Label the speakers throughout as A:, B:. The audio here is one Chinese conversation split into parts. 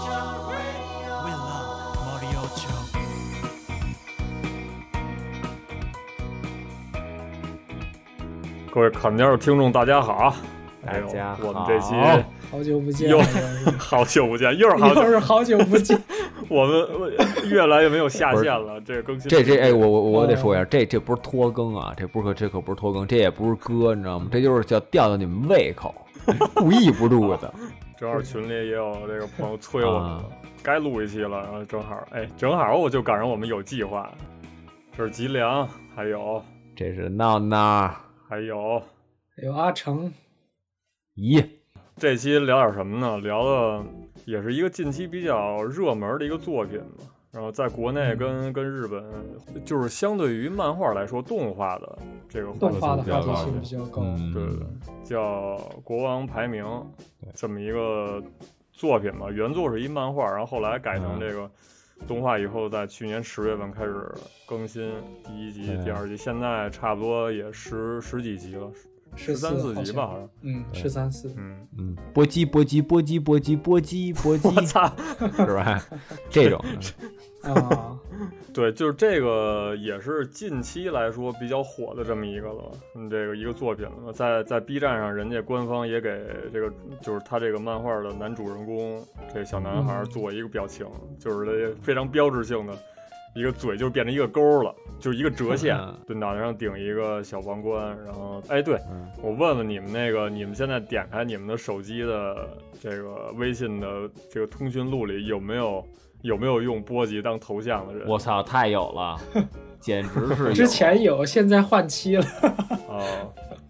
A: We love Mario Show.
B: 各位砍掉的听众，大家好！哎呦
C: 大家好
B: 我们这期
D: 好久不见，
B: 又
D: 又
B: 好久不见，又是好久
D: 又，是好久不 见，
B: 我们呃越来越没有下限了。这个更新
C: 这这哎，我我我得说一下，这这不是拖更啊，这不是这可不是拖更，这也不是歌，你知道吗？这就是叫吊吊你们胃口， 故意不录的。
B: 正好群里也有这个朋友催我们
C: 啊，
B: 该录一期了。然后正好，哎，正好我就赶上我们有计划，这是吉良，还有
C: 这是闹闹，
B: 还有，
D: 有阿成，
C: 咦，
B: 这期聊点什么呢？聊的也是一个近期比较热门的一个作品嘛。然后在国内
C: 嗯
B: 跟跟日本，就是相对于漫画来说，动画的这个
D: 动画的
B: 比较
D: 话
B: 高
D: 题
B: 一
D: 性
B: 点
D: 比较高。
C: 嗯
B: 对对对，叫《国王排名》这么一个作品吧。原作是一漫画，然后后来改成
C: 嗯
B: 这个动画以后，在去年十月份开始更新第一集、
C: 对
B: 第二集，现在差不多也十十几集了，十
D: 十
B: 三四
D: 好
B: 集
D: 像
B: 吧，好像。
D: 嗯，十三四，
B: 嗯，
C: 嗯，波姬波姬波姬波姬波姬波 姬，
B: 我操！
C: 是吧？这 种，
D: 啊，
B: 对，就是这个也是近期来说比较火的这么一个了，嗯，这个一个作品了，在在 B 站上，人家官方也给这个就是他这个漫画的男主人公这小男孩
D: 嗯
B: 做一个表情，就是非常标志性的一个嘴就变成一个钩了，就是一个折线对，脑袋上顶一个小皇冠，然后哎，对
C: 嗯
B: 我问问你们那个，你们现在点开你们的手机的这个微信的这个通讯录里有没有？有没有用波吉当头像的人？
C: 我操，太有了，简直 是有
D: 之前有，现在换期了
B: 哦，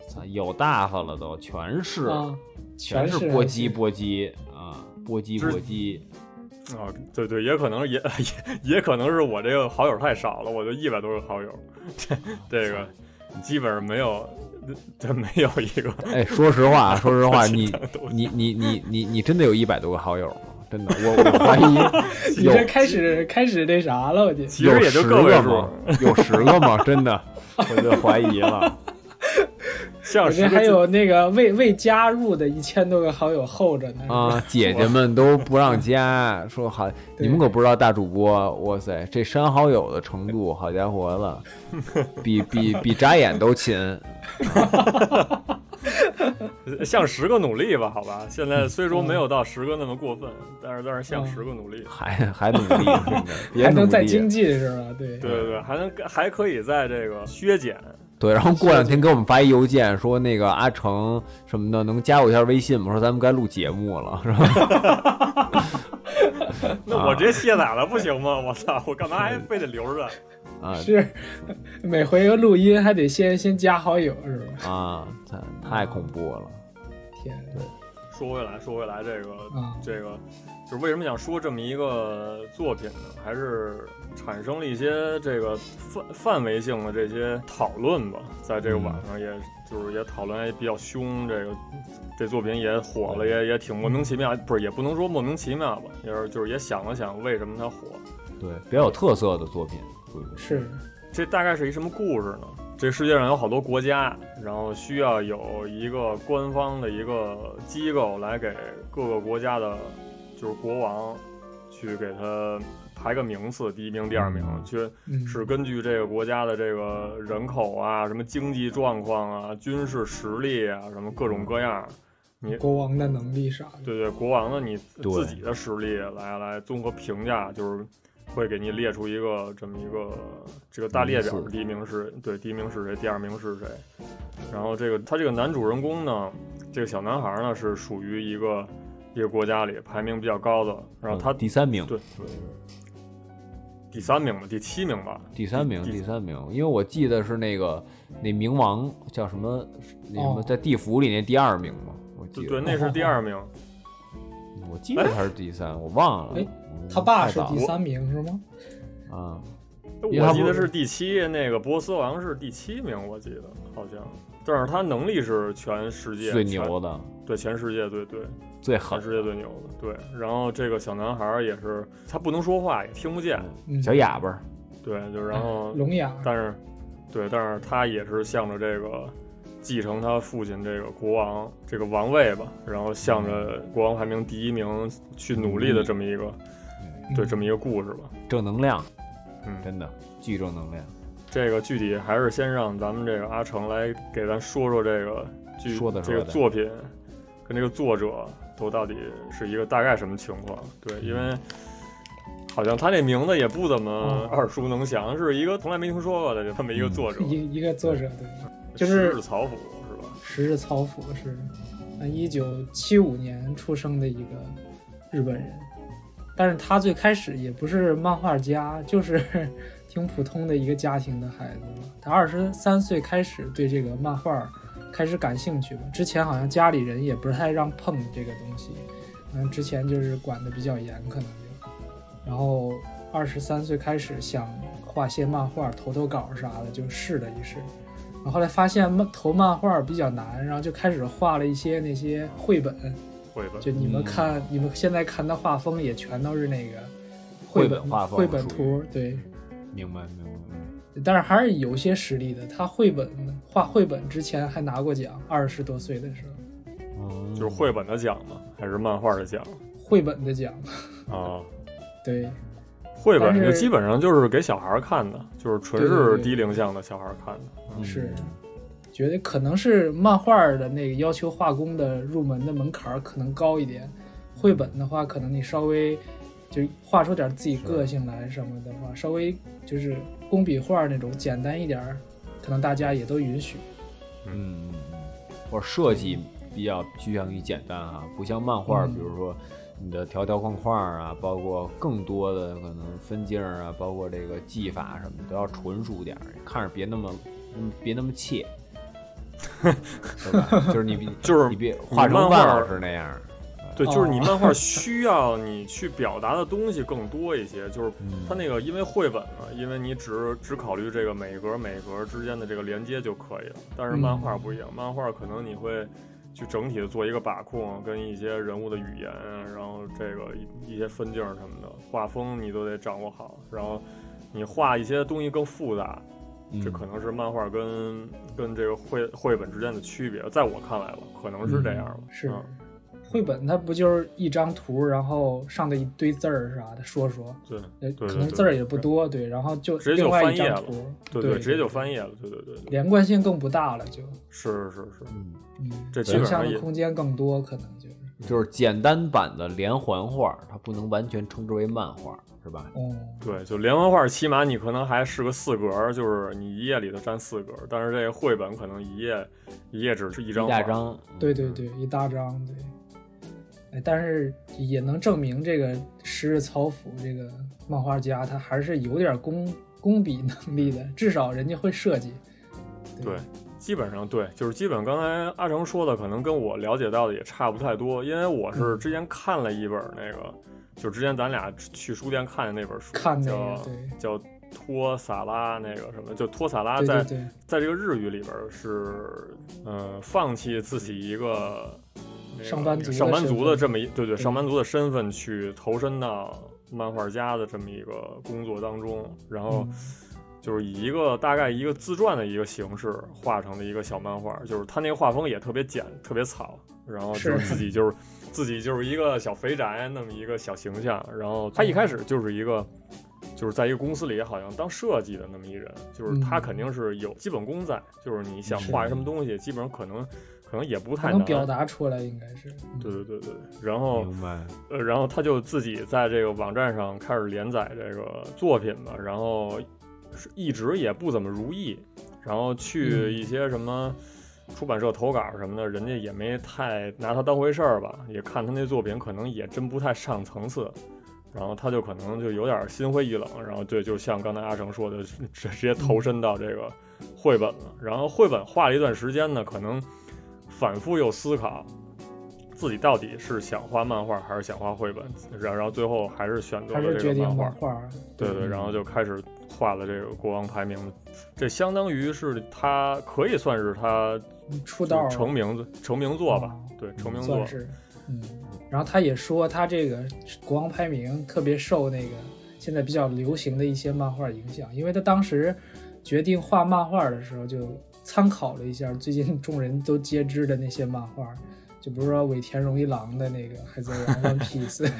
C: 操有大发了都，全是
D: 啊，
C: 全
D: 是
C: 波姬波姬啊，波姬
B: 就是
C: 波姬，
B: 啊，对对，也可能也 也也可能是我这个好友太少了，我就一百多个好友， 这这个基本上没有， 这没有一个
C: 哎，说实话，说实话，你
B: 都
C: 你你你你你真的有一百多个好友吗？真的，我我怀疑
D: 你
C: 有
D: 这开始开始那啥了，我觉得
B: 其实也就个位数，
C: 有十个吗？有十个吗？真的，我就怀疑了。
B: 像
D: 我
B: 十个
D: 这还
B: 字
D: 有那个未未加入的一千多个好友候着呢。
C: 啊、姐姐们都不让加，说好，
D: 对
C: 你们可不知道大主播，哇塞，这删好友的程度，好家伙 了，比比比眨眼都勤。
B: 像十个努力吧，好吧，现在虽说没有到十个那么过分，但是但是像
D: 嗯
B: 十个努力，
C: 还还努力，真的，别
D: 还
C: 努
D: 能再精
C: 力。
D: 进是吧？对，
B: 对对对，还能还可以在这个削减，
C: 对，然后过两天给我们发一邮件，说那个阿成什么的，能加我一下微信吗？说咱们该录节目了，是吧？
B: 那我直接卸载了不行吗？我操，我干嘛还非得留着？
C: 啊
D: 是每回录音还得先先加好友是吧？
C: 啊，太太恐怖了。
D: 天
B: 说回来，说回来，这个
D: 啊，
B: 这个就是为什么想说这么一个作品呢？还是产生了一些这个范范围性的这些讨论吧，在这个网上也，就是也讨论也比较凶，这个这作品也火了，也也挺莫名其妙，不是也不能说莫名其妙吧，也是就是也想了想为什么它火，
C: 对，比较有特色的作品，对不对
D: 是
B: 这大概是一什么故事呢？这世界上有好多国家，然后需要有一个官方的一个机构来给各个国家的，就是国王，去给他排个名次，第一名、第二名，去
D: 嗯
B: 是根据这个国家的这个人口啊、什么经济状况啊、军事实力啊、什么各种各样，你
D: 国王的能力啥的。
B: 对对，国王的你
C: 对
B: 自己的实力来来综合评价，就是会给你列出一个这么一个这个大列表
C: 名，次
B: 第一名是对，第一名是谁，第二名是谁。然后这个他这个男主人公呢，这个小男孩呢是属于一个一个国家里排名比较高的，然后他
C: 嗯第三名，
B: 对第三名吧，第七名吧，
C: 第三名，
B: 第
C: 第三名，因为我记得是那个那冥王叫什么，那什么
D: 哦
C: 在地府里那第二名嘛，我记
B: 对
C: 得，
B: 对，那是
C: 哦
B: 第二名。
C: 我记得他是第三，我忘了
D: 哎。
C: 嗯
D: 他爸
C: 太
D: 是
C: 早
D: 第三名是吗？
C: 了啊，因为
B: 我
C: 他
B: 记
C: 不
B: 得
C: 是
B: 是第七，那个波斯王是第七名，我记得好像。但是他能力是全世界
C: 最
B: 全
C: 牛的，
B: 对全世界对对。
C: 最
B: 全
C: 狠
B: 世界最牛的。对，然后这个小男孩儿也是，他不能说话，也听不见。
D: 嗯，
C: 小哑巴，
B: 对，就然后，
D: 聋哑
B: 但是，对，但是他也是向着这个继承他父亲这个国王这个王位吧，然后向着国王排名第一名去嗯努力的这么一个，
D: 嗯
B: 对这么一个故事吧。
C: 正能量，
B: 嗯，
C: 真的巨正能量。
B: 这个具体还是先让咱们这个阿成来给咱说说这个剧
C: 说的
B: 这
C: 说
B: 个
C: 的
B: 作品跟这个作者都到底是一个大概什么情况？对，
C: 嗯
B: 因为好像他这名字也不怎
C: 嗯
B: 么耳熟能详，是一个从来没听说过的这么一个作者，
D: 嗯
C: 嗯
D: 一一个作者对，就是
B: 是曹府是吧？
D: 十日曹府是，呃，一九七五年出生的一个日本人，但是他最开始也不是漫画家，就是 挺普通的一个家庭的孩子吧。他二十三岁开始对这个漫画开始感兴趣吧，之前好像家里人也不太让碰这个东西，嗯，之前就是管的比较严，可能就，然后二十三岁开始想画些漫画，投投稿啥的，就试了一试。然后后来发现漫投漫画比较难，然后就开始画了一些那些绘本，
B: 绘本
D: 就你
C: 嗯
D: 们看、你们现在看的画风也全都是那个
C: 绘
D: 本
C: 本画风
D: 绘本
C: 属于
D: 图，对，
C: 明白明白。嗯
D: 但是还是有些实力的。他绘本画绘本之前还拿过奖，二十多岁的时候，
C: 哦
B: 就是绘本的奖吗？还是漫画的奖
D: 绘本的奖，
B: 啊？
D: 对
B: 绘本
D: 但
B: 就是基本上就是给小孩儿看的，就是纯
D: 对对
B: 是
D: 对
B: 低龄向的小孩儿看的。
D: 是，觉得可能是漫画的那个要求画工的入门的门槛儿可能高一点，绘本的话，可能你稍微就画出点自己个性来什么的话，稍微就是工笔画那种简单一点儿，可能大家也都允许。
C: 嗯，嗯嗯，或者设计比较趋向于简单啊，不像漫画，
D: 嗯
C: 比如说你的条条框框啊，包括更多的可能分镜啊，包括这个技法什么的都要纯熟点儿，看着别那么，嗯，别那么 切，对吧？就是你比
B: 就是
C: 你别
B: 你
C: 画成
B: 漫
C: 万
B: 画
C: 老师那样儿，
B: 对，
D: 哦
B: 就是你漫画需要你去表达的东西更多一些，就是
C: 嗯
B: 它那个因为绘本嘛，因为你只只考虑这个每格每格之间的这个连接就可以了。但是漫
D: 嗯
B: 画不一样，漫画可能你会去整体的做一个把控，跟一些人物的语言啊，然后这个一一些分镜什么的，画风你都得掌握好，然后你画一些东西更复杂，
C: 嗯
B: 这
D: 嗯
B: 可能是漫画跟跟这个绘绘本之间的区别，在我看来吧，可能是这样吧。
D: 是
B: 嗯、
D: 绘本它不就是一张图，然后上的一堆字儿啥的，说说，
B: 对
D: 呃，
B: 对
D: 可
B: 对
D: 能字儿也不多，对，然后就
B: 直接就
D: 另外
B: 翻
D: 一
B: 页
D: 张
B: 了
D: 图，
B: 对
D: 对，
B: 直接就翻页了。对对对对，
D: 连贯性更不大了，就，
B: 是是是，
C: 嗯，
D: 嗯，
B: 这基
D: 想
B: 本
D: 象
B: 上
D: 的
B: 也
D: 空间更多，可能就是，
C: 就是简单版的连环画，它不能完全称之为漫画，是吧？
D: 嗯。
B: 对，就连环画，起码你可能还是个四格儿，就是你一页里头占四格儿，但是这个绘本可能一页一页只是一张
C: 一
B: 画
C: 大。张，
B: 嗯
C: 嗯
D: 对对对，一大张，对。哎，但是也能证明这个十日曹府这个漫画家，他还是有点工工笔能力的，至少人家会设计。
B: 对，基本上对，就是基本刚才阿成说的，可能跟我了解到的也差不太多，因为我
D: 嗯
B: 是之前看了一本那个，就之前咱俩去书店看的那本书，
D: 看那
B: 叫
D: 个对
B: 叫托萨拉那个什么，就托萨拉
D: 对
B: 在
D: 对对，
B: 在这个日语里边儿是，呃，放弃自己一个、那个
D: 上班族的
B: 上班族的
D: 身份嗯
B: 这么一对对
D: 对
B: 上班族的身份去投身到漫画家的这么一个工作当中，然后
D: 嗯
B: 就是以一个大概一个自传的一个形式画成的一个小漫画，就是他那个画风也特别简，特别草，然后就是是自 己就是自己就是一个小肥宅那么一个小形象，然后他一
D: 嗯
B: 开始就是一个。就是在一个公司里，好像当设计的那么一人，就是他
D: 嗯
B: 肯定是有基本功在，就是你想
C: 是
B: 画一什么东西，基本上可能可能也不
D: 他
B: 太
D: 能
B: 难。
D: 表达出来，应该是。嗯
B: 对对对对，然
D: 哦
B: 后
C: 明白。
B: 呃，然后他就自己在这个网站上开始连载这个作品吧，然后是一直也不怎么如意，然后去
D: 嗯
B: 一些什么出版社投稿什么的，人家也没太拿他当回事儿吧，也看他那作品可能也真不太上层次，然后他就可能就有点心灰意冷，然后对，就像刚才阿成说的， 直直接投身到这个绘本了。然后绘本画了一段时间呢，可能反复又思考自己到底是想画漫画还是想画绘本，然然后最后还是选择
D: 嗯还
B: 了
D: 是
B: 这
D: 决
B: 个
D: 定
B: 漫
D: 漫
B: 画。
D: 画嗯儿，
B: 对对，然后就开始画了这个国王排名，这相当于是他可以算是他
D: 嗯出道儿
B: 成名成名作吧
D: 哦，
B: 对成名作
D: 算是，嗯。然后他也说，他这个国王排名特别受那个现在比较流行的一些漫画影响，因为他当时决定画漫画的时候就参考了一下最近众人都皆知的那些漫画，就比如说尾田荣一郎的那个《海贼王》One Piece，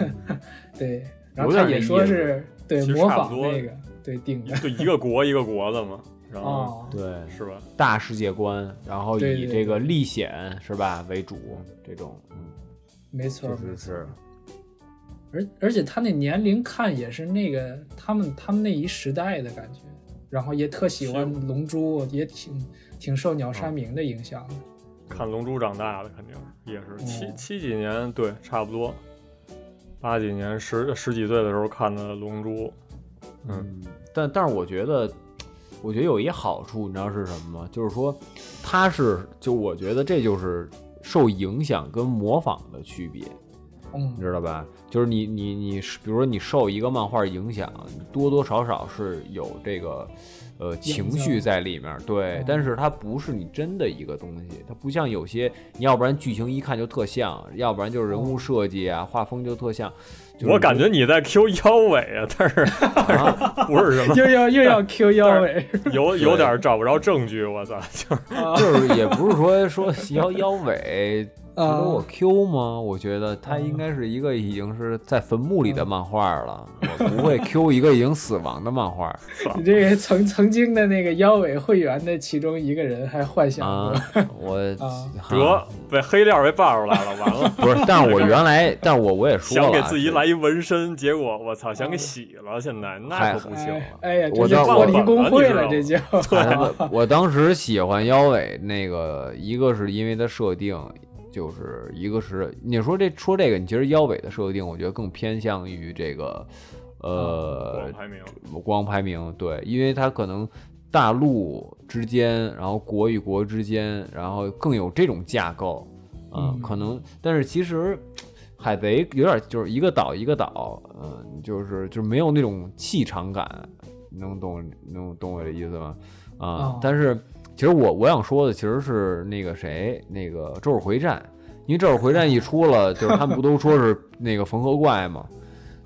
D: 对，然后
B: 有点
D: 他也
B: 那
D: 说
B: 意思
D: 是对
B: 其实
D: 模
B: 差不
D: 仿
B: 多嗯
D: 那个对定的
B: 就一个国一个国的嘛，然后
D: 哦，
C: 对，
B: 是吧？
C: 大世界观，然后
D: 对
C: 以
D: 对
C: 这个历险是吧为主，这种，嗯，
D: 没错
C: 确实
D: 儿，
C: 是，
D: 而而且他那年龄看也是那个他们他们那一时代的感觉，然后也特喜欢《龙珠》，也挺挺受鸟
C: 啊
D: 山明的影响的。
B: 看《龙珠》长大的肯定也是七、
D: 哦
B: 七几年，对，差不多。八几年十十几岁的时候看的《龙珠》，嗯，
C: 嗯，但但是我觉得，我觉得有一好处，你知道是什么吗？就是说，它是就我觉得这就是受影响跟模仿的区别，你
D: 嗯，
C: 知道吧？就是你你你，比如说你受一个漫画影响，你多多少少是有这个呃情绪在里面，对
D: 嗯。
C: 但是它不是你真的一个东西，它不像有些，你要不然剧情一看就特像，要不然就是人
D: 哦
C: 物设计啊、画风就特像。就是啊
B: 我感觉你在 Q 腰尾啊，但是 不是什么，
D: 又要又要 Q 腰尾
B: 有有点找不着证据，我操，就是
D: 啊
C: 就是也不是说说摇腰尾值得我
D: 啊！
C: Q 吗？我觉得它应该是一个已经是在坟墓
D: 嗯
C: 里的漫画了，我不会 Q 一个已经死亡的漫画
D: 啊 你这个曾曾经的那个腰尾会员的其中一个人还幻想
C: 啊
D: 过，！
C: 我。
D: 啊
B: 得被黑料给爆出来了，完了
C: 不是，但是我原来，但我我也说
B: 想
C: 了
B: 给
C: 啊，
B: 自己来一纹身，结果我操，
D: 嗯
B: 想给洗了，现在那
C: 嗨
B: 可不行
D: 哎
B: 了。
D: 哎呀，这
C: 我
D: 就
C: 当
D: 脱离
B: 我
D: 工会了，
B: 你
D: 这
B: 知
D: 就
C: 哎他们我当时喜欢腰尾那个，一个是因为它设定，就是一个是你说这说这个，你其实腰尾的设定，我觉得更偏向于这个，呃
B: 啊我，排名
C: 国王排名，对，因为它可能大陆之间，然后国与国之间，然后更有这种架构，嗯，
D: 嗯
C: 可能，但是其实海贼有点就是一个岛一个岛，嗯，就是就是没有那种气场感，你能懂能懂我的意思吗？啊、
D: 哦
C: 但是其实我我想说的其实是那个谁，那个《咒术回战》，因为《咒术回战》一出了，就是他们不都说是那个缝合怪吗？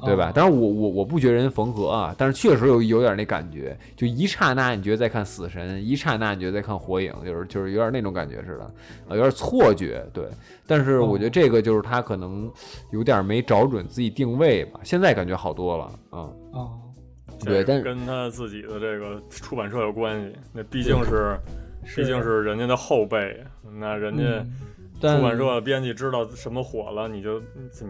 C: 对吧？但是我我我不觉得人缝合啊，但是确实有有点那感觉，就一刹那你觉得在看死神，一刹那你觉得在看火影，就是就是有点那种感觉似的，呃，有点错觉，对。但是我觉得这个就是他可能有点没找准自己定位吧，现在感觉好多了，嗯，
D: 啊，
B: 这
C: 对但是
B: 跟他自己的这个出版社有关系，那毕竟是
D: 是
B: 毕竟是人家的后辈，那人家
D: 嗯
C: 但
B: 出版社编辑知道什么火了，你就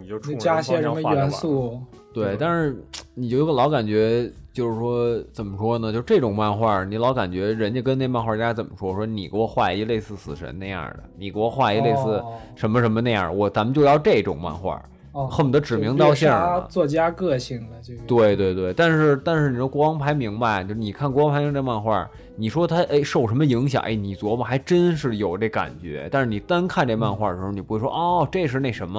B: 你就
D: 就
B: 冲着
D: 加
B: 人
D: 些
B: 方
D: 什
B: 向画
D: 么
B: 就完
D: 元
B: 了。
D: 素，
C: 对，但是你就老感觉就是说怎么说呢？就这种漫画，你老感觉人家跟那漫画家怎么说？说你给我画一类似死神那样的，你给我画一类似
D: 哦
C: 什么什么那样，我咱们就要这种漫画，
D: 哦
C: 恨不得指名道姓儿
D: 就猎杀
C: 呢。
D: 作家个性了，这个
C: 对对对，但是但是你说国王排名吧，就是你看国王排名这漫画，你说它哎受什么影响？哎，你琢磨还真是有这感觉。但是你单看这漫画的时候，你不会说哦，这是那什么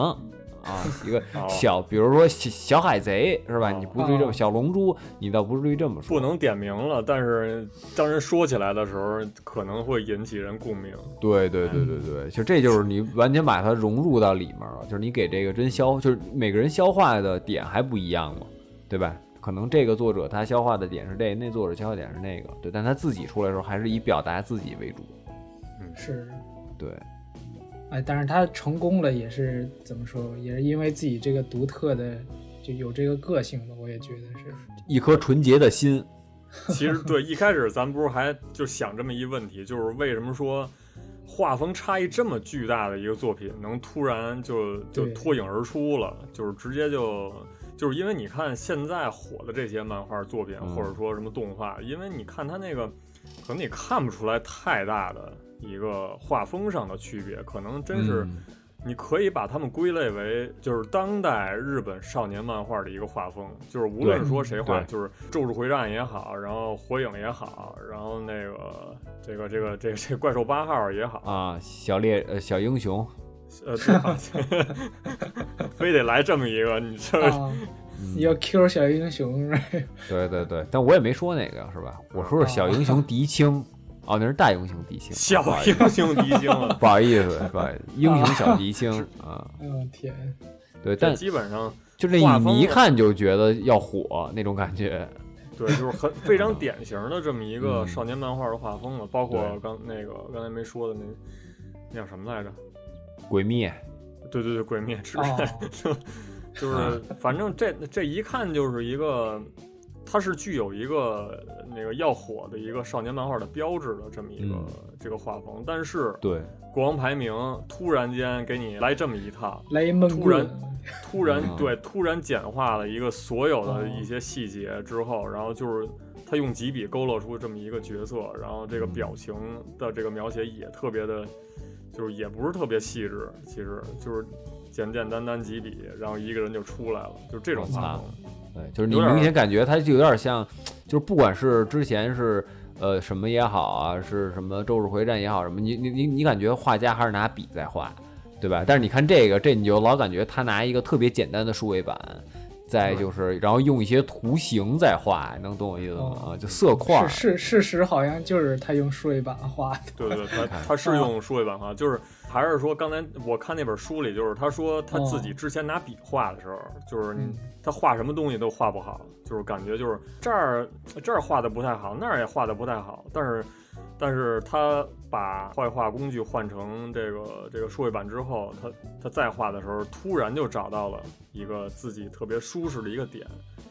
C: 啊，一个
B: 哦
C: 小，比如说小小海贼是吧？
B: 哦
C: 你不至于这么
D: 哦
C: 小龙珠，你倒不至于这么说。
B: 不能点名了，但是当人说起来的时候，可能会引起人共鸣。
C: 对对对
B: 嗯
C: 对对，就这就是你完全把它融入到里面了，就是你给这个真消，就是每个人消化的点还不一样嘛，对吧？可能这个作者他消化的点是这，那作者消化点是那个，对，但他自己出来的时候还是以表达自己为主，
D: 是
C: 对，
D: 哎，但是他成功了也是怎么说，也是因为自己这个独特的就有这个个性吧，我也觉得 是
C: 一颗纯洁的心，
B: 其实对，一开始咱不是还就想这么一问题，就是为什么说画风差异这么巨大的一个作品，能突然就就
D: 对
B: 脱颖而出了，就是直接就就是因为你看现在火的这些漫画作品，
C: 嗯
B: 或者说什么动画，因为你看它那个，可能你看不出来太大的一个画风上的区别，可能真是、
C: 嗯
B: 你可以把它们归类为就是当代日本少年漫画的一个画风，就是无论
D: 对
B: 说谁画，
C: 对
B: 就是《咒术回战》也好，然后《火影》也好，然后那个这个这个这个这个怪兽八号也好，
C: 啊，小猎呃小英雄，
B: 呃，最好非得来这么一个，你这
D: 啊，你要 Q 小英雄是吧
C: 嗯 对对对，但我也没说哪个是吧？我说是小英雄狄青，哦，那是大英雄狄青，
B: 小
C: 不好意思
B: 英雄敌星了。
C: 不好意思，不好意思，英雄小 狄青啊，
D: 嗯天，
C: 对，
B: 这
C: 但
B: 基本上
C: 就这
B: 画
C: 你
B: 风啊
C: 一
B: 了
C: 看就觉得要火那种感觉，
B: 对，就是很非常典型的这么一个
C: 嗯
B: 少年漫画的画风了，包括
C: 对
B: 刚那个刚才没说的那那叫什么来着？
C: 鬼灭，
B: 对对对，鬼灭之刃，
D: 哦，
B: 就是反正这这一看就是一个，它是具有一个那个要火的一个少年漫画的标志的这么一个、
C: 嗯
B: 这个画风，但是
C: 对，
B: 国王排名突然间给你来这么一套，
D: 来一闷
B: 突
D: 棍
B: 然，突然、
C: 嗯
B: 对突然简化了一个所有
D: 哦
B: 的一些细节之后，然后就是他用几笔勾勒出这么一个角色，然后这个表情的这个描写也特别的，就是也不是特别细致，其实就是简简单单几笔，然后一个人就出来了，就是这种
C: 我操
B: 画风。
C: 对，就是你
B: 有点儿
C: 明显感觉它就有点像，就是不管是之前是呃什么也好啊，是什么《咒术回战》也好，什么你你你你感觉画家还是拿笔在画，对吧？但是你看这个，这你就老感觉他拿一个特别简单的数位板，再就是然后用一些图形在画，能懂我意思
B: 哦
C: 吗？啊，就色块儿，
D: 是是事实好像就是他用数位板画的，
B: 对对，他他是用数位版画，就是还是说刚才我看那本书里，就是他说他自己之前拿笔画的时候，就是你
D: 嗯
B: 他画什么东西都画不好，就是感觉就是这儿这儿画的不太好，那儿也画的不太好，但是但是他把绘画工具换成这个这个数位板之后，他他再画的时候，突然就找到了一个自己特别舒适的一个点，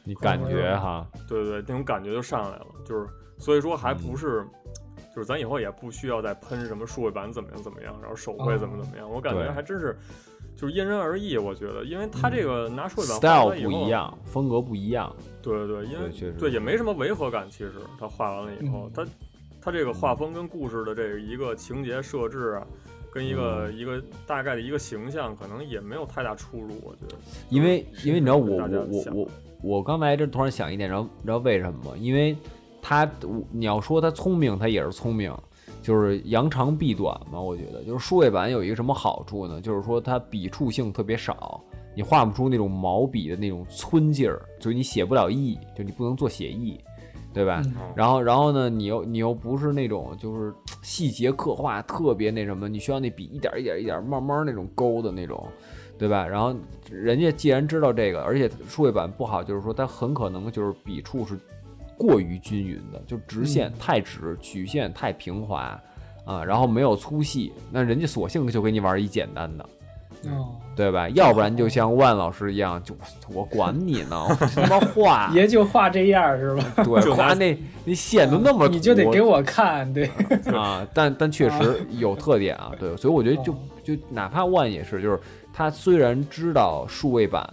C: 你感觉哈，
B: 对对，对，那种感觉就上来了，就是所以说还
C: 嗯
B: 不是，就是咱以后也不需要再喷什么数位板怎么样怎么样，然后手绘怎么怎么样，我感觉
C: 哦对嗯
B: 还真是就是因人而异，我觉得，因为他这个拿数位板画
C: style
B: 完以
C: 不
B: 后
C: 一，样，风格不一样，
B: 对对对，因为
C: 对确实
B: 对也没什么违和感，其实他画完了以后，
D: 嗯
B: 他他这个画风跟故事的这个一个情节设置啊。跟一个、
C: 嗯
B: 一个大概的一个形象，可能也没有太大出入，我觉得。
C: 因为
B: 是
C: 因为你知道
B: 跟
C: 我
B: 大家
C: 我我
B: 想
C: 我我刚才这突然想一点，然后你知道为什么吗？因为他我你要说他聪明，他也是聪明，就是扬长避短嘛。我觉得就是数位板有一个什么好处呢？就是说它笔触性特别少，你画不出那种毛笔的那种皴劲儿，所以你写不了意，就你不能做写意，对吧？
D: 嗯
B: 哦
C: 然后，然后呢，你又你又不是那种就是细节刻画特别那什么，你需要那笔一点一点一点慢慢那种勾的那种，对吧？然后人家既然知道这个，而且数位板不好，就是说它很可能就是笔触是过于均匀的，就直线太直，曲线太平滑啊，然后没有粗细，那人家索性就给你玩一简单的，
B: 嗯
D: 哦，，
C: 对吧？要不然就像万老师一样，就我管你呢，我他妈画
D: 爷啊就画这样是吧？
C: 对，
B: 就拿
C: 画那那
B: 哎
C: 线都那么，
D: 你就得给。我看，对，
C: 啊，但但确实有特点啊，对，所以我觉得就
D: 哦
C: 就哪怕万也是，就是他虽然知道数位板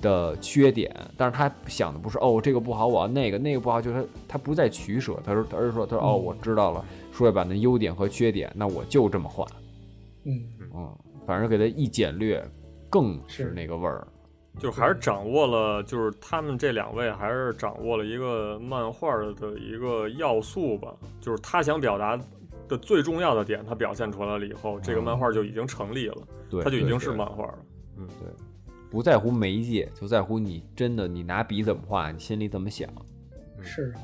C: 的缺点，但是他想的不是哦这个不好，我要那个那个不好，就是他他不在取舍，他说而是说他说哦
D: 嗯
C: 我知道了数位板的优点和缺点，那我就这么画，
D: 嗯，
C: 嗯，反正给他一简略，更
D: 是
C: 是那个味儿，
B: 就是还是掌握了，就是他们这两位还是掌握了一个漫画的一个要素吧，就是他想表达的最重要的点，他表现出来了以后，这个漫画就已经成立了，
C: 哦对，
B: 它就已
C: 对
B: 经是
C: 对
B: 漫画了。
C: 不在乎媒介，就在乎你真的你拿笔怎么画，你心里怎么 想，
B: 嗯
D: 是啊。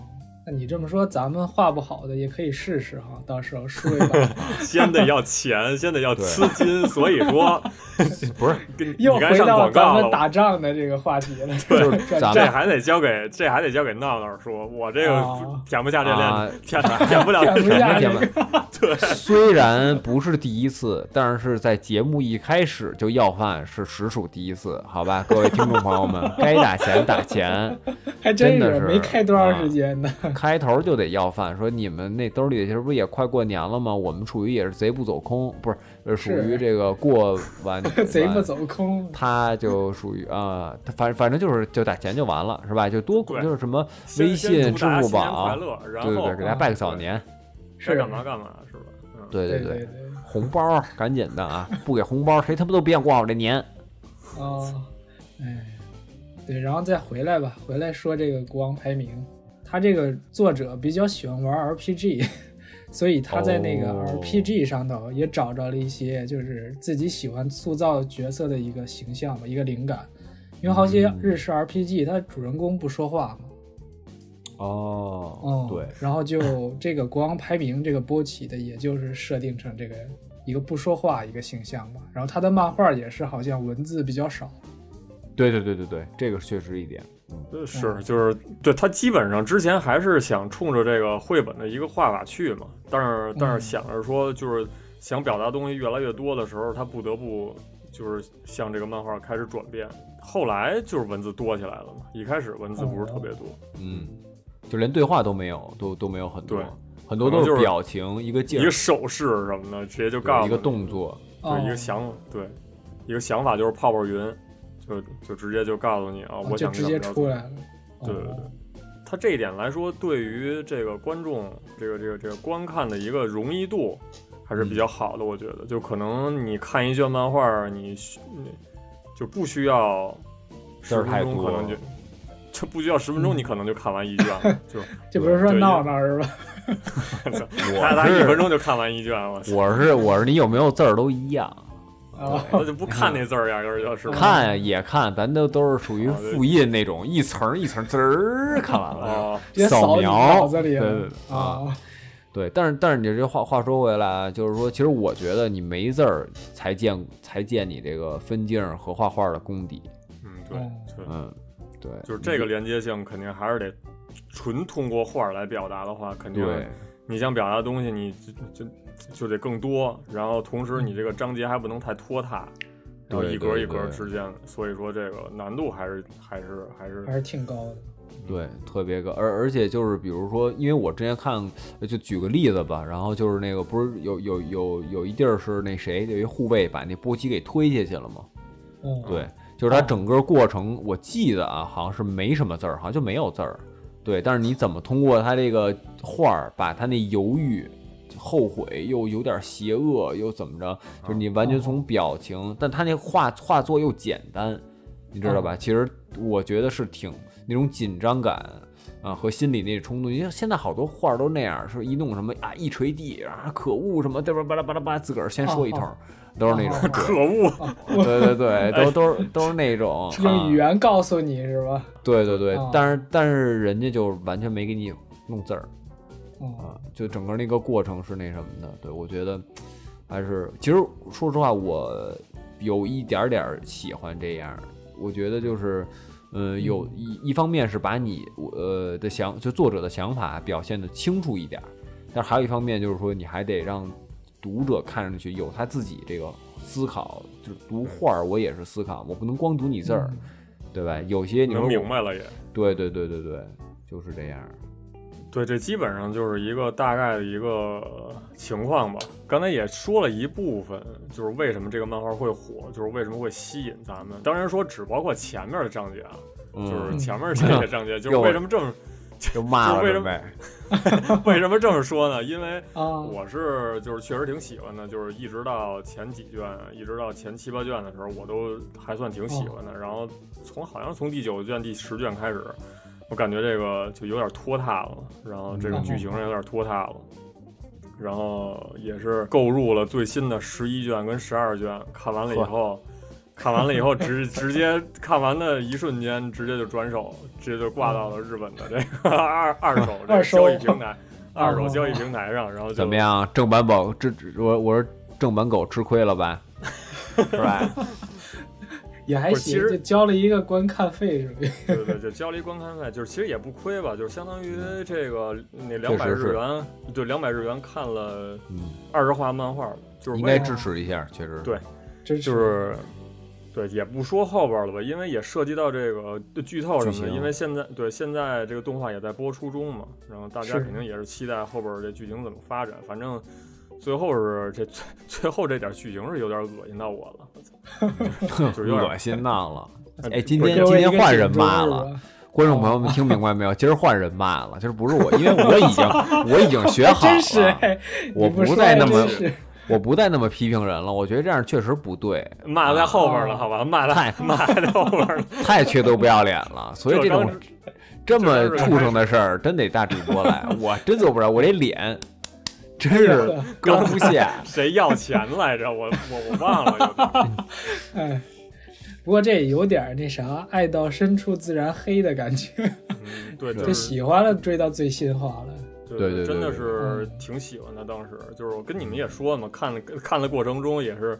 D: 那你这么说，咱们画不好的也可以试试哈，到时 候数位板
B: 先得要钱，先得要
C: 对
B: 资金，所以说
C: 不是
B: 跟你
D: 又
B: 该
D: 回
B: 上
D: 到
B: 广
D: 咱
B: 告
D: 们打
B: 了。
D: 仗的这个话题了，
C: 就是咱
D: 转
B: 这
C: 们
D: 战
B: 还得交给这还得交给闹闹说，我这个
D: 哦
B: 舔不下这
C: 啊
B: 脸，舔舔 不了
D: 舔 不下
C: 铁
D: 这
C: 们
D: 个，
C: 虽然不是第一次，但是在节目一开始就要饭是实属第一次，好吧， 各位听众朋友们，该打钱打钱，
D: 还
C: 真
D: 真
C: 的
D: 是
C: 是啊
D: 没开多长时间呢。
C: 开头就得要饭，说你们那兜里这不也快过年了吗？我们属于也是贼不走空，不是呃属于这个过完
D: 贼不
C: 完
D: 走空，
C: 他就属于啊，他反反正就是就打钱就完了，是吧？就多
B: 对
C: 就是什么
B: 先
C: 微
B: 先
C: 信、
B: 祝
C: 支
B: 大家
C: 付
B: 新年快
C: 宝，
B: 乐，然
C: 对对
B: 后嗯
C: 对，给大家拜个早年，
B: 该
D: 是
B: 干嘛 干嘛是吧？嗯，
C: 对
D: 对
C: 对，
D: 对，
C: 红包赶紧的啊，不给红包谁他妈都别想过好这年。
D: 哦，哎，对，然后再回来吧，回来说这个国王排名，他这个作者比较喜欢玩 RPG，所 以他在那个
C: 哦
D: RPG 上头也找着了一些就是自己喜欢塑造角色的一个形象吧，一个灵感。因为好些
C: 嗯
D: 日式 RPG，它主人公不说话嘛，
C: 哦
D: 嗯，，
C: 对，
D: 然后就这个国王排名这个波奇的，也就是设定成这个一个不说话一个形象吧。然后他的漫画也是好像文字比较少，
C: 对对对对对，这个确实一点，
B: 呃是，就是对他基本上之前还是想冲着这个绘本的一个画法去嘛，但是
D: 嗯
B: 但是想着说就是想表达东西越来越多的时候，他不得不就是向这个漫画开始转变。后来就是文字多起来了嘛，一开始文字不是特别
D: 哦
B: 多，
C: 嗯，就连对话都没有，都都没有很多
B: 对，
C: 很多都
B: 可能就是
C: 是表情，一个劲
B: 一个
C: 儿，
B: 手势什么的，直接就告
C: 对
B: 诉
C: 一个
B: 你
C: 动作，
D: 哦
B: 对一个想对一个想法就是泡泡云，就就直接就告诉你啊，
D: 哦
B: 我
D: 就
B: 想
D: 直
B: 怎
D: 接
B: 么着怎么
D: 出
B: 着
D: 来了。
B: 对对
D: 哦，
B: 它这一点来说，对于这个观众这个这个这个观看的一个容易度还是比
C: 嗯
B: 较好的，我觉得。就可能你看一卷漫画，你需你就不需要
C: 字
B: 十
C: 儿
B: 分
C: 太
B: 钟，
C: 多
B: 可能就就不需要十分钟，
D: 嗯
B: 你可能就看完一卷了。 就
D: 这不是说
B: 对
D: 闹闹是吧？
B: 大家一
C: 我
B: 分
C: 是
B: 钟就看完一卷了，
C: 我是我是你有没有字儿都一样，
D: 啊，
B: 我就不看那字儿，压根儿就是
C: 看也看，咱都都是属于
B: 啊对
C: 复印那种，一层儿一层儿滋儿看完了。
B: 啊，
D: 直接
C: 扫
D: 扫你
C: 描
D: 脑子里
C: 对对
D: 了
C: 对
D: 啊！
C: 对，但是但是你这话话说回来啊，就是说，其实我觉得你没字儿才见才见你这个分镜儿和画画的功底，
B: 嗯，对
D: 嗯
B: 对，
C: 嗯，对，
B: 就是这个连接性肯定还是得纯通过画儿来表达的话，肯定
C: 对
B: 你想表达的东西你就就就得更多，然后同时你这个章节还不能太拖沓，然后
C: 对
B: 一格
C: 嗯对
B: 一格
C: 对
B: 之间，所以说这个难度还是还是还是
D: 还是挺高的。
C: 对，特别高，而而且就是比如说，因为我之前看，呃就举个例子吧，然后就是那个不是有有有有一地儿是那谁有一护卫把那波奇给推下去了吗？
D: 嗯，
C: 对，就是它整个过程，我记得啊，好像是没什么字儿，好像就没有字儿。对，但是你怎么通过它这个画儿，把它那犹豫、后悔又有点邪恶又怎么着，就是你完全从
D: 啊
C: 表情，但它那画画作又简单，你知道
D: 啊
C: 吧？其实我觉得是挺那种紧张感。啊，和心里那冲动，因为现在好多画儿都那样，是一弄什么啊，一捶地啊，可恶什么，这边巴拉巴拉巴拉，自个儿先说一通，
D: 哦
C: 都是那种
D: 哦哦哦
B: 可恶，
C: 对啊 对对对，都都是都是那种
D: 用哎语
C: 啊
D: 言告诉你是吧？
C: 对对对
D: 啊，
C: 但是但是人家就完全没给你弄字儿
D: 嗯，
C: 啊，就整个那个过程是那什么的。对我觉得还是，其实说实话，我有一点点儿喜欢这样儿。我觉得就是，呃，
B: 嗯
C: 有一一方面是把你我呃的想，就作者的想法表现的清楚一点儿，但是还有一方面就是说，你还得让读者看上去有他自己这个思考，就是读画儿我也是思考，我不能光读你字儿，
B: 嗯
C: 对吧？有些你说
B: 能
C: 我
B: 明白了也。
C: 对对对对对，就是这样。
B: 对，这基本上就是一个大概的一个情况吧。刚才也说了一部分，就是为什么这个漫画会火，就是为什么会吸引咱们。当然说只包括前面的章节啊，
C: 嗯，
B: 就是前面这个 章节，就是
C: 又
B: 为什么这么
C: 就 骂
B: 就
C: 了
B: 为什
C: 准
B: 么
C: 备，
B: 为什么这么说呢？因为
D: 啊，
B: 我是就是确实挺喜欢的，就是一直到前几卷，一直到前七八卷的时候，我都还算挺喜
D: 哦
B: 欢的。然后从好像从第九卷、第十卷开始，我感觉这个就有点拖沓了，然后这个
D: 嗯
B: 剧情上有点拖沓了。然后也是购入了最新的十一卷跟十二卷，看完了以后，看完了以后 直直接看完的一瞬间，直接就转手，直接就挂到了日本的这个 二二手这个
D: 嗯二手
B: 交易平台，
D: 哦
B: 二手交易平台上，然后就
C: 怎么样？正版宝这这我我说正版狗吃亏了吧？是吧？
D: 也还
B: 不是其
D: 行，
B: 实
D: 就交了一个观看费是吧？
B: 对对，就交了一观看费，就是其实也不亏吧，就是相当于这个那两百
C: 嗯确实是
B: 日元，对，两百日元看了
C: 嗯，
B: 二十话漫画，就是
C: 应
B: 为
C: 该
B: 了
C: 支持一下，确实
B: 对
D: 真
B: 就是对，也不说后边了吧，因为也涉及到这个剧透什
C: 剧
B: 么的，
C: 情啊
B: 因为现在对现在这个动画也在播出中嘛，然后大家
D: 是
B: 肯定也是期待后边这剧情怎么发展，反正。最后是这最最后这点剧情是有点恶心到我了，我操就是有点
C: 恶心闹了。哎，今
B: 不是
C: 天
D: 给我
C: 今
D: 一个
C: 天换人
D: 警钟
C: 骂
D: 是
C: 了，
D: 吧，
C: 观众朋友们听明白没有？今儿换人骂了，就是不是我，因为我已经我已经学好
D: 真是
C: 了，
D: 哎，
C: 我
D: 你不
C: 不
D: 说
C: 再
D: 还
C: 那么
D: 真是
C: 我不再那么批评人了。我觉得这样确实不对，
B: 骂
C: 啊
B: 在后边了，
D: 哦
B: 好吧，骂 在
C: 太
B: 骂在后边了，
C: 太缺德不要脸了。所以这种
B: 就
C: 这么畜生的事儿，真得大主播来，我真做不了，我这脸真是搁不下。
B: 谁要钱来着？我我我忘了有点。
D: 哎，不过这也有点儿那啥，爱到深处自然黑的感觉，
B: 嗯对，
D: 就喜欢了追到最新话了。
B: 对
C: 对对对
B: 真的是挺喜欢的。当时就是我跟你们也说嘛，看看的过程中也是，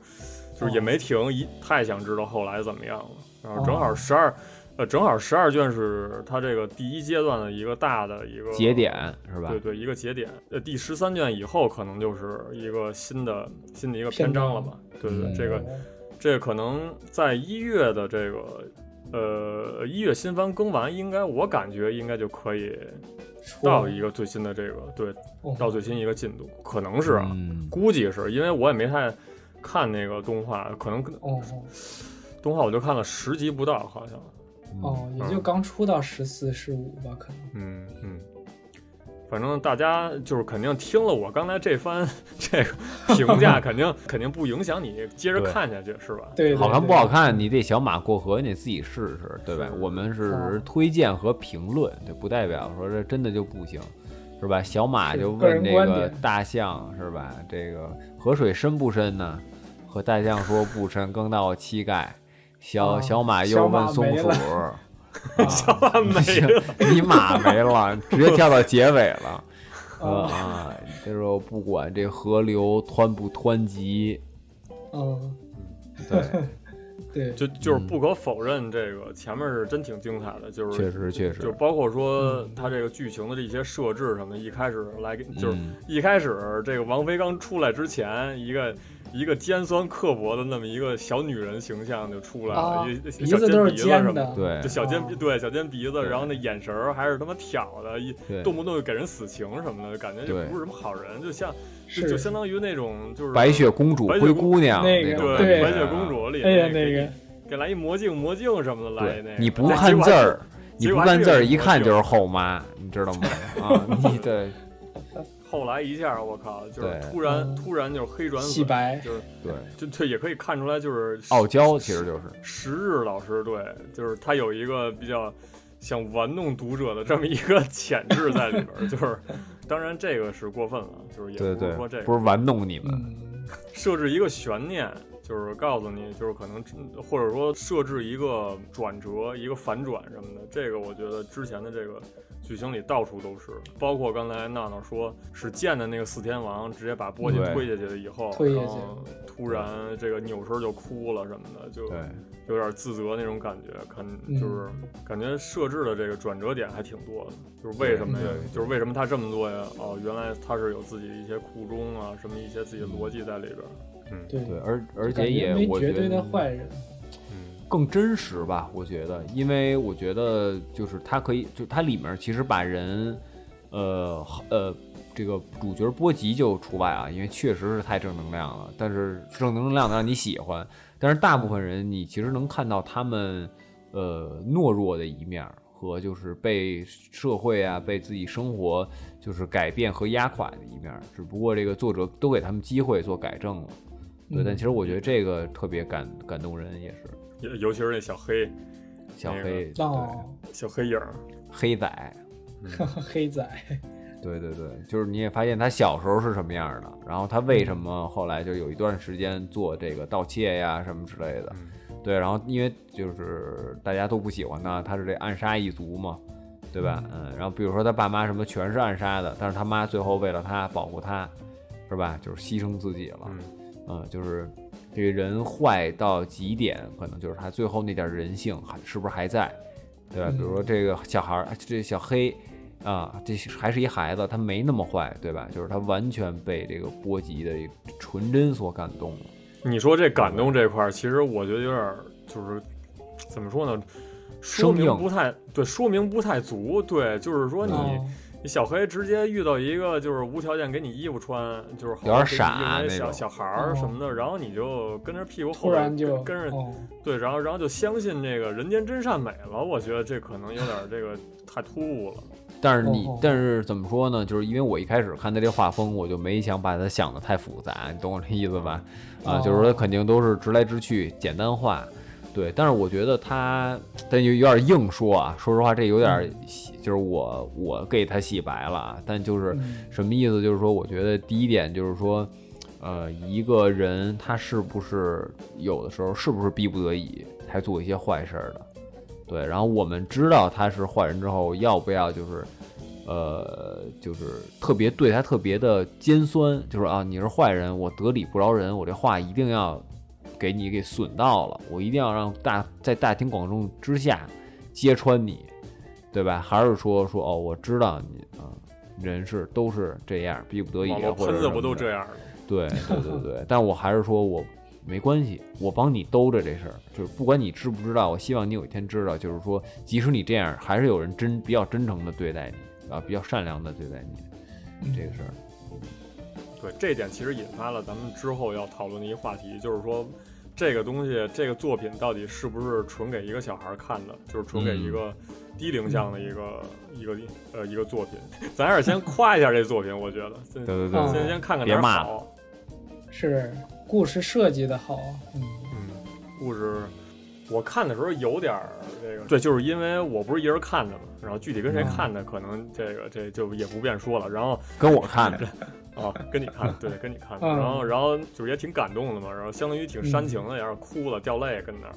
B: 就是也没停，一太想知道后来怎么样了。然后正好十二呃，正好十二卷是它这个第一阶段的一个大的一个
C: 节点是吧？
B: 对对，一个节点。呃，第十三卷以后可能就是一个新的新的一个
D: 篇
B: 篇章了
D: 章
B: 吧？对对，
C: 嗯
B: 这个这个可能在一月的这个呃一月新番更完，应该我感觉应该就可以
D: 出
B: 到一个最新的这个对
D: 哦
B: 到最新一个进度，可能是啊，
C: 嗯
B: 估计是因为我也没太看那个动画，可能
D: 哦
B: 嗯动画我就看了十集不到，好像。
C: 嗯
D: 哦，也就刚出到十四十五吧，可能
B: 嗯，嗯，反正大家就是肯定听了我刚才这番这 个评价，肯定肯定不影响你接着
C: 对
B: 看下去，是吧？
D: 对对
C: 好看
D: 对
C: 不好看，你这小马过河，你得自己试试，对吧
B: 是？
C: 我们是
D: 是
C: 推荐和评论，这不代表说这真的就不行，是吧？小马
D: 是
C: 就
D: 个
C: 问
D: 人
C: 这
D: 观
C: 个
D: 点
C: 大象，是吧？这个河水深不深呢？和大象说不深，更到我膝盖。小
D: 啊
C: 小马又
D: 小马
C: 问松
D: 没
C: 鼠
D: 了，
C: 小
B: 啊没了，
C: 你马没了，直接跳到结尾了。
D: 哦
C: 啊，就是我不管这河流湍不湍急，
D: 嗯
C: 对，
D: 对
B: 就就是
C: 嗯
B: 不可否认，这个前面是真挺精彩的，就是
C: 确实确实
B: 就包括
D: 嗯
B: 说它这个剧情的这些设置什么的，一开始来给就是
C: 嗯
B: 一开始这个王菲刚出来之前，一个一个尖酸刻薄的那么一个小女人形象就出来了，
D: 啊
B: 一，
D: 鼻
B: 小
D: 子
B: 尖
D: 都是
B: 鼻子什
D: 尖
B: 么
D: 的，
C: 对
B: 就小尖鼻
D: 哦
B: 对小尖鼻子，
C: 对
B: 然后那眼神儿还是他妈挑的，一
C: 对
B: 动不动就给人死情什么的，感觉就
C: 对
B: 不是什么好人，就像就是就相当于那种就是
C: 白雪公主、
B: 白雪
C: 灰
B: 公
C: 姑娘
D: 那
C: 那
D: 个
C: 种
B: 对
C: 感觉啊
B: 白雪公，主里
D: 哎呀，
B: 给
D: 那个
B: 给来一魔镜魔镜什么的来
C: 对
B: 那个，，
C: 你不
B: 但
C: 看
B: 结果
C: 字儿，你
B: 结
C: 不
B: 果
C: 看字
B: 还
C: 儿，
B: 是有
C: 一看
B: 魔
C: 就
B: 镜
C: 是后妈，你知道吗？ 啊，你对
B: 后来一下我靠，就是
C: 对
B: 突然
D: 嗯
B: 突然就是黑转粉
D: 洗白
B: 就是
C: 对，
B: 就这也可以看出来就是
C: 傲娇其实就是
B: 时日老师对，就是他有一个比较想玩弄读者的这么一个潜质在里边儿，就是当然这个是过分了，就是也
C: 对
B: 不
C: 对
B: 是说这，个
C: 不是玩弄你们，
D: 嗯
B: 设置一个悬念，就是告诉你就是可能或者说设置一个转折、一个反转什么的，这个我觉得之前的这个。剧情里到处都是，包括刚才闹闹说是见的那个四天王直接把波姐
C: 对
B: 推下去了以后，
D: 推下去
B: 然后突然这个扭身就哭了什么的，就
C: 对
B: 有点自责那种感觉，感就是感觉设置的这个转折点还挺多的，就是为什么呀
C: 对对？
B: 就是为什么他这么做呀？哦，原来他是有自己的一些苦衷啊，什么一些自己的逻辑在里边儿。嗯
D: 对
C: 对，而而
D: 感
C: 且
D: 觉
C: 也
D: 没
C: 我
D: 绝
C: 觉
D: 对
C: 得
D: 的坏人，
B: 嗯
C: 更真实吧，我觉得，因为我觉得就是它可以，就它里面其实把人，呃好呃，这个主角波吉就除外啊，因为确实是太正能量了，但是正能量的让你喜欢，但是大部分人你其实能看到他们，呃懦弱的一面儿和就是被社会啊被自己生活就是改变和压垮的一面儿，只不过这个作者都给他们机会做改正了，对，但
D: 嗯
C: 其实我觉得这个特别感感动人，也是。
B: 尤尤其是那小黑
C: 小
B: 那个
C: 黑，对，
D: 哦，
B: 小黑影儿，
C: 黑仔，
D: 黑仔，
C: 对对对，就是你也发现他小时候是什么样的，然后他为什么后来就有一段时间做这个盗窃呀什么之类的，对，然后因为就是大家都不喜欢他，他是这暗杀一族嘛，对吧？嗯，然后比如说他爸妈什么全是暗杀的，但是他妈最后为了他保护他，是吧？就是牺牲自己了，
B: 嗯
C: 嗯，就是这个人坏到极点，可能就是他最后那点人性还是不是还在，对吧？比如说这个小孩儿，这小黑啊，这是还是一孩子，他没那么坏，对吧？就是他完全被这个波及的纯真所感动了。
B: 你说这感动这块儿，其实我觉得有点儿就是怎么说呢？说
C: 生
B: 明
C: 硬
B: 不太对，说明不太足。对，就是说你、
D: 哦
B: 你小黑直接遇到一个就是无条件给你衣服穿，就是好
C: 有点傻
B: 给你一个
C: 那
B: 小
C: 种
B: 小孩儿什么的，然后你就跟着屁股后
D: 哦突
B: 边
D: 然就
B: 跟着、
D: 哦
B: 对，然后然后就相信这个人间真善美了。我觉得这可能有点儿这个太突兀了。
C: 但是你
D: 哦哦，
C: 但是怎么说呢？就是因为我一开始看他这画风，我就没想把它想的太复杂，你懂我这意思吧？啊，
D: 哦
C: 就是说肯定都是直来直去，简单化。对，但是我觉得他，但有有点硬说啊，说实话，这有点
D: 嗯
C: 洗，就是我我给他洗白了啊，但就是
D: 嗯
C: 什么意思？就是说，我觉得第一点就是说，呃，一个人他是不是有的时候是不是逼不得已才做一些坏事儿的？对，然后我们知道他是坏人之后，要不要就是，呃，就是特别对他特别的尖酸，就是啊，你是坏人，我得理不饶人，我这话一定要给你给损到了，我一定要让大在大庭广众之下揭穿你，对吧？还是说说哦，我知道你啊、人是都是这样，逼不得已
B: 网
C: 啊，
B: 络
C: 或者
B: 喷
C: 什
B: 子
C: 么
B: 不都
C: 的
B: 这样吗？
C: 对对对对，但我还是说我没关系，我帮你兜着这事儿，就是不管你知不知道，我希望你有一天知道，就是说，即使你这样，还是有人真比较真诚的对待你啊，比较善良的对待你这个事儿。
B: 对，这一点其实引发了咱们之后要讨论的一个话题，就是说这个东西，这个作品到底是不是纯给一个小孩儿看的，就是纯
C: 嗯
B: 给一个低龄向的一个、一个呃一个作品。 咱还是先夸一下这作品，我觉得先
C: 对对
D: 嗯
B: 先
C: 对，
B: 先看看
C: 别
B: 哪儿
C: 骂
B: 好，
D: 是故事设计的好，嗯
B: 嗯，故事。我看的时候有点儿这个，对，就是因为我不是一人看的嘛，然后具体跟谁
C: 嗯
B: 看的，可能这个这就也不便说了。然后
C: 跟我看的，
B: 哦，跟你看，对，跟你看，
D: 嗯
B: 然后然后就是也挺感动的嘛，然后相当于挺煽情的，然后哭了掉泪跟那儿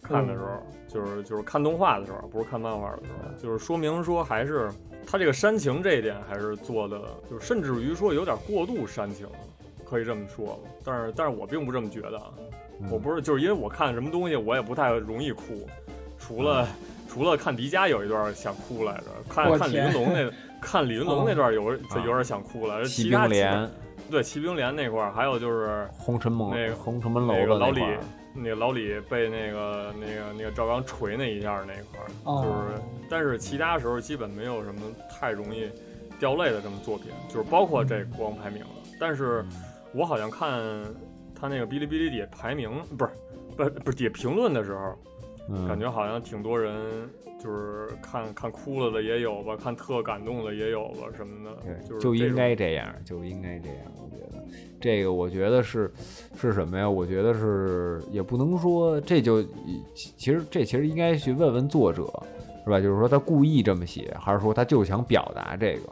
B: 看的时候，就是就是看动画的时候，不是看漫画的时候，就是说明说还是他这个煽情这一点还是做的，就是甚至于说有点过度煽情了。可以这么说吧，但是但是我并不这么觉得啊，
C: 嗯
B: 我不是就是因为我看什么东西我也不太容易哭，除了、除了看迪迦有一段想哭来着，看
D: 我
B: 看李云
D: 天
B: 龙那看李云龙那段有有点想哭来着，
C: 啊骑
B: 其
C: 兵
B: 他几
C: 连、
B: 对骑兵连那块儿，还有就是
C: 红尘梦
B: 那、个
C: 红尘门楼
B: 那个
C: 的
B: 老
C: 那
B: 李
C: 块儿，
B: 那个老李被那个那个那个赵刚锤那一下儿那块儿，
D: 哦
B: 就是，但是其他时候基本没有什么太容易掉泪的这么作品，就是包括
C: 嗯
B: 这国王排名了。但是我好像看他那个哔哩哔哩底下排名，不是不是不是底下评论的时候，
C: 嗯，
B: 感觉好像挺多人就是看看哭了的也有吧，看特感动的也有吧什么的，
C: 对，
B: 是
C: 就
B: 这
C: 应
B: 种
C: 该这样，就应该这样。我觉得这个，我觉得是是什么呀？我觉得是也不能说这就其其实这其实应该去问问作者，是吧？就是说他故意这么写，还是说他就想表达这个？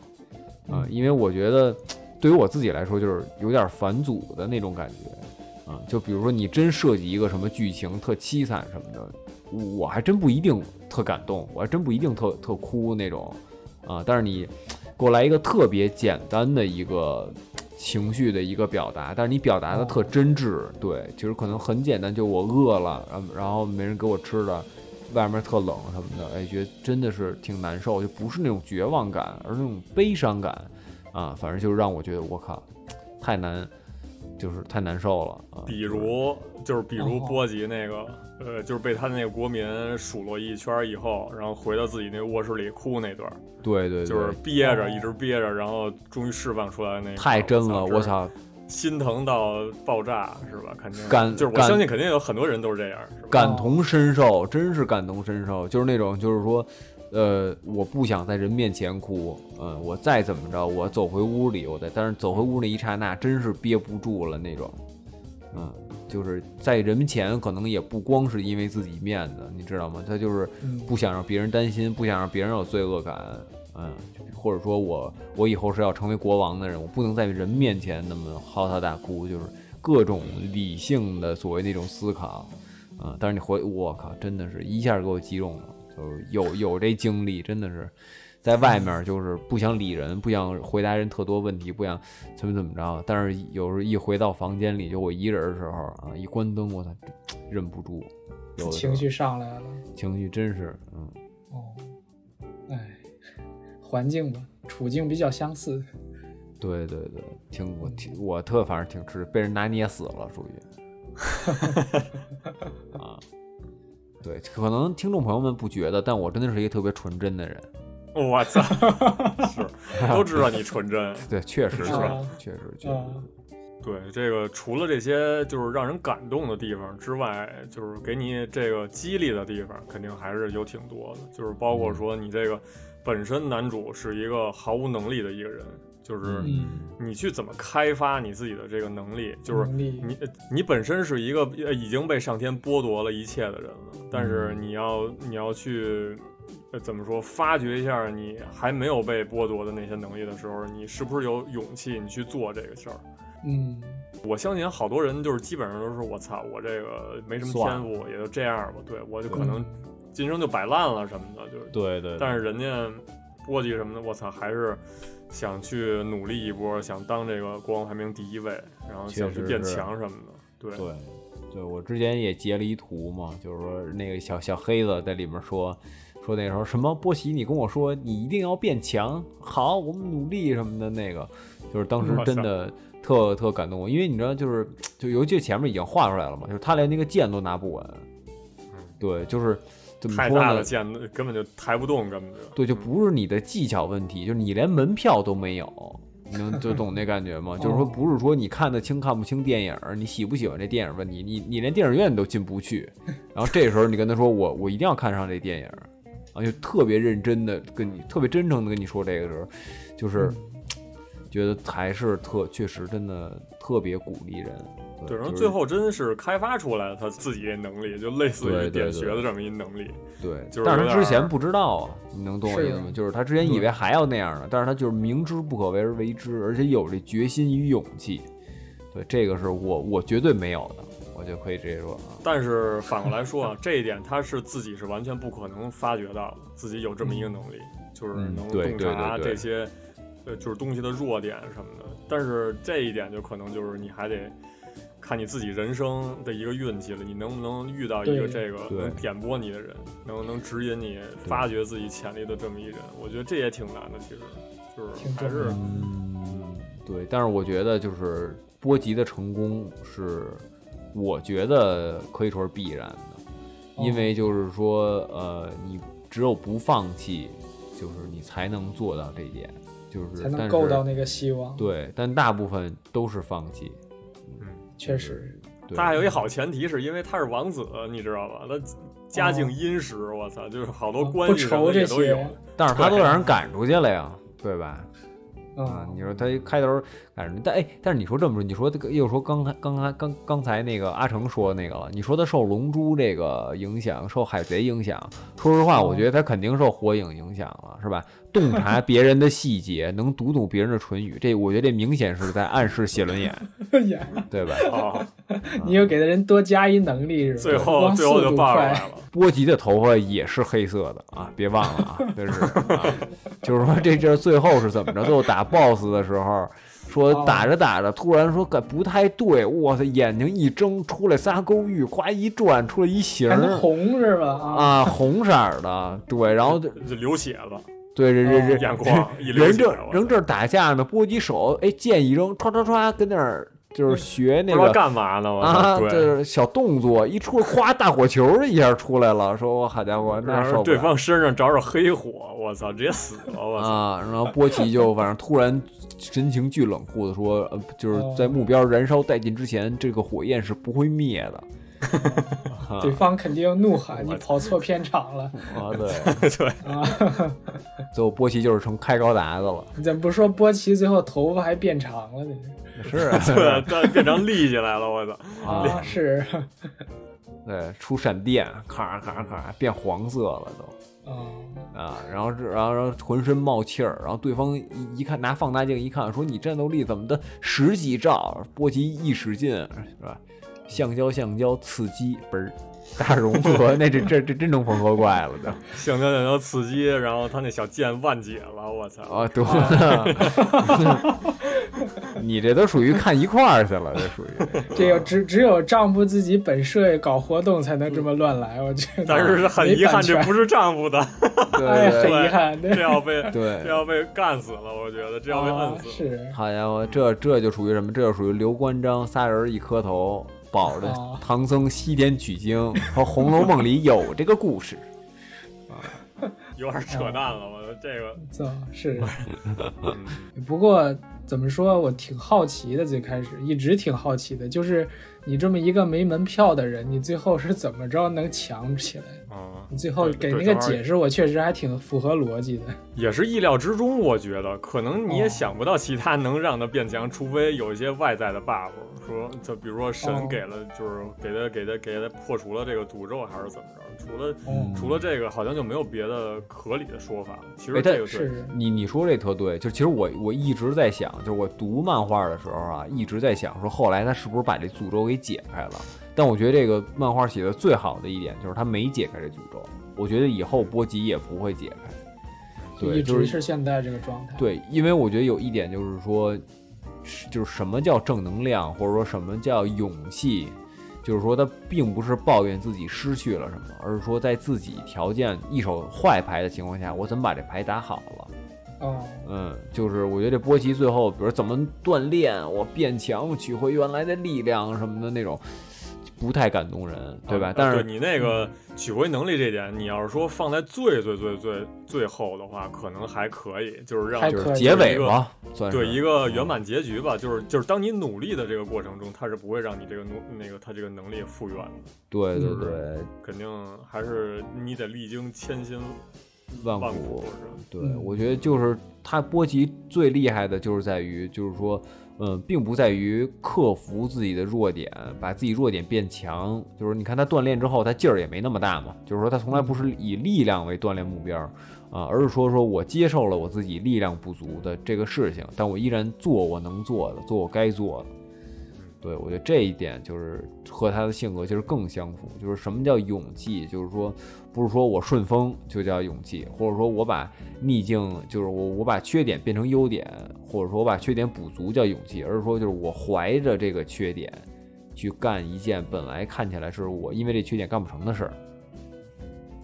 C: 嗯、因为我觉得对于我自己来说，就是有点反祖的那种感觉。嗯，就比如说你真设计一个什么剧情特凄惨什么的，我我还真不一定特感动，我还真不一定特特哭那种啊。但是你给我来一个特别简单的一个情绪的一个表达，但是你表达的特真挚，对，其实可能很简单，就我饿了，然后然后没人给我吃的，外面特冷什么的，哎，觉得真的是挺难受，就不是那种绝望感，而是那种悲伤感啊，反正就是让我觉得我靠，太难，就是太难受了啊。
B: 比如就是比如
D: 哦
B: 波及那个、呃，就是被他那个国民数落一圈儿以后，然后回到自己那卧室里哭那段儿，
C: 对对对，
B: 就是憋着、
D: 哦
B: 一直憋着，然后终于释放出来那个
C: 太真了，我，操，
B: 真是心疼到爆炸是吧？肯定
C: 感
B: 就是我
C: 感
B: 相信肯定有很多人都是这样，是吧？
C: 感同身受，真是感同身受，就是那种就是说，呃，我不想在人面前哭，嗯，我再怎么着，我走回屋里，我再，但是走回屋那一刹那，真是憋不住了那种，嗯，就是在人前可能也不光是因为自己面子，你知道吗？他就是
D: 嗯
C: 不想让别人担心，不想让别人有罪恶感。嗯，或者说我我以后是要成为国王的人，我不能在人面前那么嚎啕大哭，就是各种理性的所谓那种思考，嗯，但是你回，我靠，真的是一下给我击中了，就是有有这经历，真的是在外面就是不想理人，不想回答人特多问题，不想怎么怎么着，但是有时候一回到房间里，就我一人的时候啊，一关灯，我操，忍不住，有的时候
D: 情绪上来了，
C: 情绪真是，嗯，
D: 哦，哎，环境吧，处境比较相似，
C: 对对对，挺我挺我特反正挺吃，被人拿捏死了，属于。啊，对，可能听众朋友们不觉得，但我真的是一个特别纯真的人。
B: 我 操，是都知道你纯真。
C: 对，确实是
D: 啊，
C: 确实确实
D: 啊，
B: 对这个，除了这些就是让人感动的地方之外，就是给你这个激励的地方，肯定还是有挺多的。就是包括说你这个本身男主是一个毫无能力的一个人，就是
D: 嗯，
B: 你去怎么开发你自己的这个能力，就是
D: 能力
B: 你你本身是一个呃已经被上天剥夺了一切的人了，但是你要你要去。呃怎么说？发掘一下你还没有被剥夺的那些能力的时候，你是不是有勇气你去做这个事儿？
D: 嗯，
B: 我相信好多人就是基本上都是我操，我这个没什么
C: 算了
B: 天赋，也就这样吧。对我就可能
D: 嗯
B: 今生就摆烂了什么的，就是。
C: 对对
B: 但是人家波及什么的，我操，还是想去努力一波，想当这个国王排名第一位，然后想
C: 确
B: 去
C: 实
B: 变
C: 是
B: 强什么的。对，
C: 对对，我之前也截了一图嘛，就是说那个小小黑子在里面说，说那时候什么波奇，你跟我说你一定要变强，好，我们努力什么的那个，就是当时真的特特感动我，因为你知道，就是就尤其前面已经画出来了嘛，就是他连那个剑都拿不稳，对，就是怎
B: 嗯
C: 么
B: 太
C: 说
B: 大
C: 呢
B: 的？剑根本就抬不动，根本就
C: 对，就不是你的技巧问题，就是你连门票都没有，你能就懂那感觉 吗？就是说，
B: 哦
C: 不是说你看得清看不清电影儿，你喜不喜欢这电影问题，你你连电影院你都进 不去。然后这时候你跟他说我我一定要看上这电影儿，啊，就特别认真的跟你特别真诚的跟你说这个时候，就是
B: 嗯
C: 觉得还是特确实真的特别鼓励人。
B: 对，然后
C: 就是
B: 最后真是开发出来他自己的能力，就类似
C: 对
B: 于
C: 对
B: 点
C: 对
B: 穴的这么一能力。
C: 对，
B: 就是
C: 但
B: 有
C: 是
B: 点
C: 他之
B: 儿
C: 前不知道啊，你能懂我
D: 是
C: 意思
D: 的
C: 吗？就是他之前以为还要那样的，但是他就是明知不可为而为之，而且有这决心与勇气。对，这个是我我绝对没有的，我就可以直接说啊，
B: 但是反过来说啊，这一点他是自己是完全不可能发觉到的，自己有这么一个能力，就是
C: 嗯
B: 能
C: 对
B: 洞察
C: 对对对
B: 这些，呃，就是东西的弱点什么的。但是这一点就可能就是你还得看你自己人生的一个运气了，你能不能遇到一个
D: 对
B: 这个
C: 对
B: 能点拨你的人，能能指引你发掘自己潜力的这么一人。我觉得这也挺难的，其实就是
D: 挺
B: 还是
D: 重要的
C: 嗯，对。但是我觉得就是波及的成功是，我觉得可以说是必然的，因
D: 哦
C: 为就是说，呃，你只有不放弃，就是你才能做到这一点，就是
D: 才能
C: 但
D: 够
C: 是
D: 到那个希望。
C: 对，但大部分都是放弃。
D: 确实，
C: 对，
B: 他还有一好前提，是因为他是王子，你知道吧？他家境殷实，我操，就是好多关
D: 哦不
B: 系什
D: 愁
B: 么
D: 这
B: 也都
D: 些
B: 有。
C: 但是他都让人赶出去了呀，对吧？啊
D: 啊，，
C: 你说他一开头赶出去，但哎，但是你说这么说，你说这个又说刚才刚才刚刚才那个阿成说那个了，你说他受《龙珠》这个影响，受《海贼》影响，说实话，我觉得他肯定受《火影》影响了，是吧？洞察别人的细节，能读懂别人的唇语，这我觉得这明显是在暗示写轮眼，
D: 呀，
C: 对吧？
B: 啊，
D: 你又给的人多加一能力是吧？
B: 最后
D: 光
B: 最后
D: 速
B: 就
D: 度
B: 爆出
D: 快，
B: 来了。
C: 波吉的头发也是黑色的 啊，别忘了啊，这是、啊，就是说这这最后是怎么着？最后打 BOSS 的时候，说
D: 哦
C: 打着打着，突然说感不太对，我操，眼睛一睁出来仨勾玉，夸一转出来一形
D: 还
C: 儿
D: 能红是吧？啊，
C: 啊，红色儿的，对，然后就
B: 就流血了，
C: 对这这
B: 哦
C: 这
B: 眼 眶一流
C: 人
B: 血，
C: 正
B: 我
C: 人正打架呢，波吉手哎剑一扔，歘歘歘跟那儿就是学
B: 不
C: 那
B: 知道
C: 个
B: 干嘛呢，我
C: 啊，
B: 操，
C: 这是小动作一出来，哗，大火球一下出来了，说我好家伙，那
B: 然
C: 受
B: 后
C: 不了
B: 对方身上找找黑火，我操，直接死了，我操，
C: 啊，然后波奇就反正突然神情巨冷酷的说，呃，就是
D: 哦
C: 在目标燃烧殆尽之前，这个火焰是不会灭的。啊
D: 对方肯定 怒喊
B: 我
D: 你跑错片场了
C: 啊，对，
B: 对，
D: 啊！
C: 最后波奇就是成开高达的了。
D: 你怎么不说波奇最后头发还变长了呢？
C: 是啊，
B: 对，但变成立起来了，我操，
D: 啊，
C: 啊，
D: 是
C: 对，出闪电，咔咔咔，变黄色了都
D: 啊，
C: 啊，然后这，然后然后浑身冒气儿，然后对方一一看拿放大镜一看，说你战斗力怎么的十几兆，波奇一使劲是吧？橡胶橡胶刺激，嘣儿大融 合，那这这这真成缝合怪了都。
B: 橡胶橡胶刺激，然后他那小剑万解了，我操，
C: 啊，多呢！
D: 啊
C: 你这都属于看一块儿去了，这属 于。
D: 这个只只有丈夫自己本社搞活动才能这么乱来，我觉得。
B: 但是很遗憾，这不是丈夫的，
C: 对
D: 哎，很
C: 对
D: 遗憾，
B: 这要被
C: 对
B: 这要被干死了，我觉得这要被
D: 啊
B: 摁死了。
D: 是
C: 好家伙，这这就属于什么？这就属于刘关张仨人一磕头，保着
D: 哦
C: 唐僧西天取经，和《红楼梦》里有这个故事。
B: 有点扯淡了，我这个
D: 走 是。
B: 嗯
D: 不过怎么说，我挺好奇的，最开始一直挺好奇的，就是你这么一个没门票的人，你最后是怎么着能强起来？
C: 嗯
B: 啊，
D: 你最后给那
B: 对
D: 个
B: 正好
D: 解释，我确实还挺符合逻辑的。
B: 也是意料之中，我觉得可能你也
D: 哦
B: 想不到其他能让他变强，除非有一些外在的 buff，说就比如说神
D: 哦
B: 给了，就是给他给他给他破除了这个诅咒，还是怎么着？除了
C: 嗯
D: 哦，
B: 除了这个，好像就没有别的合理的说法了。其实
C: 哎但
B: 这个对
D: 是
C: 你你说这特对，就其实我我一直在想，就是我读漫画的时候啊，一直在想说后来他是不是把这诅咒给解开了。但我觉得这个漫画写的最好的一点就是他没解开这诅咒，我觉得以后波吉也不会解开。对，
D: 一
C: 就
D: 直
C: 是
D: 是现在这个状态。，
C: 对，因为我觉得有一点就是说，是就是什么叫正能量，或者说什么叫勇气，就是说他并不是抱怨自己失去了什么，而是说在自己条件一手坏牌的情况下，我怎么把这牌打好了。
D: 哦，
C: 嗯，就是我觉得这波奇最后，比如怎么锻炼，我变强，我取回原来的力量什么的那种，不太感动人，对吧？
B: 啊
C: 但
B: 对
C: 是嗯
B: 你那个取回能力这点，你要是说放在最最最最最后的话，可能还可以，就是让
D: 还
C: 就
D: 可
C: 是
D: 以
C: 结尾吧，算是嗯
B: 对一个圆满结局吧。就是就是当你努力的这个过程中，它是不会让你这个努那个他这个能力复原的，
C: 对对
D: 嗯
C: 对，
B: 肯定还是你得历经千辛
C: 万
B: 万
C: 古
B: 苦是
C: 对，
D: 嗯
C: 我觉得就是他波奇最厉害的就是在于，就是说，嗯，并不在于克服自己的弱点，把自己弱点变强。就是你看他锻炼之后，他劲儿也没那么大嘛。就是说他从来不是以力量为锻炼目标啊、而是说说我接受了我自己力量不足的这个事情，但我依然做我能做的，做我该做的。对，我觉得这一点就是和他的性格其实更相符。就是什么叫勇气？就是说，不是说我顺风就叫勇气，或者说我把逆境，就是我我把缺点变成优点，或者说我把缺点补足叫勇气，而是说就是我怀着这个缺点去干一件本来看起来是我因为这缺点干不成的事儿。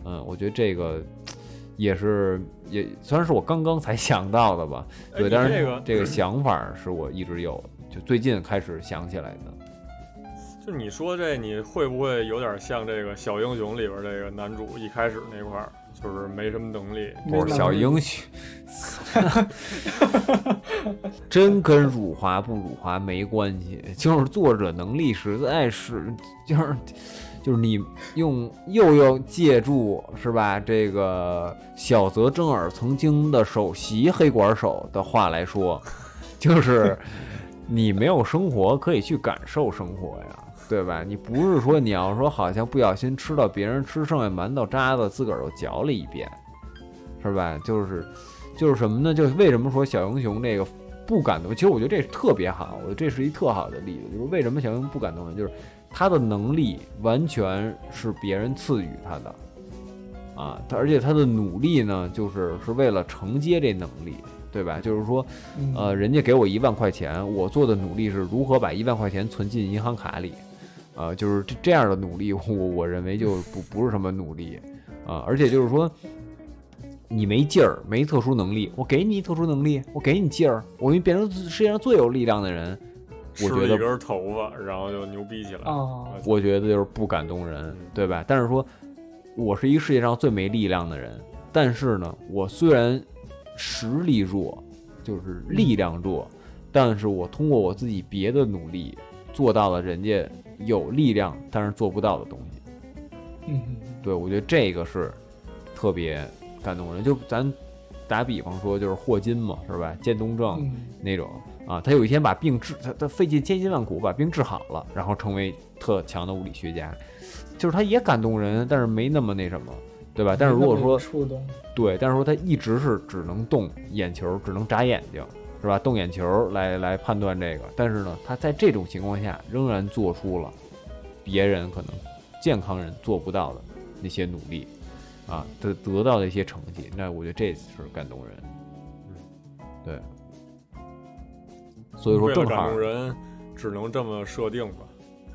C: 嗯，我觉得这个也是也虽然是我刚刚才想到的吧，
B: 哎
C: 对，
B: 你
C: 但
B: 这
C: 是
B: 个
C: 这个想法儿是我一直有，就最近开始想起来的。
B: 就你说这，你会不会有点像这个小英雄里边这个男主一开始那块儿，就是没什么能力，
D: 没
C: 不是
D: 想
C: 哦小
D: 到
C: 英雄， 真跟辱华不辱华没关系，就是作者能力实在是，就是就是你用又要借助是吧？这个小泽征尔曾经的首席黑管手的话来说，就是你没有生活可以去感受生活呀。对吧？你不是说你要说好像不小心吃到别人吃剩下馒头渣子，自个儿又嚼了一遍，是吧？就是就是什么呢？就是为什么说小英雄这个不感动？其实我觉得这特别好，我觉得这是一特好的例子，就是为什么小英雄不感动呢？就是他的能力完全是别人赐予他的。啊，他而且他的努力呢，就是是为了承接这能力，对吧？就是说，
D: 嗯，
C: 呃，人家给我一万块钱，我做的努力是如何把一万块钱存进银行卡里，呃，就是这这样的努力，我我认为就不不是什么努力，啊、而且就是说，你没劲儿，没特殊能力，我给你特殊能力，我给你劲儿，我给你变成世界上最有力量的人，
B: 吃
C: 我觉
B: 了
C: 得啊
B: 一根头发，然后就牛逼起来。
D: 哦，
C: 我觉得就是不感动人，对吧？但是说，我是一个世界上最没力量的人，但是呢，我虽然实力弱，就是力量弱，但是我通过我自己别的努力，做到了人家有力量但是做不到的东西。
D: 嗯，
C: 对，我觉得这个是特别感动人。就咱打比方说，就是霍金嘛，是吧？渐冻症
D: 嗯
C: 那种啊，他有一天把病治，他他费尽千辛万苦把病治好了，然后成为特强的物理学家，就是他也感动人，但是没那么那什么，对哎吧？但是如果
D: 那么
C: 说
D: 有触动，
C: 对，但是说他一直是只能动眼球，只能眨眼睛，是吧？动眼球来来判断这个，但是呢，他在这种情况下仍然做出了别人可能健康人做不到的那些努力，啊，得得到的一些成绩，那我觉得这是感动人，嗯对。所以说
B: 为了
C: 正
B: 感
C: 好
B: 动人，只能这么设定吧。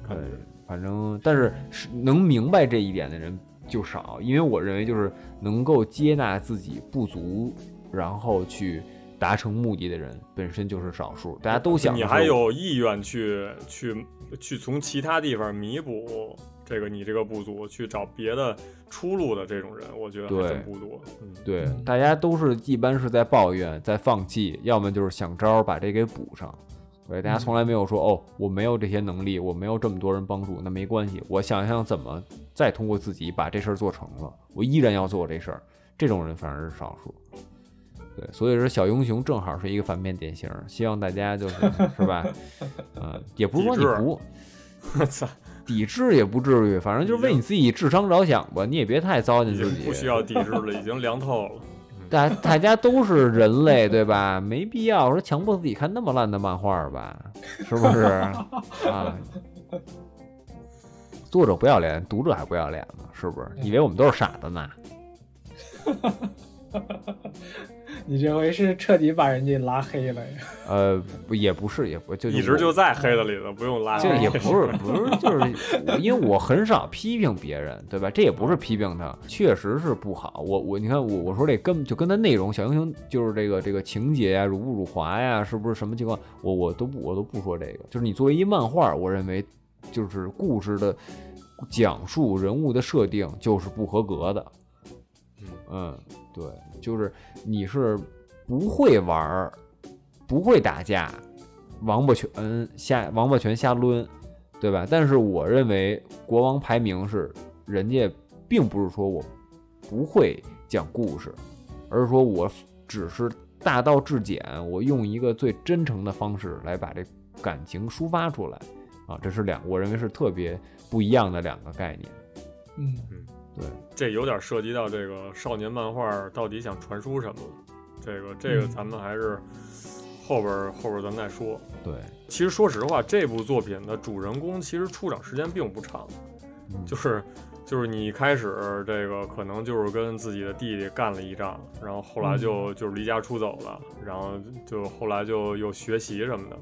C: 对
B: 感觉，
C: 反正但是是能明白这一点的人就少，因为我认为就是能够接纳自己不足，然后去达成目的的人本身就是少数，大家都想
B: 你
C: 的
B: 还
C: 是
B: 有意愿去去去从其他地方弥补这个你这个不足，去找别的出路的这种人，我觉得还真
C: 对
B: 不多。嗯，
C: 对，
D: 嗯
C: 大家都是一般是在抱怨，在放弃，要么就是想招儿把这给补上。对，大家从来没有说哦，我没有这些能力，我没有这么多人帮助，那没关系，我想想怎么再通过自己把这事儿做成了，我依然要做这事儿。这种人反而是少数。对，所以说小英雄正好是一个反面典型儿，希望大家就是 是吧？嗯，也不是说你
B: 抵制
C: 不
B: 我操，
C: 抵制也不至于，反正就是为你自己智商着想吧，你也别太糟践
B: 已
C: 自
B: 经
C: 己。
B: 不需要抵制了，已经凉透了。
C: 大大家都是人类，对吧？没必要说强迫自己看那么烂的漫画儿吧，是不是？ 啊，作者不要脸，读者还不要脸呢，是不是？以为我们都是傻子呢？
D: 你这回是彻底把人家拉黑了呀？
C: 呃，不也不是，也不就
B: 一
C: 是
B: 直
C: 我
B: 就在黑的里头，不用拉黑。
C: 这也不是不是，就是我因为我很少批评别人，对吧？这也不是批评他，确实是不好。我我你看我我说这跟就跟他内容小英雄就是这个这个情节呀、辱不辱华呀，是不是什么情况？我我都不我都不说这个，就是你作为一漫画，我认为就是故事的讲述、人物的设定就是不合格的。嗯，对，就是你是不会玩儿，不会打架，王八拳瞎王八拳瞎抡，对吧？但是我认为国王排名是人家并不是说我不会讲故事，而是说我只是大道至简，我用一个最真诚的方式来把这感情抒发出来啊，这是两我认为是特别不一样的两个概念，
D: 嗯，
C: 对。
B: 这有点涉及到这个少年漫画到底想传输什么了。这个这个
D: 嗯
B: 咱们还是后边儿后边儿咱们再说。
C: 对，
B: 其实说实话，这部作品的主人公其实出场时间并不长，
C: 嗯
B: 就是就是你一开始这个可能就是跟自己的弟弟干了一仗，然后后来就、就是离家出走了，然后就后来就又学习什么的，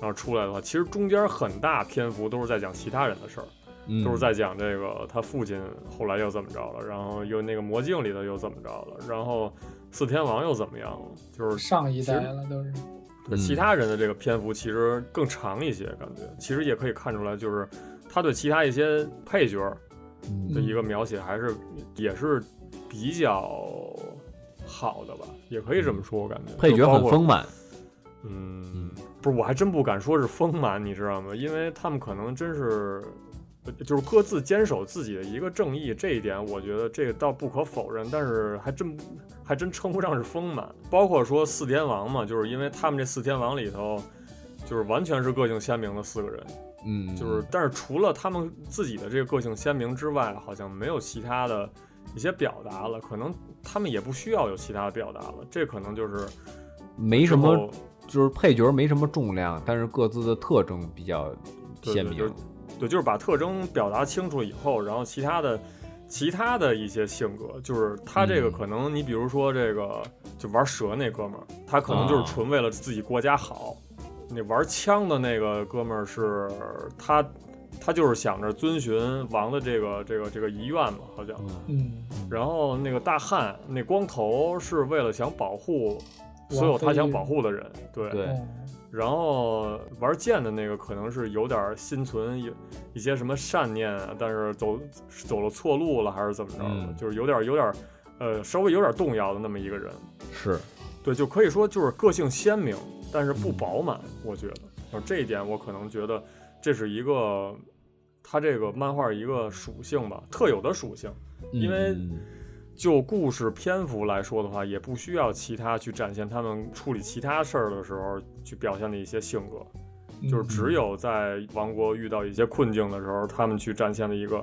B: 然后出来的话，其实中间很大篇幅都是在讲其他人的事儿。
C: 嗯
B: 都是在讲这个他父亲后来又怎么着了，然后又那个魔镜里头又怎么着了，然后四天王又怎么样了，就是
D: 上一代了都是，
B: 对其他人的这个篇幅其实更长一些，感觉其实也可以看出来，就是他对其他一些配角
C: 嗯
B: 的一个描写还是也是比较好的吧，也可以这么说，我感觉
C: 嗯配角
B: 就包
C: 很
B: 括
C: 丰满，
B: 嗯，不是，我还真不敢说是丰满，你知道吗？因为他们可能真是，呃就是各自坚守自己的一个正义，这一点我觉得这个倒不可否认，但是还真还真称不上是丰满。包括说四天王嘛，就是因为他们这四天王里头，就是完全是个性鲜明的四个人，
C: 嗯，
B: 就是但是除了他们自己的这个个性鲜明之外，好像没有其他的一些表达了，可能他们也不需要有其他的表达了，这可能就是
C: 没什
B: 之
C: 么
B: 后，
C: 就是配角没什么重量，但是各自的特征比较
B: 对
C: 鲜
B: 对
C: 明
B: 就。是对，就是把特征表达清楚以后，然后其他的其他的一些性格，就是他这个
C: 嗯
B: 可能你比如说这个就玩蛇那哥们儿，他可能就是
C: 啊
B: 纯为了自己国家好。那玩枪的那个哥们儿是他，他就是想着遵循王的这个这个这个遗愿嘛，好像。
C: 嗯
D: 嗯，
B: 然后那个大汉那光头是为了想保护所有
D: 王妃
B: 他想保护的人，对。
C: 对
D: 哦
B: 然后玩剑的那个可能是有点儿心存有一些什么善念啊，但是走走了错路了还是怎么着的，
C: 嗯
B: 就是有点儿有点儿呃稍微有点儿动摇的那么一个人。
C: 是，
B: 对，就可以说就是个性鲜明，但是不饱满，我觉得。就这一点，我可能觉得这是一个他这个漫画一个属性吧，特有的属性。因为
C: 嗯
B: 就故事篇幅来说的话，也不需要其他去展现他们处理其他事儿的时候去表现的一些性格。
D: 嗯
B: 就是只有在王国遇到一些困境的时候，他们去展现了一个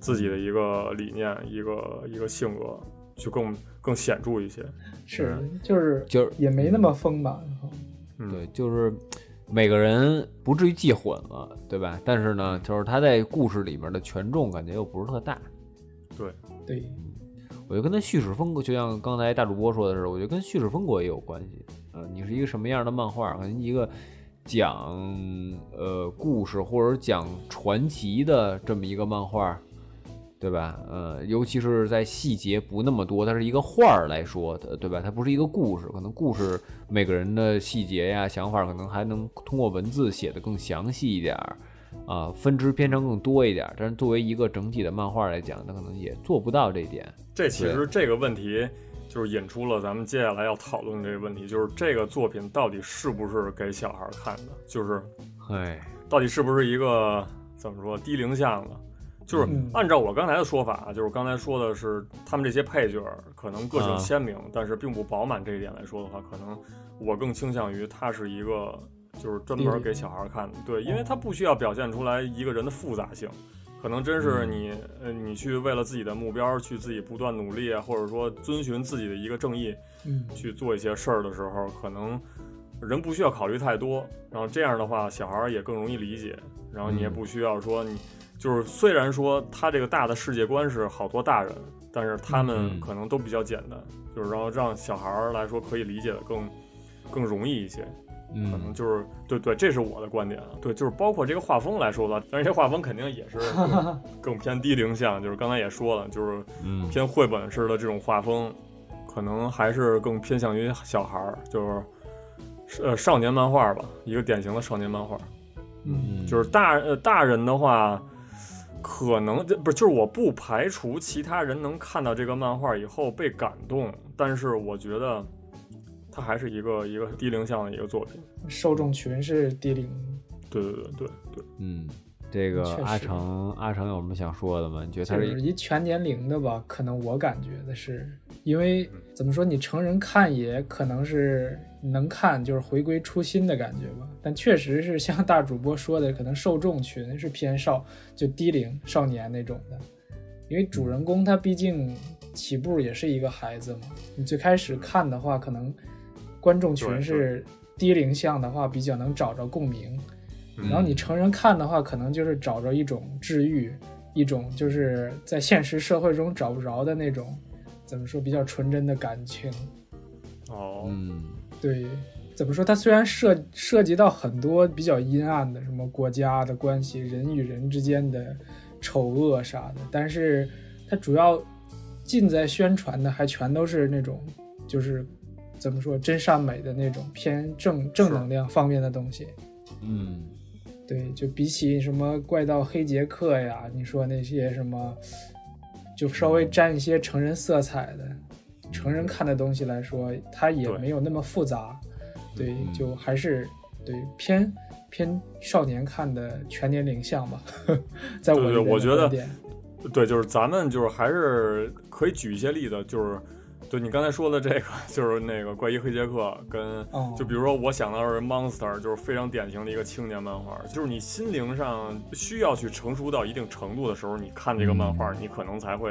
B: 自己的一个理念、一个一个性格，就更更显著一些。
D: 是就是
C: 就是
D: 也没那么丰满哈，
B: 嗯，
C: 对，就是每个人不至于记混了，对吧？但是呢，就是他在故事里面的权重感觉又不是特大。
B: 对
D: 对，
C: 我觉得跟他叙事风格，就像刚才大主播说的是，我觉得跟叙事风格也有关系。呃，你是一个什么样的漫画？可能一个讲呃故事或者讲传奇的这么一个漫画，对吧？呃，尤其是在细节不那么多，它是一个画儿来说的，对吧？它不是一个故事，可能故事每个人的细节呀、想法，可能还能通过文字写得更详细一点儿。啊，分支篇章更多一点儿，但是作为一个整体的漫画来讲，它可能也做不到这一点。
B: 这其实这个问题就是引出了咱们接下来要讨论的这个问题，就是这个作品到底是不是给小孩看的，就是
C: 哎，
B: 到底是不是一个怎么说低龄向的？就是
D: 嗯
B: 按照我刚才的说法，啊就是刚才说的是他们这些配角可能个性
C: 啊
B: 鲜明，但是并不饱满这一点来说的话，可能我更倾向于它是一个就是专
D: 低
B: 门
D: 龄哦
B: 给小孩看的，对，因为它不需要表现出来一个人的复杂性，可能真是你呃你去为了自己的目标去自己不断努力啊，或者说遵循自己的一个正义，
D: 嗯，
B: 去做一些事儿的时候，可能人不需要考虑太多，然后这样的话，小孩儿也更容易理解，然后你也
C: 嗯
B: 不需要说你。就是虽然说他这个大的世界观是好多大人，但是他
C: 嗯
B: 们可能都比较简单，就是然后让小孩儿来说可以理解的更更容易一些。可能
C: 嗯，
B: 就是对对，这是我的观点啊。对，就是包括这个画风来说吧，但是这画风肯定 也是更更偏低龄向，就是刚才也说了，就是
C: 嗯
B: 偏绘本式的这种画风，可能还是更偏向于小孩儿，就是呃少年漫画吧，一个典型的少年漫画。
D: 嗯，
C: 嗯，
B: 就是大呃大人的话，可能这不是就是我不排除其他人能看到这个漫画以后被感动，但是我觉得它还是一个一个低龄向的一个作品。
D: 受众群是低龄，
B: 对对对对对，
C: 嗯，这个
D: 确实
C: 阿成，阿成有什么想说的吗？你觉得他
D: 就是
C: 是
D: 一全年龄的吧？可能我感觉的是，因为怎么说，你成人看也可能是能看，就是回归初心的感觉吧。但确实是像大主播说的，可能受众群是偏少，就低龄少年那种的。因为主人公他毕竟起步也是一个孩子嘛，你最开始看的话，可能观众
B: 对
D: 群
B: 对
D: 是低龄向的话，比较能找着共鸣。
B: 嗯
D: 然后你成人看的话，可能就是找着一种治愈，一种就是在现实社会中找不着的那种，怎么说比较纯真的感情。
B: 哦，
C: 嗯
D: 对，怎么说？它虽然涉涉及到很多比较阴暗的，什么国家的关系、人与人之间的丑恶啥的，但是它主要尽在宣传的还全都是那种，就是怎么说真善美的那种偏正正能量方面的东西。
C: 嗯
D: 对，就比起什么怪盗黑杰克呀，你说那些什么，就稍
B: 嗯
D: 微沾一些成人色彩的、成人看的东西来说，它也
B: 对
D: 没有那么复杂。对，
C: 嗯
D: 就还是对偏偏少年看的全年龄向吧。 在我
B: 对对
D: 这边
B: 我
D: 的
B: 觉得
D: 观点
B: 对，就是咱们就是还是可以举一些例子，就是就你刚才说的这个， 就是那个怪医黑杰克跟
D: 哦，
B: 就比如说，我想到是 Monster，就是非常典型的一个青年漫画，就是你心灵上需要去成熟到一定程度的时候，你看这个漫画，你可能才会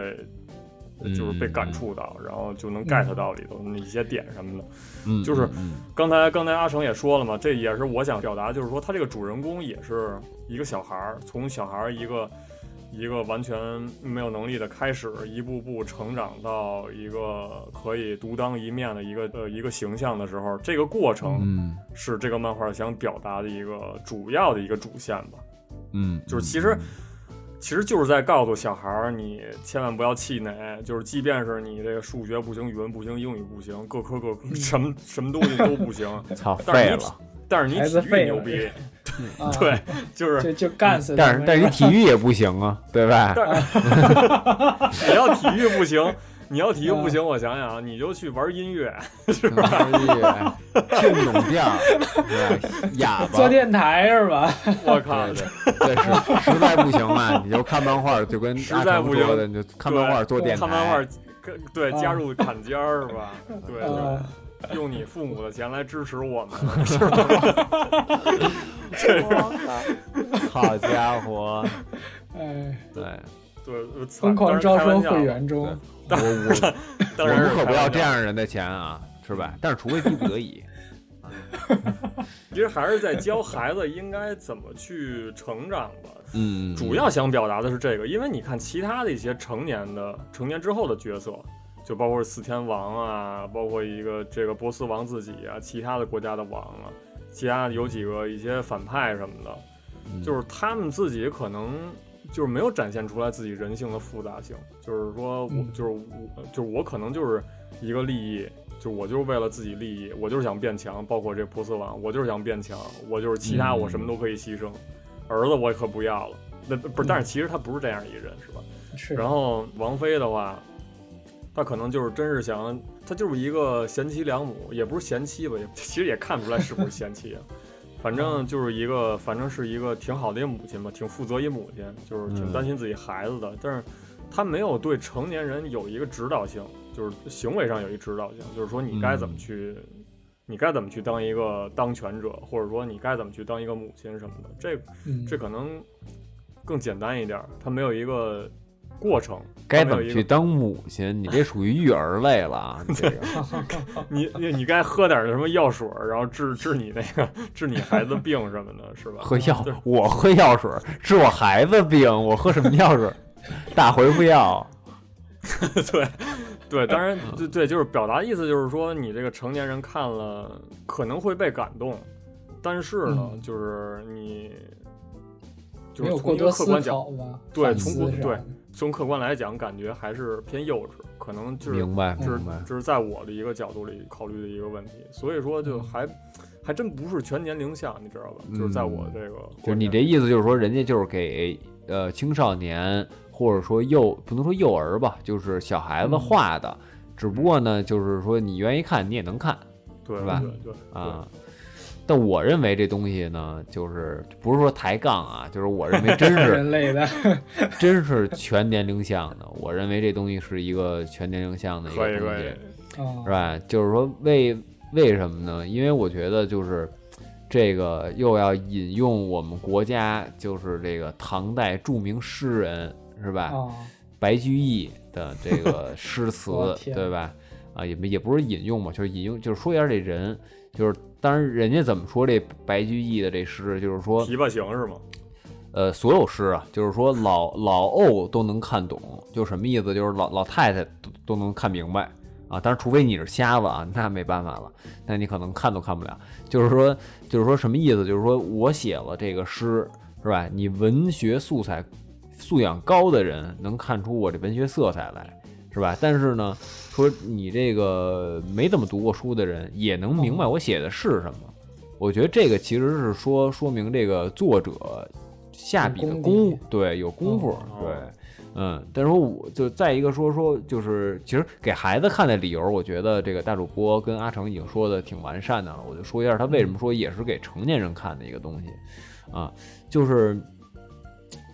C: 嗯
B: 就是被感触到，然后就能 get 到里头那一些点什么的。
C: 嗯，
B: 就是
C: 嗯
B: 刚才刚才阿成也说了嘛，这也是我想表达，就是说他这个主人公也是一个小孩儿，从小孩儿一个一个完全没有能力的开始，一步步成长到一个可以独当一面的一个呃一个形象的时候，这个过程。
C: 嗯
B: 是这个漫画想表达的一个主要的一个主线吧。
C: 嗯，
B: 就是
C: 嗯
B: 其实其实就是在告诉小孩儿，你千万不要气馁，就是即便是你这个数学不行、语文不行、英语不行，各科各科什么什么东西都不行，
C: 操
B: 但
C: 嗯 废
B: 是你
C: 了，
B: 但是
D: 孩子
B: 你体育
D: 废
B: 牛
D: 了
B: 逼，
D: 啊、
B: 对，就是
D: 就就干死
C: 嗯
D: 他
C: 但是
D: 们
C: 但 是你
D: 吧
C: 体育也不行啊，对吧？
B: 你要体育不 行。你要体育
C: 嗯
B: 不行，我想想啊，你就去玩音乐，
C: 是吧？听不懂调儿，是吧哑 巴。
D: 做电台是吧？
B: 我靠
C: 对，对，对实实在不行嘛，你就看漫画，就跟
B: 实
C: 阿
B: 在
C: 成
B: 不
C: 说
B: 行
C: 的，你就看漫画做电台。
B: 看漫画，跟对
D: 啊
C: 嗯
B: 加入砍尖儿是 吧？对，就是
D: 啊，
B: 用你父母的钱来支持我们，
C: 好家伙，
D: 哎，
C: 对，
B: 对，呃
D: 疯狂招收会。员
B: 对
D: 中，
C: 我我
B: 当
C: 我
B: 然
C: 们
B: 是开玩笑当然是
C: 可不要这
B: 开玩笑。
C: 样人的钱啊，是吧？但是除非逼不得 已，
B: 其实还是在教孩子应该怎么去成长吧。
C: 嗯，
B: 主要想表达的是这个，因为你看其他的一些成年的、成年之后的角色，就包括四天王啊，包括一个这个波斯王自己啊，其他的国家的王啊，其他有几个一些反派什么的，
C: 嗯
B: 就是他们自己可能就是没有展现出来自己人性的复杂性，就是说我
D: 嗯
B: 就是我就是我可能就是一个利益，就是我就是为了自己利益，我就是想变强，包括这波斯王，我就是想变强，我就是其他
C: 嗯
B: 我什么都可以牺牲，儿子我可不要了，那不是，
C: 嗯
B: 但是其实他不是这样一个人，是吧？
D: 是
B: 然后王菲的话，她可能就是真是想，她就是一个贤妻良母，也不是贤妻吧，也 其实也看不出来是不是贤妻 啊。反正就是一个，反正是一个挺好的一个母亲吧，挺负责一母亲，就是挺
C: 嗯
B: 担心自己孩子的。但是她没有对成年人有一个指导性，就是行为上有一指导性，就是说你该怎么
C: 嗯
B: 去，你该怎么去当一个当权者，或者说你该怎么去当一个母亲什么的。这
D: 嗯
B: 这可能更简单一点儿，它没有一个过程。
C: 该
B: 他
C: 怎
B: 们
C: 么
B: 有一
C: 去
B: 个？
C: 当母亲？你这属于育儿类了啊！你这 个
B: 你你你该喝点什么药水儿，然后治治你那个治你孩子病什么的，是吧？
C: 喝药
B: 对，
C: 我喝药水治我孩子病，我喝什么药水？大回复药。
B: 对，对，当然，
C: 嗯
B: 对对，就是表达意思就是说，你这个成年人看了可能会被感动，但是呢，
D: 嗯
B: 就是你就
D: 没
B: 是
D: 有
B: 从
D: 过
B: 一个
D: 多
B: 客
D: 思
B: 观讲，
D: 考吧？
B: 对
D: 反
B: 从
D: 思
B: 国
D: 啥
B: 对
D: 的
B: 从客观来讲，感觉还是偏幼稚，可能就是
C: 明白，
B: 这是
C: 明白。
B: 这是在我的一个角度里考虑的一个问题，所以说就还还真不是全年龄下，你知道吧？就是在我
C: 嗯
B: 这个
C: 就是
B: 观
C: 你
B: 点
C: 这意思，就是说人家就是给呃青少年或者说幼不能说幼儿吧，就是小孩子
D: 嗯
C: 画的，只不过呢，就是说你愿意看你也能看
B: 对
C: 是吧
B: 对对
C: 啊。但我认为这东西呢，就是不是说抬杠啊，就是我 认为真是
D: 人类的，
C: 真是全年龄向的。我认为这东西是一个全年龄向的
B: 对
C: 一
B: 可以
C: 个东
B: 可
C: 西
B: 以，，
D: 啊
C: 是，吧？就是说为为什么呢？因为我觉得就是这个又要引用我们国家就是这个唐代著名诗人是吧？
B: 哦
D: 啊，
C: 白居易的这 个诗词
D: 我，天
C: 对吧？啊，也没也不是引用嘛，就是引用，就是说一下这人，就是当然人家怎么说这白居易的这诗，就是说
B: 琵琶行是吗？
C: 呃，所有诗啊，就是说老老欧都能看懂，就什么意思？就是老老太太都都能看明白啊。当然，除非你是瞎子啊，那没办法了，那你可能看都看不了。就是说，就是说什么意思？就是说我写了这个诗，是吧？你文学素材素养高的人能看出我这文学色彩来，是吧？但是呢，说你这个没怎么读过书的人也能明白我写的是什么。我觉得这个其实是说说明这个作者下笔的
D: 有功
C: 功
D: 底嗯
C: 对有功夫，
B: 哦
C: 对，嗯。但是说我就再一个说说，就是其实给孩子看的理由，我觉得这个大主播跟阿成已经说的挺完善的了。我就说一下他为什么说也是给成年人看的一个东西啊，就是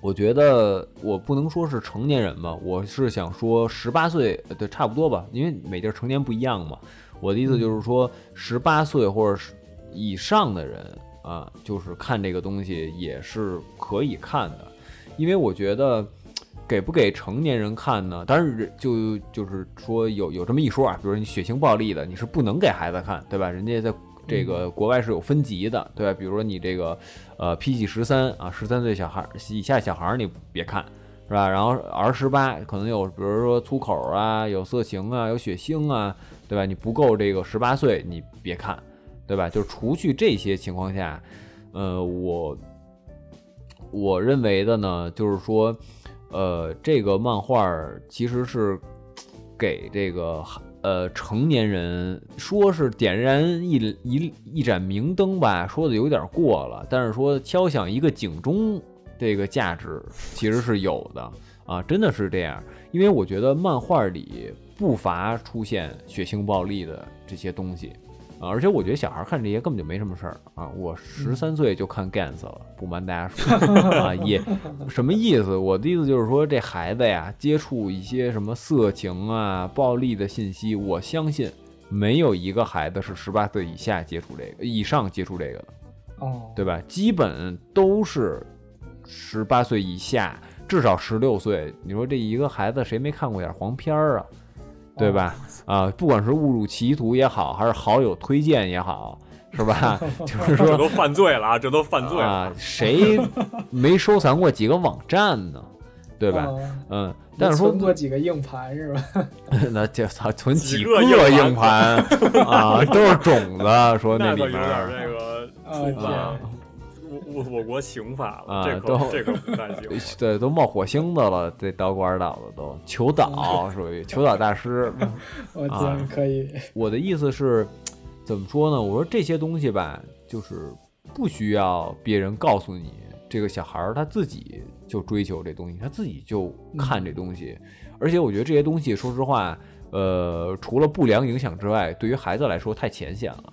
C: 我觉得我不能说是成年人吧，我是想说十八岁，呃对，差不多吧，因为每地儿成年不一样嘛。我的意思就是说，十八岁或者是以上的人啊，就是看这个东西也是可以看的，因为我觉得给不给成年人看呢？当然人，就就是说有有这么一说啊，比如说你血腥暴力的，你是不能给孩子看，对吧？人家在这个国外是有分级的，对吧？比如说你这个呃 PG 十三啊，十三岁小孩儿以下小孩儿你别看。是吧？然后 R 十八可能有，比如说粗口啊，有色情啊，有血腥啊，对吧？你不够这个十八岁，你别看，对吧？就是除去这些情况下，呃，我我认为的呢，就是说，呃，这个漫画儿其实是给这个呃成年人说是点燃一一一盏明灯吧，说的有点过了，但是说敲响一个警钟，这个价值其实是有的啊，真的是这样，因为我觉得漫画里不乏出现血腥暴力的这些东西。啊，而且我觉得小孩看这些根本就没什么事儿啊！我十三岁就看 Gans 了，不瞒大家说 啊，也什么意思？我的意思就是说，这孩子呀，接触一些什么色情啊、暴力的信息，我相信没有一个孩子是十八岁以下接触这个、以上接触这个的，
D: 哦，
C: 对吧？基本都是十八岁以下，至少十六岁。你说这一个孩子谁没看过点黄片儿啊？对吧？啊，不管是误入歧途也好，还是好友推荐也好，是吧？就是说
B: 这都犯罪了啊，这都犯罪了
C: 啊，。谁没收藏过几个网站呢？对
D: 对
C: 吧？
D: 吧？
C: 嗯，
D: 你
C: 但是说
D: 哦存过几个硬盘是吧？
C: 那就操存
B: 几
C: 几
B: 个
C: 个
B: 硬
C: 硬盘啊，都是种子，说
B: 那
C: 里
B: 可有
C: 面
B: 点
C: 儿
B: 这个
D: 啊
B: 触犯
C: 啊
B: 我我我国刑法了，
C: 啊
B: 这可
C: 都
B: 这可不太 行。
C: 对都冒火星子了，这导管岛的都求岛属于求岛大师。
D: 我
C: 啊
D: 天，可以，
C: 我的意思是，怎么说呢？我说这些东西吧，就是不需要别人告诉你，这个小孩儿他自己就追求这东西，他自己就看这东西。而且我觉得这些东西，说实话，呃，除了不良影响之外，对于孩子来说太浅显了。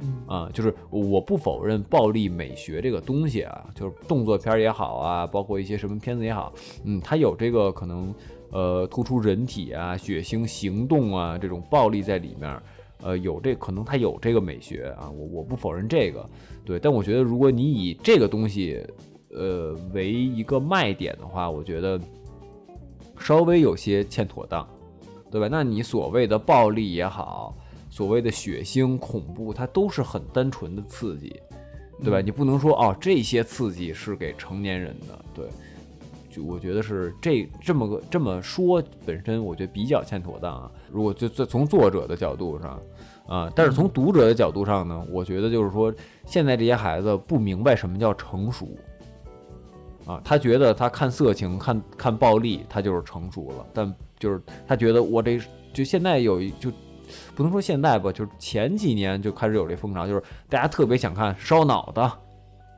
D: 嗯，
C: 啊，就是我不否认暴力美学这个东西啊，就是动作片儿也好啊，包括一些什么片子也好，嗯，它有这个可能，呃，突出人体啊、血腥行动啊这种暴力在里面儿，呃，有这可能它有这个美学啊，我我不否认这个，对，但我觉得如果你以这个东西，呃，为一个卖点的话，我觉得稍微有些欠妥当，对吧？那你所谓的暴力也好，所谓的血腥、恐怖，它都是很单纯的刺激，对吧？你不能说哦，这些刺激是给成年人的，对。就我觉得是这这么个这么说本身，我觉得比较欠妥当啊。如果就就从作者的角度上，啊，但是从读者的角度上呢，我觉得就是说，现在这些孩子不明白什么叫成熟，啊，他觉得他看色情、看看暴力，他就是成熟了，但就是他觉得我这就现在有一就不能说现在吧，就是前几年就开始有这风潮，就是大家特别想看烧脑的，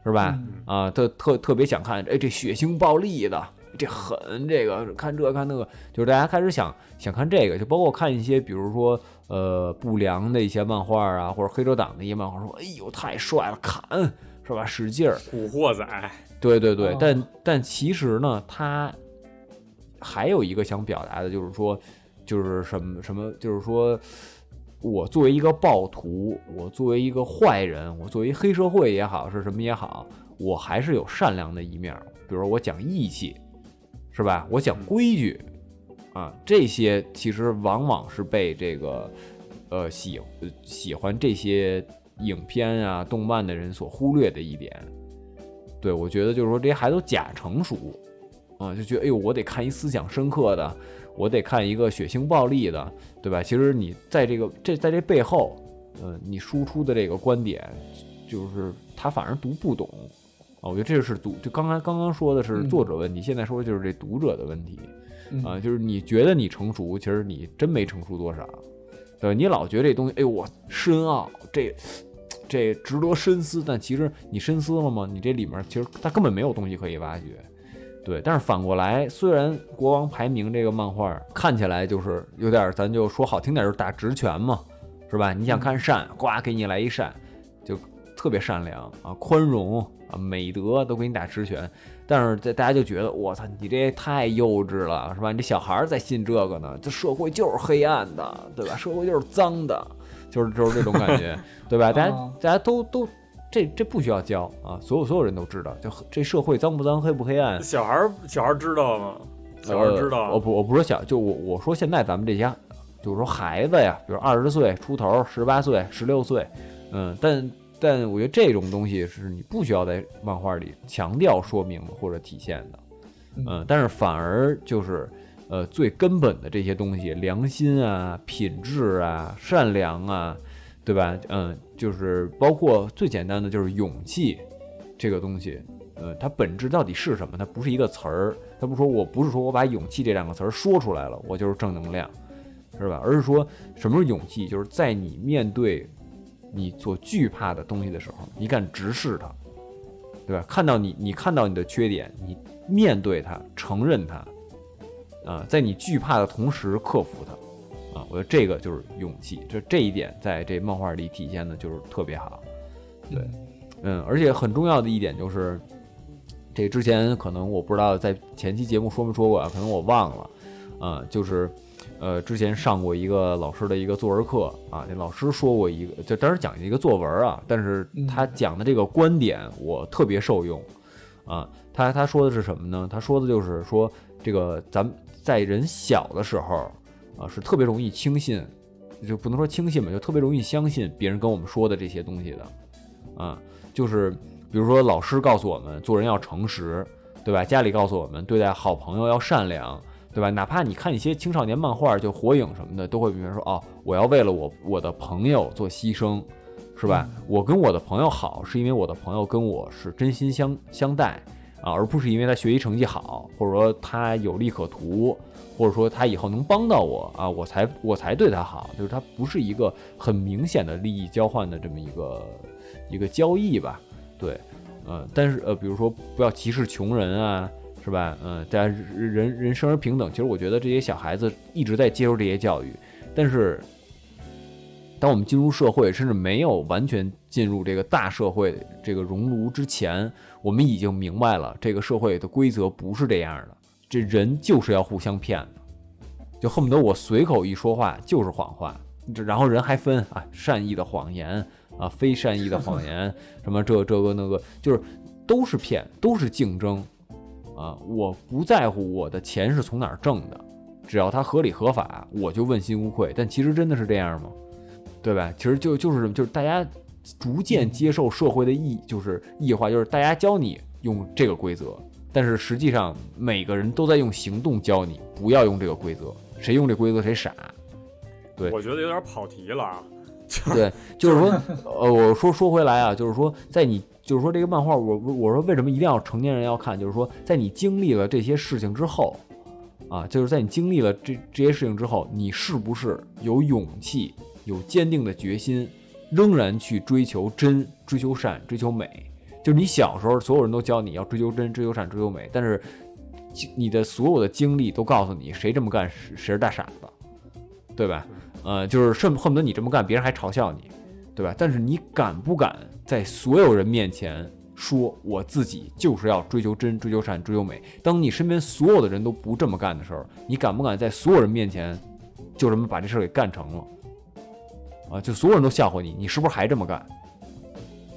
C: 是吧？
D: 嗯
C: 啊，特特特别想看，哎，这血腥暴力的，这狠，这个看这看那个，就是大家开始想想看这个，就包括看一些，比如说呃不良的一些漫画啊，或者黑手党的一些漫画，说哎呦太帅了，砍是吧，使劲儿，
B: 古惑仔，
C: 对对对，
D: 哦
C: 但但其实呢，他还有一个想表达的，就是说，就是什么什么，就是说我作为一个暴徒，我作为一个坏人，我作为黑社会也好，是什么也好，我还是有善良的一面儿。比如说我讲义气，是吧？我讲规矩，啊，这些其实往往是被这个呃喜呃喜欢这些影片啊、动漫的人所忽略的一点。对，我觉得就是说这些孩子都假成熟，啊，就觉得哎呦，我得看一思想深刻的，我得看一个血腥暴力的，对吧？其实你在这个这在这背后，嗯、你输出的这个观点，就是他反而读不懂啊。我觉得这是读，就刚才刚刚说的是
D: 嗯
C: 作者问题，现在说的就是这读者的问题
D: 嗯
C: 啊，就是你觉得你成熟，其实你真没成熟多少，对吧？你老觉得这东西，哎呦，我深奥这。这值得深思，但其实你深思了吗？你这里面其实它根本没有东西可以挖掘。对，但是反过来，虽然《国王排名》这个漫画看起来就是有点儿，咱就说好听点儿就是打直拳嘛，是吧？你想看善，呱给你来一善，就特别善良啊，宽容啊，美德都给你打直拳。但是这大家就觉得，我操，你这太幼稚了，是吧？你这小孩儿才信这个呢，这社会就是黑暗的，对吧？社会就是脏的，就是就是这种感觉，对吧？大家
D: 哦
C: 大家都都。这这不需要教啊，所有所有人都知道，就这社会脏不脏、黑不黑暗，
B: 小孩儿小孩儿知道吗？小孩儿知
C: 呃我
B: 道，
C: 不我不是说小，就我我说现在咱们这些，就是说孩子呀，比如二十岁出头，十八岁、十六岁，嗯，但但我觉得这种东西是你不需要在漫画里强调说明或者体现的，
D: 嗯
C: 嗯，但是反而就是。呃，最根本的这些东西，良心啊、品质啊、善良啊，对吧？嗯，就是包括最简单的就是勇气这个东西，呃，它本质到底是什么？它不是一个词儿，它不是说我不是说我把勇气这两个词儿说出来了，我就是正能量，是吧？而是说什么是勇气？就是在你面对你所惧怕的东西的时候，你敢直视它，对吧？看到你，你看到你的缺点，你面对它，承认它，啊、在你惧怕的同时克服它。啊，我觉得这个就是勇气，这这一点在这漫画里体现的就是特别好。对，嗯，而且很重要的一点就是，这之前可能我不知道在前期节目说没说过啊，可能我忘了，啊，就是，呃，之前上过一个老师的一个作文课啊，那老师说过一个，就当时讲一个作文啊，但是
D: 嗯
C: 他讲的这个观点我特别受用，啊，他他说的是什么呢？他说的就是说这个咱们在人小的时候啊，是特别容易轻信，就不能说轻信吧，就特别容易相信别人跟我们说的这些东西的。啊，就是比如说老师告诉我们做人要诚实，对吧？家里告诉我们对待好朋友要善良，对吧？哪怕你看一些青少年漫画，就火影什么的，都会比如说哦，我要为了我我的朋友做牺牲，是吧？我跟我的朋友好，是因为我的朋友跟我是真心相相待啊，而不是因为他学习成绩好，或者说他有利可图。或者说他以后能帮到我啊，我才我才对他好，就是他不是一个很明显的利益交换的这么一个一个交易吧，对，呃，但是呃，比如说不要歧视穷人啊，是吧？嗯、大家人人人生而平等，其实我觉得这些小孩子一直在接受这些教育，但是当我们进入社会，甚至没有完全进入这个大社会这个熔炉之前，我们已经明白了这个社会的规则不是这样的，这人就是要互相骗的，就恨不得我随口一说话就是谎话，这然后人还分啊善意的谎言啊非善意的谎言，什么这这个那个，就是都是骗，都是竞争。啊，我不在乎我的钱是从哪儿挣的，只要它合理合法，我就问心无愧。但其实真的是这样吗？对吧？其实就就是这么，就是大家逐渐接受社会的异，就是异化，就是大家教你用这个规则，但是实际上每个人都在用行动教你不要用这个规则，谁用这规则谁傻。对
B: 我觉得有点跑题了啊。就
C: 对，就是说，呃，我说说回来啊，就是说，在你就是说这个漫画，我我我说为什么一定要成年人要看，就是说，在你经历了这些事情之后，啊，就是在你经历了这这些事情之后，你是不是有勇气、有坚定的决心，仍然去追求真、追求善、追求美？就是你小时候所有人都教你要追求真、追求善、追求美，但是你的所有的经历都告诉你，谁这么干谁谁是大傻子，对吧？呃，就是恨恨不得你这么干，别人还嘲笑你，对吧？但是你敢不敢在所有人面前说我自己就是要追求真、追求善、追求美？当你身边所有的人都不这么干的时候，你敢不敢在所有人面前就这么把这事儿给干成了？啊，就所有人都笑话你，你是不是还这么干？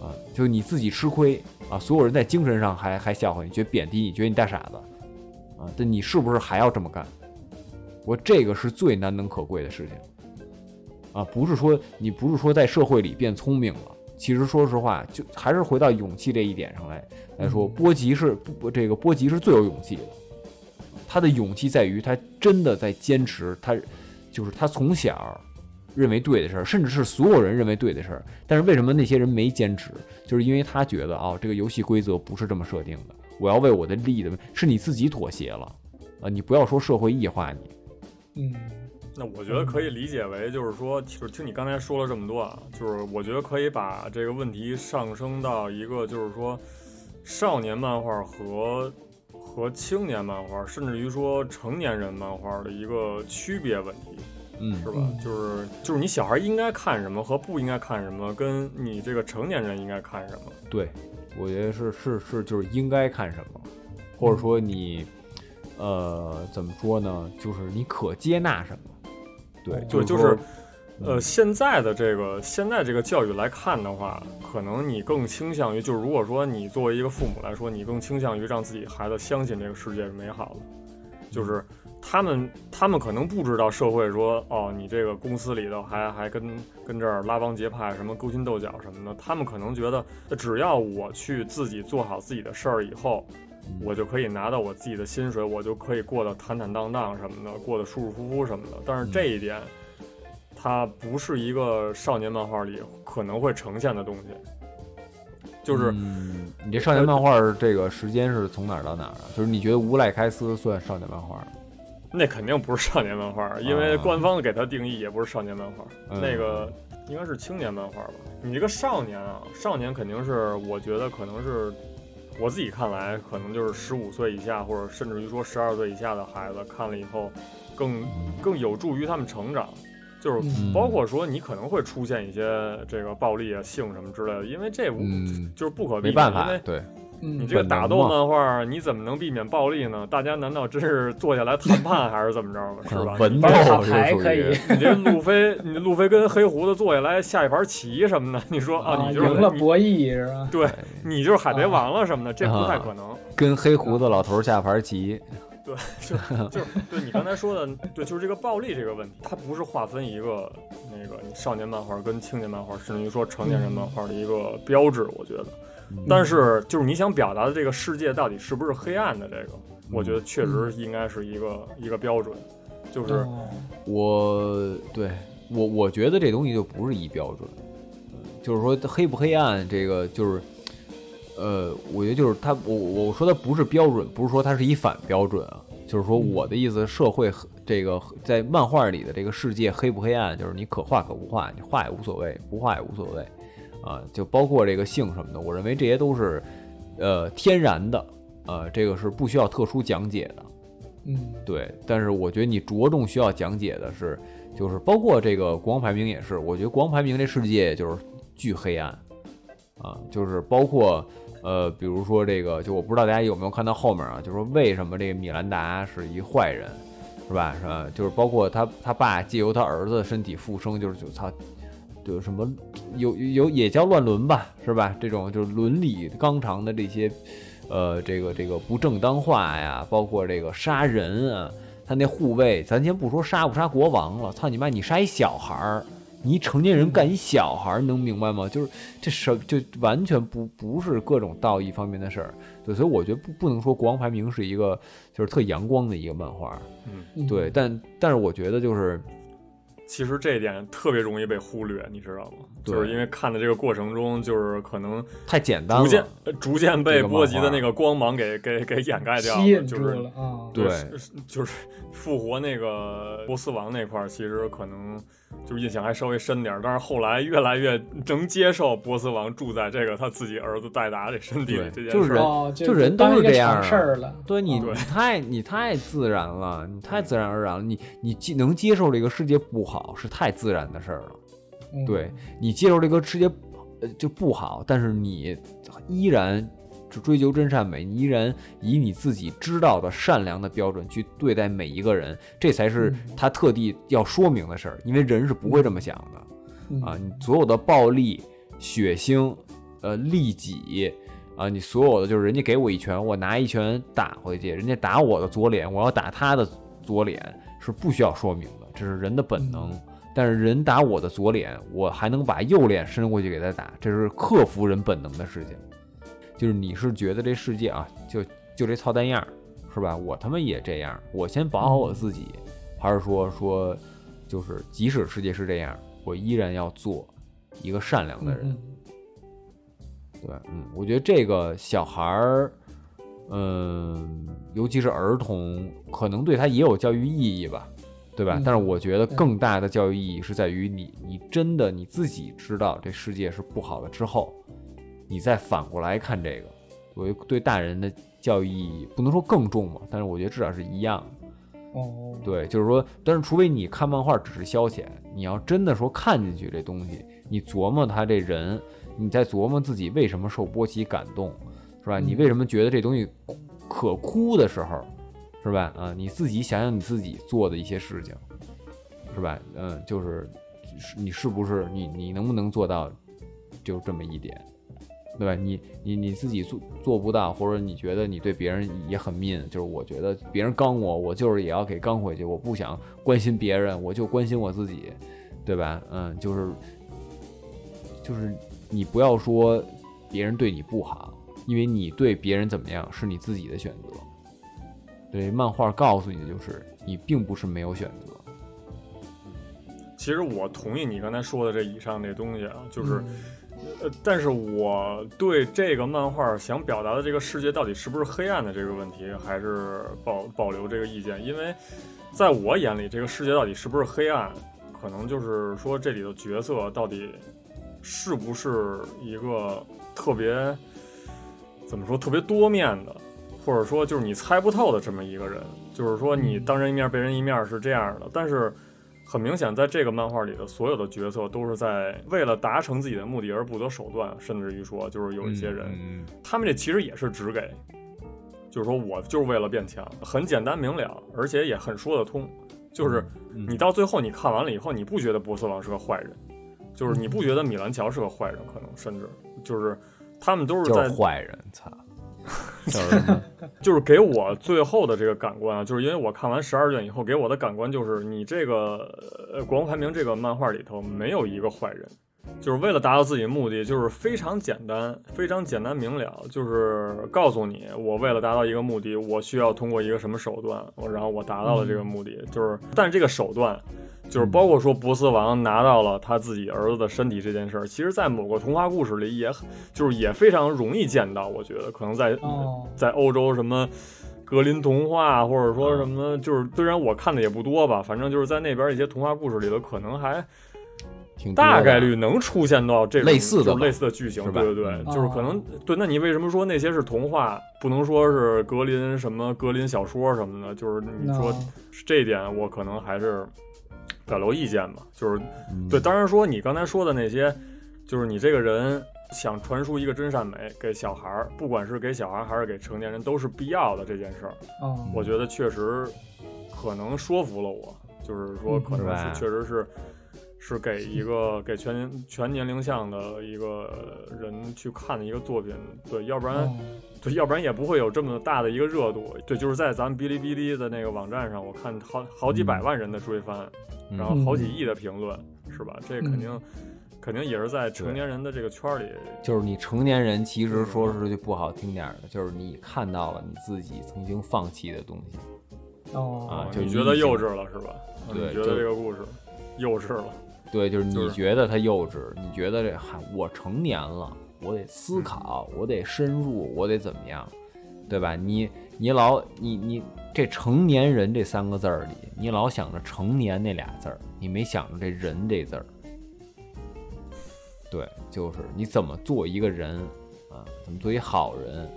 C: 啊，就你自己吃亏啊，所有人在精神上还还笑话你，觉得贬低你，觉得你大傻子啊，但你是不是还要这么干？我这个是最难能可贵的事情。啊，不是说你不是说在社会里变聪明了，其实说实话，就还是回到勇气这一点上来来说，波吉是不这个波吉是最有勇气的，他的勇气在于他真的在坚持，他就是他从小认为对的事儿，甚至是所有人认为对的事儿，但是为什么那些人没坚持？就是因为他觉得啊、这个游戏规则不是这么设定的，我要为我的利益的，是你自己妥协了啊，你不要说社会异化你，
D: 嗯，
B: 那我觉得可以理解为，就是说，就是听你刚才说了这么多啊，就是我觉得可以把这个问题上升到一个，就是说，少年漫画和和青年漫画，甚至于说成年人漫画的一个区别问题，
C: 嗯
B: 是吧？
D: 嗯
B: 就是就是你小孩应该看什么和不应该看什么，跟你这个成年人应该看什么，
C: 对，我觉得是是是，就是应该看什么，或者说你，呃，怎么说呢？就是你可接纳什么？对，
B: 对，
C: 就
B: 哦就是是
C: 说。
B: 呃，现在的这个现在这个教育来看的话，可能你更倾向于，就是如果说你作为一个父母来说，你更倾向于让自己孩子相信这个世界是美好的，就是
C: 嗯
B: 他们他们可能不知道社会说哦，你这个公司里头还还跟跟这儿拉帮结派，什么勾心斗角什么的，他们可能觉得呃只要我去自己做好自己的事儿以后，我就可以拿到我自己的薪水，我就可以过得坦坦荡荡什么的，过得舒舒服服什么的。但是这一点，它不是一个少年漫画里可能会呈现的东西。就是
C: 嗯，你这少年漫画儿这个时间是从哪儿到哪儿啊？就是你觉得无赖开司算少年漫画儿吗？
B: 那肯定不是少年漫画，因为官方给它定义也不是少年漫画，
C: 啊嗯
B: 那个应该是青年漫画吧。你这个少年啊，少年肯定是我觉得可能是我自己看来，可能就是十五岁以下，或者甚至于说十二岁以下的孩子看了以后，更更有助于他们成长。就是
D: 嗯
B: 包括说你可能会出现一些这个暴力啊、性什么之类的，因为这无、
C: 嗯
B: 就是不可避免，
C: 没办法
B: 因为，
C: 对，
B: 你
D: 嗯
B: 这个
C: 本能
B: 打斗
C: 嘛
B: 漫画，你怎么能避免暴力呢？大家难道真是坐下来谈判，还是怎么着 吗？是吧？
C: 文
B: 你
C: 斗
D: 玩卡
C: 就
D: 牌
C: 属
D: 可
C: 于
D: 以，
B: 你这路飞，你路飞跟黑胡子坐下来下一盘棋什么的，你说啊，你就是
D: 赢了
B: 你
D: 博弈是吧？
B: 对，你就是海贼王了什么的，这不太
C: 啊
B: 可能。
C: 跟黑胡子老头儿下盘儿棋，
B: 对，就就对你刚才说的，对，就是这个暴力这个问题，它不是划分一个那个你少年漫画跟青年漫画，甚至于说成年人漫画的一个
D: 嗯
B: 标志，我觉得。但是就是你想表达的这个世界到底是不是黑暗的，这个我
D: 嗯
B: 觉得确实应该是一个一个标准，就是
D: 哦
C: 我对我我觉得这东西就不是一标准，嗯就是说黑不黑暗这个就是，呃，我觉得就是它，我我我说它不是标准，不是说它是一反标准啊，就是说我的意思，社会和这个在漫画里的这个世界黑不黑暗，就是你可画可不画，你画也无所谓，不画也无所谓，啊，就包括这个性什么的，我认为这些都是，呃，天然的，呃，这个是不需要特殊讲解的。
D: 嗯
C: 对，但是我觉得你着重需要讲解的是，就是包括这个国王排名也是，我觉得国王排名这世界就是巨黑暗啊，就是包括呃，比如说这个，就我不知道大家有没有看到后面啊，就是说为什么这个米兰达是一坏人，是吧？是吧？就是包括他他爸借由他儿子的身体复生，就是就他。就什么有有也叫乱伦吧，是吧？这种就是伦理纲常的这些，呃，这个这个不正当化呀，包括这个杀人啊，他那护卫，咱先不说杀不杀国王了，操你妈，你杀一小孩儿，你一成年人干一小孩儿，能明白吗？就是这什就完全不不是各种道义方面的事儿，对，所以我觉得不不能说《国王排名》是一个就是特阳光的一个漫画，
D: 嗯
C: 对，，但但是我觉得就是
B: 其实这一点特别容易被忽略，你知道吗？
C: 对
B: 就是因为看的这个过程中，就是可能
C: 太简单
B: 逐渐
C: 了，
B: 呃逐渐被波及的那个光芒给给给掩盖掉
D: 吸引
B: 就
D: 住
B: 是
D: 了啊，
C: 对
B: 就是就是复活那个波斯王那块儿，其实可能就是印象还稍微深点儿，但是后来越来越能接受波斯王住在这个他自己儿子戴达这身体里
C: 对
B: 这件
C: 就是
B: 事儿。
C: 人
D: 哦，这
C: 就人都
D: 当
C: 是
D: 一个
C: 这样
D: 常
C: 啊
D: 事儿了，
C: 对你，
B: 嗯
C: 你
B: 对
C: 太你太自然了，你太自然而然了，你你既能接受这个世界不好是太自然的事儿了。
D: 嗯
C: 对你接受这个世界呃就不好，但是你呃依然就追求真善美，你依然以你自己知道的善良的标准去对待每一个人，这才是
D: 嗯
C: 他特地要说明的事儿，因为人是不会这么想的。
D: 嗯
C: 啊，你所有的暴力、血腥、呃利己啊，你所有的就是人家给我一拳，我拿一拳打回去，人家打我的左脸，我要打他的左脸，是不需要说明的，这是人的本能。但是人打我的左脸，我还能把右脸伸过去给他打，这是克服人本能的事情。就是你是觉得这世界啊，就就这操蛋样儿，是吧？我他妈也这样，我先保好我自己，还是说说，就是即使世界是这样，我依然要做一个善良的人。
D: 嗯
C: 对，嗯，我觉得这个小孩儿，嗯，尤其是儿童，可能对他也有教育意义吧，对吧？
D: 嗯
C: 但是我觉得
D: 对
C: 更大的教育意义是在于你，你真的你自己知道这世界是不好的之后，你再反过来看这个，我觉得对大人的教育意义不能说更重吧，但是我觉得至少是一样的。
D: 哦，
C: 对，就是说，但是除非你看漫画只是消遣，你要真的说看进去这东西，你琢磨他这人，你在琢磨自己为什么受波奇感动，是吧？你
D: 嗯
C: 为什么觉得这东西可哭的时候，是吧？啊，你自己想想你自己做的一些事情，是吧？嗯，就是是你是不是你你能不能做到，就这么一点。对吧？你你你自己做做不到，或者你觉得你对别人也很 mean，就是我觉得别人刚我，我就是也要给刚回去，我不想关心别人，我就关心我自己，对吧？嗯，就是就是你不要说别人对你不好，因为你对别人怎么样是你自己的选择。对，漫画告诉你的就是你并不是没有选择。
B: 其实我同意你刚才说的这以上这东西啊，就是、
C: 嗯
B: 呃，但是我对这个漫画想表达的这个世界到底是不是黑暗的这个问题，还是保保留这个意见，因为在我眼里，这个世界到底是不是黑暗，可能就是说这里的角色到底是不是一个特别怎么说特别多面的，或者说就是你猜不透的这么一个人，就是说你当人一面被人一面是这样的，但是。很明显，在这个漫画里的所有的角色都是在为了达成自己的目的而不择手段，甚至于说，就是有一些人，
C: 嗯
B: 他们这其实也是只给，就是说我就是为了变强，很简单明了，而且也很说得通。就是
C: 嗯
B: 你到最后你看完了以后，你不觉得波斯王是个坏人，就是你
C: 嗯
B: 不觉得米兰乔是个坏人，可能甚至就是他们都是
C: 就
B: 在
C: 是坏人，操， 就是
B: 就是给我最后的这个感官啊，就是因为我看完十二卷以后，给我的感官就是，你这个呃《国王排名》这个漫画里头没有一个坏人，就是为了达到自己的目的，就是非常简单，非常简单明了，就是告诉你，我为了达到一个目的，我需要通过一个什么手段，我然后我达到了这个目的，就是，但是这个手段。就是包括说波斯王拿到了他自己儿子的身体这件事儿，其实，在某个童话故事里也很，就是也非常容易见到。我觉得可能在
D: 哦，
B: 在欧洲什么格林童话，或者说什么，就是虽然我看的也不多吧，反正就是在那边一些童话故事里头，可能还
C: 挺多的
B: 大概率能出现到这种
C: 类似的吧
B: 就是类似的剧情
C: 是，吧
B: 对对对
C: 嗯，
B: 就是可能对。那你为什么说那些是童话，不能说是格林什么格林小说什么的？就是你
D: 那
B: 说这一点，我可能还是表露意见吧，就是
C: 嗯
B: 对，当然说你刚才说的那些，就是你这个人想传输一个真善美给小孩儿，不管是给小孩儿还是给成年人，都是必要的这件事儿。
D: 哦，
B: 我觉得确实可能说服了我，就是说可
C: 是
B: 能
C: 吧
B: 是确实是是给一个给全全年龄向的一个人去看的一个作品，对，要不然
D: 哦
B: 对，要不然也不会有这么大的一个热度。对，就是在咱们哔哩哔哩的那个网站上，我看好好几百万人的追番，
C: 嗯
B: 然后好几亿的评论，是吧？这肯定、肯定也是在成
C: 对
B: 年人的这个圈儿里，
C: 就是你成年人，其实说是句不好听点儿的，就是你看到了你自己曾经放弃的东西。
D: 哦
C: 啊，就
B: 你
C: 你
B: 觉得
C: 已经
B: 幼稚了是吧？啊
C: 对
B: 你觉
C: 就
B: 得这个故事幼稚了。
C: 对，就是
B: 就
C: 你
B: 是
C: 觉得他幼稚，你觉得这嗨，我成年了，我得
B: 嗯
C: 思考，我得深入，我得怎么样，对吧？你你老你你这成年人这三个字儿里，你老想着成年那俩字儿，你没想着这人这字儿。对，就是你怎么做一个人啊，怎么做一好人，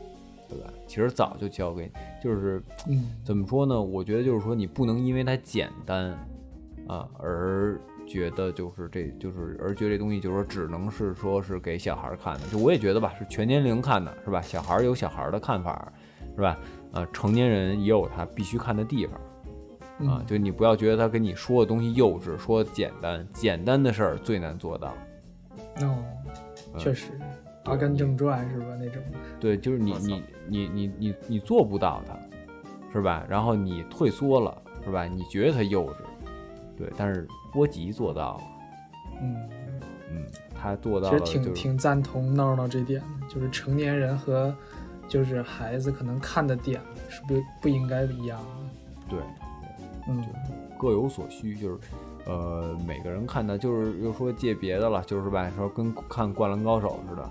C: 对吧？其实早就教给你，就是
D: 嗯，
C: 怎么说呢？我觉得就是说，你不能因为它简单啊而觉得就是这就是而觉得这东西就是说只能是说是给小孩儿看的。就我也觉得吧，是全年龄看的，是吧？小孩儿有小孩儿的看法，是吧？啊，成年人也有他必须看的地方。啊，
D: 嗯
C: 就你不要觉得他跟你说的东西幼稚，说简单，简单的事儿最难做到。
D: 哦，
C: 嗯
D: 确实，《阿甘正传》是吧？那种，
C: 对，就是你
B: 我操
C: 你你你你你做不到它，是吧？然后你退缩了，是吧？你觉得它幼稚，对，但是波吉做到了，
D: 嗯，
C: 嗯，他做到
D: 其
C: 了、
D: 实
C: 就是，
D: 挺挺赞同闹闹这点的，就是成年人和就是孩子可能看的点是不不应该一样的。
C: 对，
D: 嗯，
C: 各有所需，就是呃，每个人看的就是又说借别的了，就是吧，说跟看《灌篮高手》似的，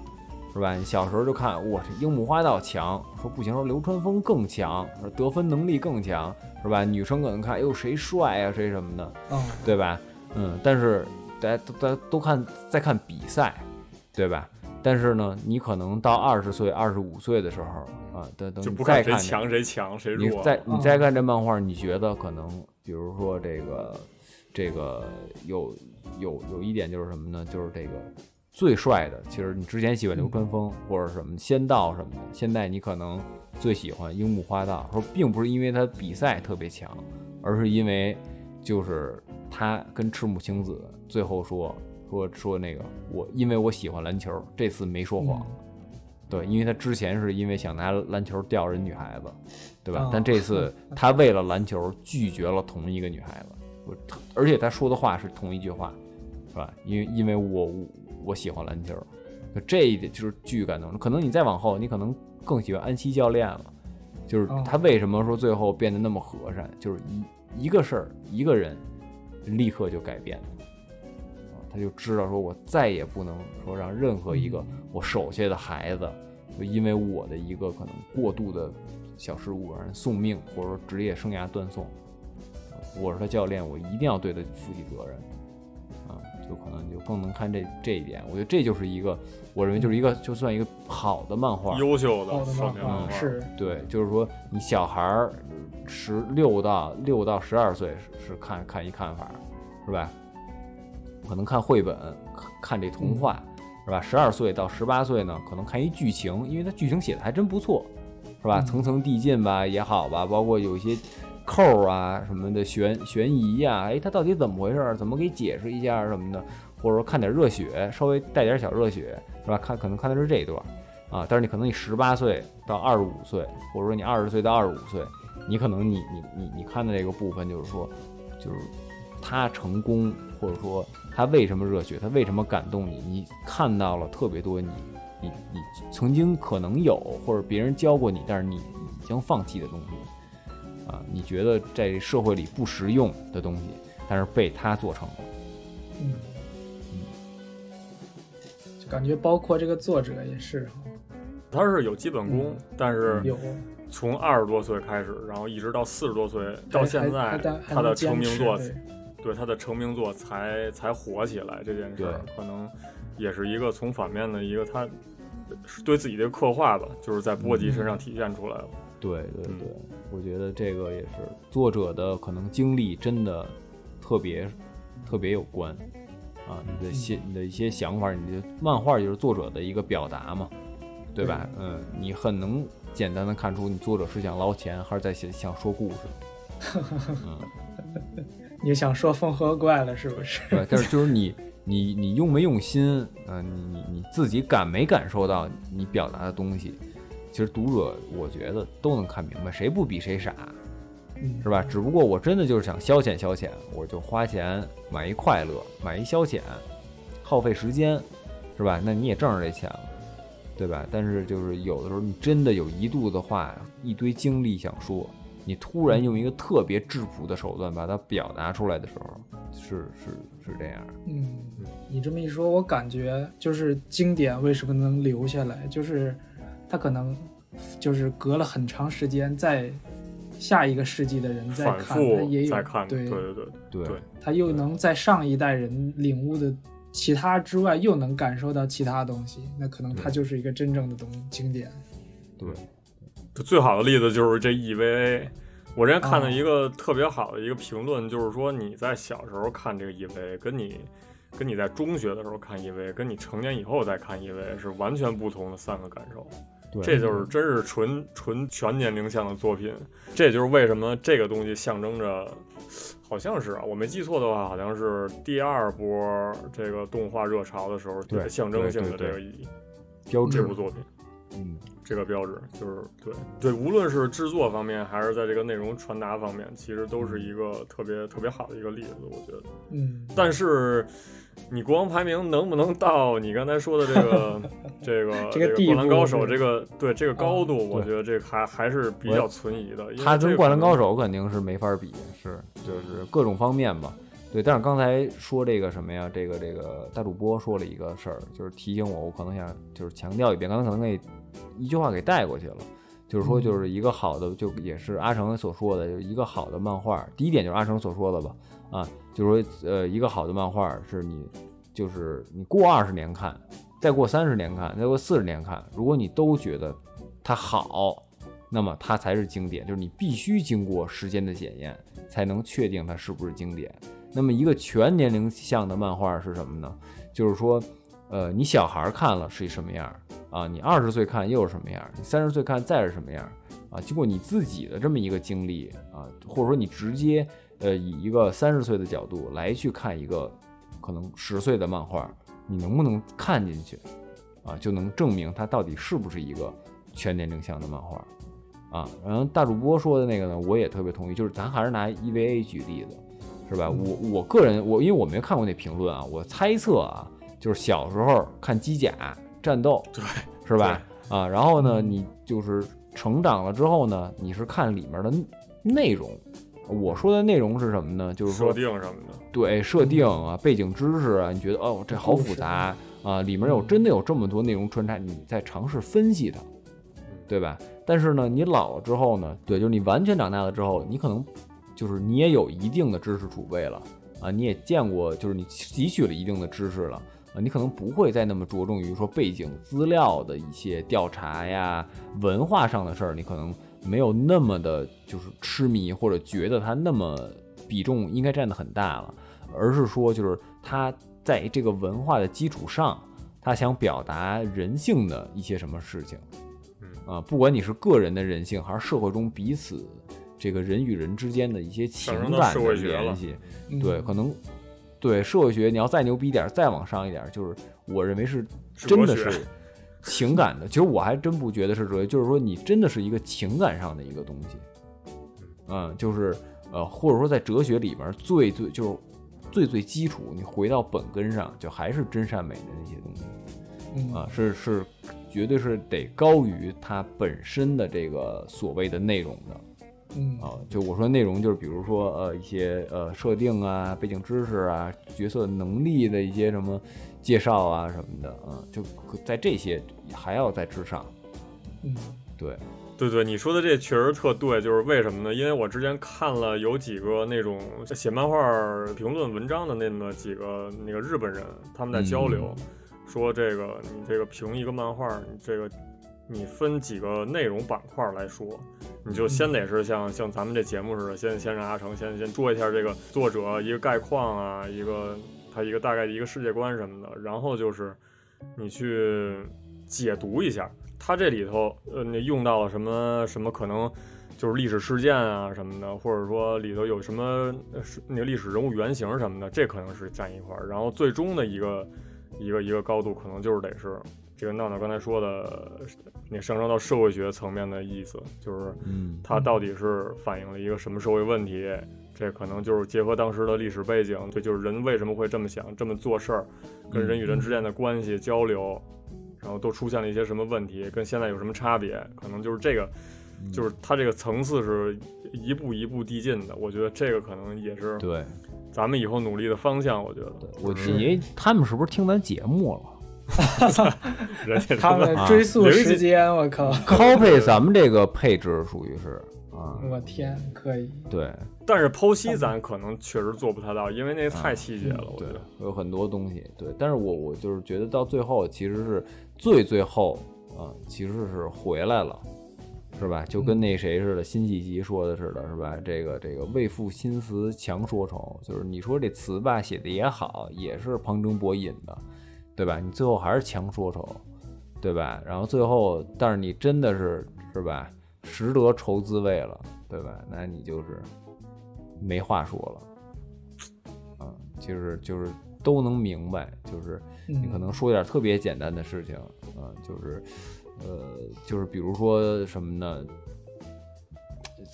C: 是吧？你小时候就看，哇，这樱木花道强，说不行，说流川枫更强，说得分能力更强，是吧？女生可能看，哎呦谁帅啊，谁什么的，
D: 哦，
C: 对吧？嗯，但是大家都大家都看在看比赛，对吧？但是呢，你可能到二十岁、二十五岁的时候啊，等等
B: 就
C: 你
B: 不
C: 再
B: 谁
C: 看这
B: 强谁强谁
C: 你
B: 弱，
C: 再你
D: 嗯
C: 再看这漫画，你觉得可能，比如说这个这个有有有一点就是什么呢？就是这个最帅的，其实你之前喜欢流川枫或者什么仙道什么的，现在你可能最喜欢樱木花道，说并不是因为他比赛特别强，而是因为就是他跟赤木晴子最后说说说那个我因为我喜欢篮球，这次没说谎。对，因为他之前是因为想拿篮球吊人女孩子，对吧？
D: 哦
C: 但这次 他为了篮球拒绝了同一个女孩子，我而且他说的话是同一句话，是吧？因为因为我我喜欢篮球，就这一点就是巨感动。可能你再往后，你可能更喜欢安西教练了，就是
D: 哦
C: 他为什么说最后变得那么和善，就是一一个事儿一个人立刻就改变了。啊他就知道说，我再也不能说让任何一个我手下的孩子，就因为我的一个可能过度的小失误而送命，或者说职业生涯断送。啊我是他教练，我一定要对他负起责任。啊，就可能就更能看这这一点。我觉得这就是一个，我认为就是一个，就算一个好的漫画，
B: 优秀
D: 好
B: 的
D: 的
B: 少
D: 漫
B: 年漫
D: 画
B: 画
D: 是，
C: 对，嗯就是说你小孩儿十六到六到十二岁是是看看一看法儿，是吧？可能看绘本，看看这童话，是吧？十二岁到十八岁呢，可能看一剧情，因为它剧情写的还真不错，是吧？
D: 嗯
C: 层层递进吧也好吧，包括有一些扣儿啊什么的悬悬疑呀、哎，它到底怎么回事儿？怎么给解释一下儿什么的？或者说看点热血，稍微带点小热血，是吧？看可能看的是这一段儿啊，但是你可能你十八岁到二十五岁，或者说你二十岁到二十五岁，你可能你你你你看的这个部分就是说，就是他成功，或者说他为什么热血，他为什么感动你，你看到了特别多你你你曾经可能有或者别人教过你，但是你已经放弃的东西，啊，你觉得在社会里不实用的东西，但是被他做成了。
D: 嗯，就感觉包括这个作者也是哈，
B: 他是有基本功，但是
D: 嗯有
B: 从二十多岁开始，然后一直到四十多岁，到
D: 还
B: 现
D: 还
B: 在
D: 还在还
B: 他的成
D: 能坚
B: 名
D: 持
B: 作，
D: 对
B: 对他的成名作才才火起来这件事儿，
C: 对
B: 可能也是一个从反面的一个他是对自己的刻画吧，就是在
C: 嗯
B: 波吉身上体现出来了。
C: 对对
B: 嗯
C: 对，我觉得这个也是作者的可能经历真的特别特别有关啊，你的些你的一些想法，你的漫画就是作者的一个表达嘛，对吧？嗯，你很能简单的看出你作者是想捞钱还是在想想说故事，嗯，
D: 你想说缝合怪了是不是？
C: 对吧？但是就是你你你呃用没用心，嗯、你你你自己感没感受到你表达的东西，其实读者我觉得都能看明白，谁不比谁傻，
D: 嗯
C: 是吧？只不过我真的就是想消遣消遣，我就花钱买一快乐，买一消遣，耗费时间，是吧？那你也挣着这钱了，对吧？但是就是有的时候你真的有一肚子话，一堆经历想说，你突然用一个特别质朴的手段把它表达出来的时候，是是是这样。
D: 嗯，你这么一说，我感觉就是经典为什么能留下来，就是它可能就是隔了很长时间，在下一个世纪的人再
B: 反
D: 看，它
B: 复
D: 也有
B: 再看，
D: 对，
B: 对对，
C: 对
B: 对
D: 它又能在上一代人领悟的其他之外，又能感受到其他东西，那可能它就是一个真正的东经典。
C: 对，
B: 就最好的例子就是这 EVA。我之前
C: 哦
B: 看到一个特别好的一个评论，就是说你在小时候看这个 EVA，跟你跟你在中学的时候看 EVA，跟你成年以后再看 EVA 是完全不同的三个感受。
C: 对
B: 这就是真是纯纯全年龄向的作品，这就是为什么这个东西象征着，好像是啊，我没记错的话，好像是第二波这个动画热潮的时候，
C: 对
B: 象征性的
C: 对
B: 这
C: 对
B: 个意义
C: 标
B: 这
C: 志
B: 部，作品。
C: 嗯，
B: 这个标志，就是对对，无论是制作方面，还是在这个内容传达方面，其实都是一个特别特别好的一个例子，我觉得。
D: 嗯，
B: 但是，你国王排名能不能到你刚才说的这 个这个
D: 这个地
B: 《灌篮
D: 步
B: 高
D: 是
B: 手》
D: 吧
B: 这个对这个高度，我
C: 啊对
B: 觉得这个还还是比
C: 我
B: 较存疑的。因为
C: 他
B: 这
C: 跟
B: 个
C: 《灌篮
B: 可能
C: 高手》肯定是没法比，是就是各种方面吧。对，但是刚才说这个什么呀？这个这个大主播说了一个事儿，就是提醒我，我可能想就是强调一遍，刚才可能给一句话给带过去了，就是说就是一个好的，就也是阿成所说的，就是一个好的漫画，第一点就是阿成所说的吧，啊，就是说呃，一个好的漫画是你就是你过二十年看，再过三十年看，再过四十年看，如果你都觉得它好，那么它才是经典。就是你必须经过时间的检验，才能确定它是不是经典。那么一个全年龄向的漫画是什么呢？就是说，呃，你小孩看了是什么样儿啊？你二十岁看又是什么样儿？你三十岁看再是什么样儿啊？经过你自己的这么一个经历啊，或者说你直接呃以一个三十岁的角度来去看一个可能十岁的漫画，你能不能看进去啊，就能证明它到底是不是一个全年龄向的漫画啊。然后大主播说的那个呢，我也特别同意，就是咱还是拿 EVA 举例子，是吧？
B: 嗯
C: 我我个人我因为我没看过那评论啊，我猜测啊，就是小时候看机甲战斗，
B: 对
C: 是吧？啊，然后呢，你就是成长了之后呢，你是看里面的内容。我说的内容是什么呢？就是说
B: 设定什么的，
C: 对设定啊、背景知识啊，你觉得哦，这好复杂啊，里面有真的有这么多内容穿插，你在尝试分析它，对吧？但是呢，你老了之后呢，对，就是你完全长大了之后，你可能就是你也有一定的知识储备了啊，你也见过，就是你汲取了一定的知识了。啊，你可能不会再那么着重于说背景资料的一些调查呀、文化上的事儿，你可能没有那么的，就是痴迷或者觉得它那么比重应该占得很大了，而是说就是它在这个文化的基础上，它想表达人性的一些什么事情。
B: 嗯
C: 啊，不管你是个人的人性，还是社会中彼此这个人与人之间的一些情
B: 上升到
C: 感
B: 社
C: 的
B: 会学
C: 联
B: 了
C: 系，
D: 嗯
C: 对，可能对社会学，你要再牛逼一点儿，再往上一点儿，就是我认为是
B: 是
C: 真
B: 哲
C: 的
B: 学
C: 是情感的。其实我还真不觉得是哲学，就是说你真的是一个情感上的一个东西，嗯，就是呃，或者说在哲学里面最最就是最最基础，你回到本根上，就还是真善美的那些东西。
D: 嗯
C: 啊，是是，绝对是得高于它本身的这个所谓的内容的
D: 嗯
C: 啊。就我说内容，就是比如说呃一些呃设定啊、背景知识啊、角色能力的一些什么介绍啊什么的啊，就可在这些还要在之上。
D: 嗯
C: 对，
B: 对对，你说的这确实特对，就是为什么呢？因为我之前看了有几个那种写漫画评论文章的那么几个那个日本人，他们在交流，说这个你这个评一个漫画，你这个你分几个内容板块来说，你就先得是像像咱们这节目似的，先先让阿成先先做一下这个作者一个概况啊，一个他一个大概的一个世界观什么的，然后就是你去解读一下，它这里头呃，你用到了什么什么可能就是历史事件啊什么的，或者说里头有什么呃是那个历史人物原型什么的，这可能是占一块儿。然后最终的一个一个一个高度，可能就是得是这个闹闹刚才说的，你上升到社会学层面的意思，就是
C: 嗯
B: 它到底是反映了一个什么社会问题？这可能就是结合当时的历史背景，对，就是人为什么会这么想、这么做事儿，跟人与
C: 嗯
B: 人之间的关系交流，然后都出现了一些什么问题，跟现在有什么差别？可能就是这个，
C: 嗯
B: 就是它这个层次是一步一步递进的。我觉得这个可能也是
C: 对，
B: 咱们以后努力的方向。我觉得，
C: 我
B: 就是
C: 以为他们是不是听咱节目 了
B: 人 家
D: 他们
C: 啊
D: 追溯
B: 有一
D: 时
B: 些
D: 间，我靠！
C: ，copy 咱们这个配置属于是啊，
D: 我天，可以，
C: 对
B: 但是剖析咱可能确实做不太到，因为那太细节了。我觉
C: 啊嗯对
B: 得，，
C: 有很多东西对，但是我我就是觉得到最后其实是最最后啊，其实是回来了。是吧？就跟那谁似的，辛弃疾说的似的，是吧？这个这个“为赋新词强说愁”，就是你说这词吧，写的也好，也是旁征博引的，对吧？你最后还是强说愁，对吧？然后最后，但是你真的是是吧？识得愁滋味了，对吧？那你就是没话说了，啊，就是就是都能明白，就是你可
D: 嗯
C: 能说点特别简单的事情，啊，就是呃，就是比如说什么呢？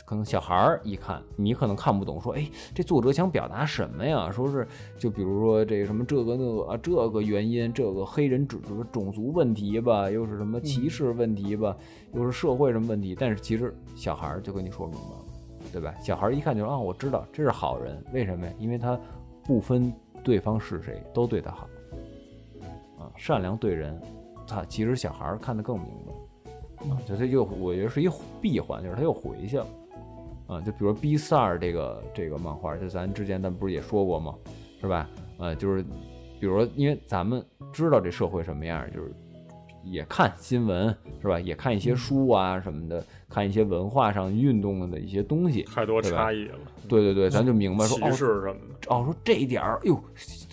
C: 可能小孩儿一看，你可能看不懂，说，哎，这作者想表达什么呀？说是，就比如说这个什么这个那个啊，这个原因，这个黑人种族种族问题吧，又是什么歧视问题吧，又是社会什么问题？但是其实小孩儿就跟你说明白了，对吧？小孩儿一看就说啊，我知道这是好人，为什么呀？因为他不分对方是谁，都对他好，啊，善良对人，他其实小孩儿看得更明白。啊，就他又我觉得是一闭环，就是他又回去了。啊，就比如 B 三二这个这个漫画，就咱之前咱不是也说过吗？是吧？呃，就是比如说，因为咱们知道这社会什么样，就是也看新闻是吧？也看一些书啊什么的，看一些文化上运动的一些东西。
B: 太多
C: 对吧
B: 差异了，
C: 对对对，咱就明白说
B: 歧
C: 哦，
B: 视什么的。
C: 哦，说这一点儿，哎呦，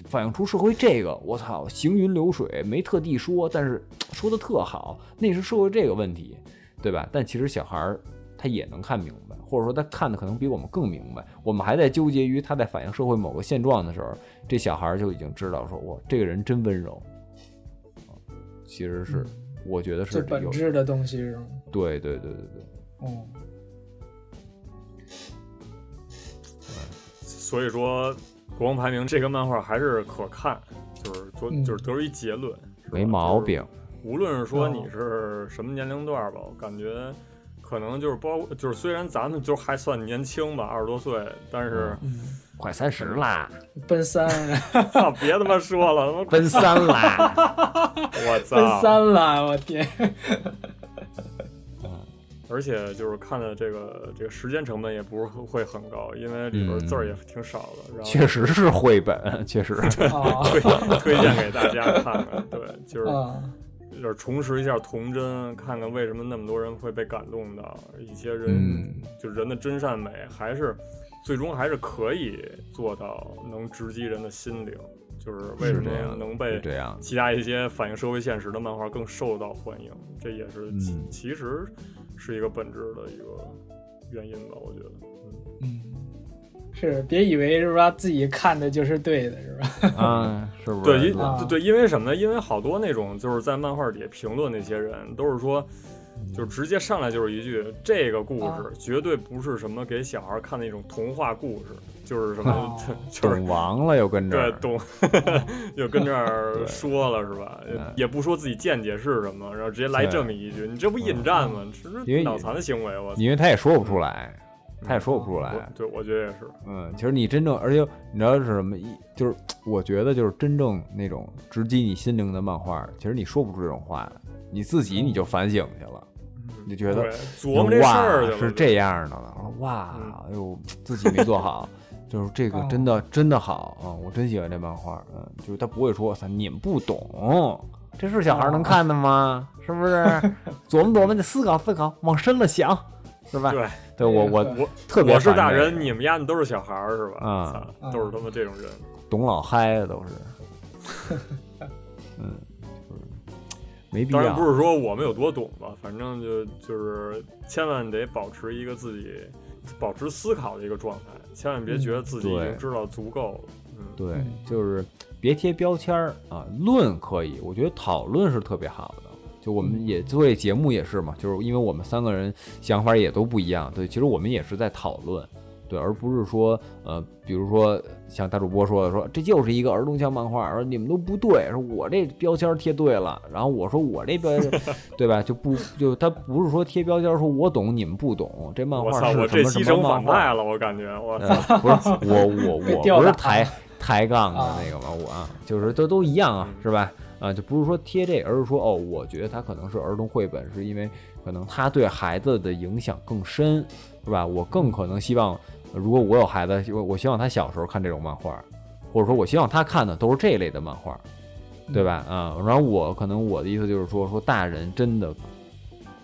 C: 反映出社会这个，我操，行云流水，没特地说，但是说的特好，那是社会这个问题，对吧？但其实小孩儿他也能看明白，或者说他看的可能比我们更明白。我们还在纠结于他在反映社会某个现状的时候，这小孩儿就已经知道说，哇，这个人真温柔。其实是，我觉得是
D: 最本
C: 有，
D: 质的东西是吗？
C: 对对对对对，
D: 哦，
B: 所以说，《国王排名》这个漫画还是可看，就是说
D: 嗯
B: 就是得出一结论，是吧
C: 没毛。病。
B: 就是无论是说你是什么年龄段吧，我感觉可能就是包括就是虽然咱们就还算年轻吧，二十多岁，但是
D: 嗯，
C: 快三十啦，
D: 奔三，
B: 操，别他妈说了， 他妈
C: 奔三啦。
B: 我 操，
D: 奔三了，我天，
B: 而且就是看的这个这个时间成本也不是会很高，因为里边字儿也挺少的，然后
C: 嗯确实是绘本，确实
D: 啊
B: 推推荐给大家看看。对，就是
D: 啊，
B: 就是重拾一下童真，看看为什么那么多人会被感动到，一些人、
C: 嗯
B: 就人的真善美还是最终还是可以做到能直击人的心灵，就是为什
C: 是这样
B: 么能被
C: 是这样
B: 其他一些反映社会现实的漫画更受到欢迎，这也是其、
C: 嗯
B: 其实是一个本质的一个原因吧，我觉得。嗯
D: 嗯，是，别以为是吧，自己看的就是对的，是吧？
C: 啊，是不是？
B: 对，因、
D: 啊
B: 对，因为什么呢？因为好多那种就是在漫画底下评论那些人，都是说，
C: 嗯
B: 就是直接上来就是一句，这个故
D: 啊
B: 事绝对不是什么给小孩看的那种童话故事，就是什么，
D: 哦
B: 就是
C: 懂王了又跟着，
B: 对，懂， 就跟这 儿说了是吧？
C: 哦嗯
B: 也也不说自己见解是什么，然后直接来
C: 对嗯
B: 这么一句，你这不引战
D: 嗯
B: 吗？这
C: 因
B: 是
C: 为
B: 脑残的行为，我操！
C: 因为他也说不出来，他也说不出来
B: 我。对，我觉得也是，
C: 嗯，其实你真正，而且你知道是什么？一就是我觉得就是真正那种直击你心灵的漫画，其实你说不出这种话来，你自己你就反省去了，你就觉得
B: 嗯对琢磨这事儿去
C: 哇
B: 了，
C: 是这样的了。我说哇，
B: 嗯
C: 哎呦，自己没做好，就是这个真
B: 哦
C: 的真的好啊、嗯我真喜欢这漫画。嗯，就是他不会说，操，你们不懂， 这是小孩能看的吗？是 不是？琢磨琢磨，得思考思考，往深了想，是吧？
B: 对，
C: 对我我
D: 对
B: 我
C: 特别
B: 我是
C: 烦
B: 大
C: 这个
B: 人，你们丫的都是小孩儿是吧？
C: 啊
B: 操都是他妈这种人。
C: 懂老嗨的都是， 嗯，就是没必
B: 当然
C: 要。
B: 不是说我们有多懂吧，反正就就是千万得保持一个自己保持思考的一个状态，千万别觉得自己已
C: 嗯对
B: 经知道足够了。嗯，
C: 对
D: 嗯，
C: 就是别贴标签儿啊。论可以，我觉得讨论是特别好的。就我们也做这节目也是嘛，就是因为我们三个人想法也都不一样，对，其实我们也是在讨论，对，而不是说呃，比如说像大主播说的，说这就是一个儿童向漫画，说你们都不对，说我这标签贴对了，然后我说我这边对吧，就不就他不是说贴标签，说我懂你们不懂，这漫
B: 我
C: 画
B: 操，我
C: 是
B: 这
C: 什
B: 牺
C: 么什
B: 牲
C: 么漫
B: 反
C: 画
B: 派。了，我感觉 我操，
C: 呃，不是我我
D: 被
C: 我
D: 吊
C: 不是
D: 打
C: 抬抬杠的
D: 啊
C: 那个嘛，我啊，就是都都一样啊
B: 嗯，
C: 是吧？啊，就不是说贴这个，而是说哦，我觉得它可能是儿童绘本，是因为可能它对孩子的影响更深，是吧？我更可能希望，呃如果我有孩子，我我希望他小时候看这种漫画，或者说我希望他看的都是这类的漫画，对吧？
D: 嗯
C: 啊，然后我可能我的意思就是说，说大人真的。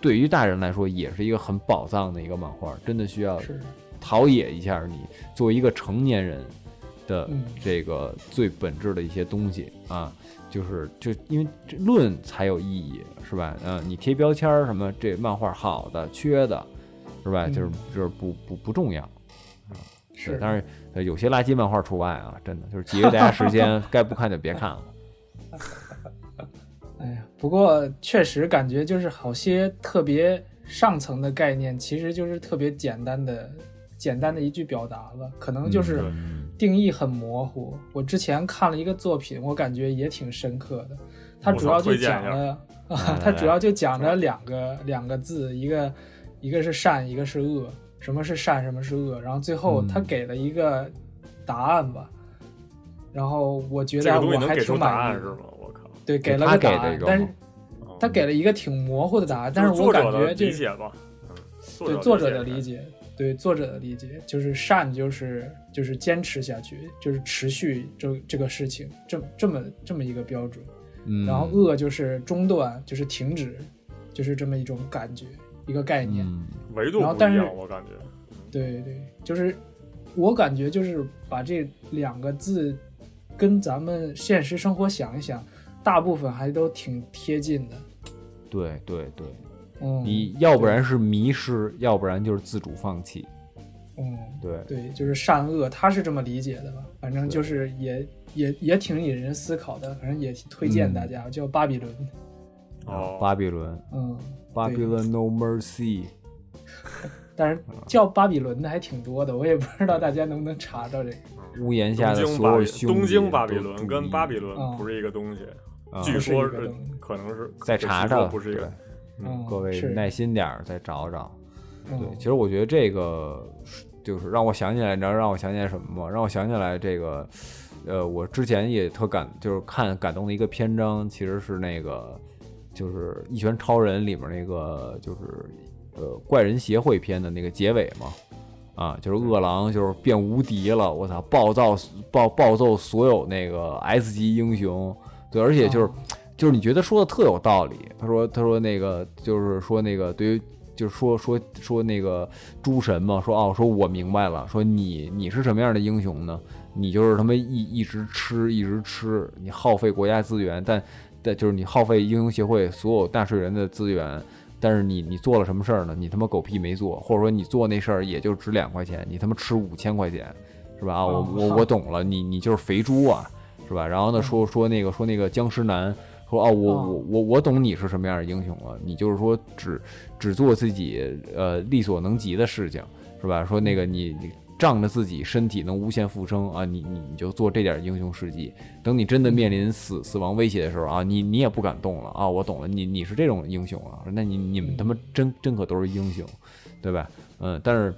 C: 对于大人来说，也是一个很宝藏的一个漫画，真的需要
D: 是
C: 陶冶一下你作为一个成年人的
D: 嗯
C: 这个最本质的一些东西啊，就是就因为这论才有意义，是吧？嗯、你贴标签儿什么，这漫画好的、缺的，是吧？就是
D: 嗯
C: 就是不不不重要。对
D: 是，
C: 当然呃有些垃圾漫画除外啊，真的就是节 约大家时间，该不看就别看 了。
D: 哎呀，不过确实感觉就是好些特别上层的概念，其实就是特别简单的、简单的一句表达了，可能就是
C: 嗯嗯
D: 定义很模糊。我之前看了一个作品，我感觉也挺深刻的，它
B: 我
D: 主
B: 操
D: 要就
B: 推荐一
D: 讲
B: 下
D: 了，
C: 来
D: 啊，
C: 来
D: 它主要就讲了两个两个字，一个一个是善，一个是恶，什么是善，什么是恶，然后最后
C: 嗯
D: 他给了一个答案吧。然后我觉
B: 这
D: 得
B: 个东西
D: 我
B: 能
D: 还
B: 给出
D: 挺
B: 答
D: 满
B: 案
D: 意
B: 是
D: 的
B: 吗，？我靠，
D: 对，给了
C: 他
D: 个
C: 给
D: 答
C: 的一
D: 案，
C: 个
D: 但
C: 吗
D: 是他给了一个挺模糊的答案，但
B: 就是
D: 我
B: 作
D: 感
B: 者的
D: 觉这
B: 理解吧，嗯，
D: 对
B: 作
D: 作者的
B: 解
D: 理解，对作者的理解就是善就是就是坚持下去，就是持续这这个事情，这这么这么一个标准。
C: 嗯，
D: 然后恶就是中断，就是停止，就是这么一种感觉，一个概念。
C: 嗯
B: 维度
D: 然后
B: 不
D: 但
B: 一
D: 是
B: 样，我感觉
D: 对对，就是我感觉就是把这两个字跟咱们现实生活想一想，大部分还都挺贴近的。
C: 对对对，
D: 嗯，
C: 你要不然是迷失，要不然就是自主放弃。
D: 嗯。
C: 对，
D: 对，就是善恶，他是这么理解的吧？反正就是也也也挺引人思考的，反正也推荐
C: 嗯
D: 大家、叫《巴比伦》。
C: 啊
B: 哦，
C: 巴比伦，
D: 嗯，
C: 巴比伦 No Mercy。
D: 但是叫巴比伦的还挺多的，我也不知道大家能不能查到这个。
C: 屋檐下
B: 东
C: 的
B: 京
C: 所
B: 巴
C: 有
B: 比
C: 兄弟
B: 东京巴
C: 都
B: 比伦
C: 注
B: 跟
C: 意
B: 巴比伦
D: 嗯
B: 不是一个东西，
C: 啊
B: 据
D: 不是一
B: 说
D: 个
B: 是
D: 东西
B: 可能是
C: 再
B: 这
C: 查
B: 据说
C: 查，
B: 不是一个
C: 对
D: 嗯，
C: 各位
D: 是
C: 耐心点儿再找找。
D: 嗯、
C: 对，其实我觉得这个是就是让我想起来，你知道让我想起来什么吗？让我想起来这个，呃，我之前也特感就是看感动的一个篇章，其实是那个就是《一拳超人》里面那个就是呃怪人协会篇的那个结尾嘛。啊，就是饿狼就是变无敌了，我操，暴躁暴暴揍所有那个 S 级英雄，对，而且就是、
D: 哦
C: 就是你觉得说的特有道理。他说他说那个就是说那个对于就是说说说那个诸神嘛，说哦说我明白了，说你你是什么样的英雄呢？你就是他妈一一直吃一直吃，你耗费国家资源，但但就是你耗费英雄协会所有纳税人的资源，但是你你做了什么事儿呢？你他妈狗屁没做，或者说你做那事儿也就值两块钱，你他妈吃五千块钱，是吧？啊，我
D: 哦
C: 我我懂了，你你就是肥猪啊，是吧？然后呢，说说那个说那个僵尸男。说哦，我
D: 哦
C: 我我我懂你是什么样的英雄了，你就是说只只做自己呃力所能及的事情，是吧？说那个你你仗着自己身体能无限复生啊，你你你就做这点英雄事迹。等你真的面临死死亡威胁的时候啊，你你也不敢动了啊！我懂了，你你是这种英雄啊，那你你们他妈真真可都是英雄，对吧？嗯，但是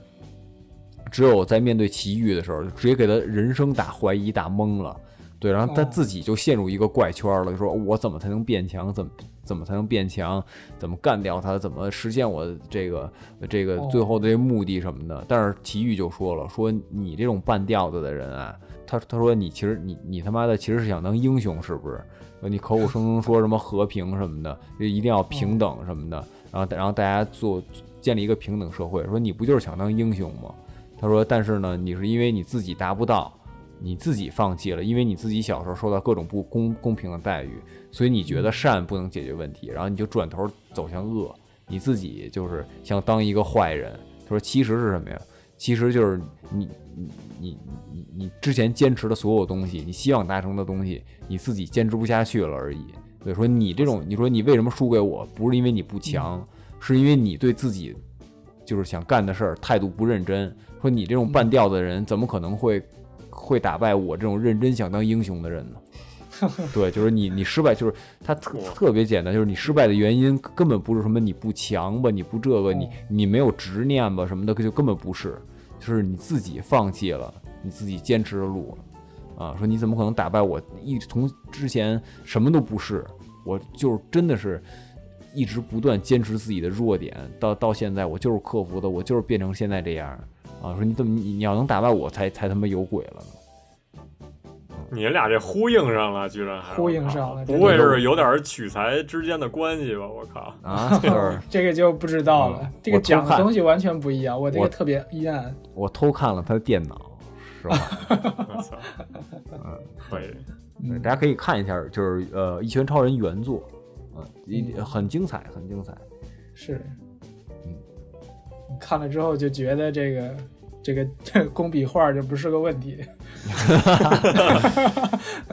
C: 只有在面对奇遇的时候，就直接给他人生打怀疑、打懵了。对，然后他
D: 哦
C: 自己就陷入一个怪圈了，就说我怎么才能变强？怎么怎么才能变强？怎么干掉他？怎么实现我的这个这个
D: 哦
C: 最后的这目的什么的？但是奇遇就说了，说你这种半吊子的人啊，他他说你其实你你他妈的其实是想当英雄是不是？你口口声声说什么和平什么的，就一定要平等什么的，然后然后大家做建立一个平等社会，说你不就是想当英雄吗？他说，但是呢，你是因为你自己达不到，你自己放弃了，因为你自己小时候受到各种不公公平的待遇，所以你觉得善不能解决问题，然后你就转头走向恶，你自己就是想当一个坏人。他说，其实是什么呀？其实就是你你你你你之前坚持的所有东西，你希望达成的东西，你自己坚持不下去了而已。对，说你这种，你说你为什么输给我？不是因为你不强，是因为你对自己就是想干的事儿态度不认真。说你这种半吊子的人，怎么可能会会打败我这种认真想当英雄的人呢？ 对，就是你，你失败就是他特
B: 哇
C: 特别简单，就是你失败的原因根本不是什么你不强吧，你不这个，你
D: 哦
C: 你没有执念吧什么的，就根本不是，就是你自己放弃了你自己坚持的路，啊，说你怎么可能打败我？一从之前什么都不是，我就是真的是一直不断坚持自己的弱点，到到现在我就是克服的，我就是变成现在这样啊。说你怎么你你要能打败我才才他妈有鬼了呢？
B: 你俩这呼应上了，居然还
D: 呼应上了
B: 我靠不会是有点取材之间的关系吧？我靠！
C: 啊，就是
D: 这个就不知道了
C: 嗯。
D: 这个
C: 我偷
D: 讲的
C: 看
D: 东西完全不一样，我这
C: 我
D: 个特别阴暗。
C: 我偷看了他的电脑，是吧？
B: 我操，可以，
D: 嗯
C: 大家可以看一下，就是呃《一拳超人》原作，啊，一
D: 嗯
C: 很精彩，很精彩。
D: 是
C: 嗯，
D: 看了之后就觉得这个这个 工笔画就不是个问题。嗯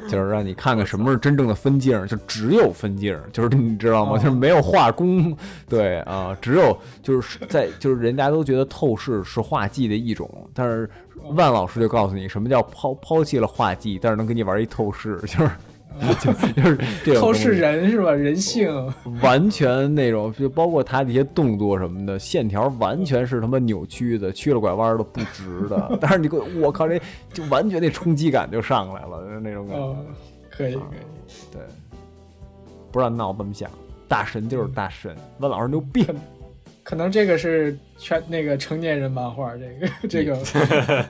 C: 就是让你看看什么是真正的分镜，就只有分镜，就是你知道吗？
D: 哦
C: 就是没有画工，对啊，只有就是在就是人家都觉得透视是画技的一种，但是万老师就告诉你什么叫抛抛弃了画技，但是能给你玩一透视， 就是就就是这种
D: 透
C: 东西
D: 视人是吧？人
C: 哦
D: 性，
C: 完全那种，就包括他的一些动作什么的，线条完全是他妈扭曲的，曲了拐弯的，不直的。 但是你给我我靠，这就完全那冲击感就上来了，就是那种感觉。
D: 哦，可
C: 啊
D: 以可以，
C: 对，不知道闹怎么想，大神就是大神，万老师牛逼。
D: 可能这个是全那个成年人漫画，这
C: 嗯
D: 个 这个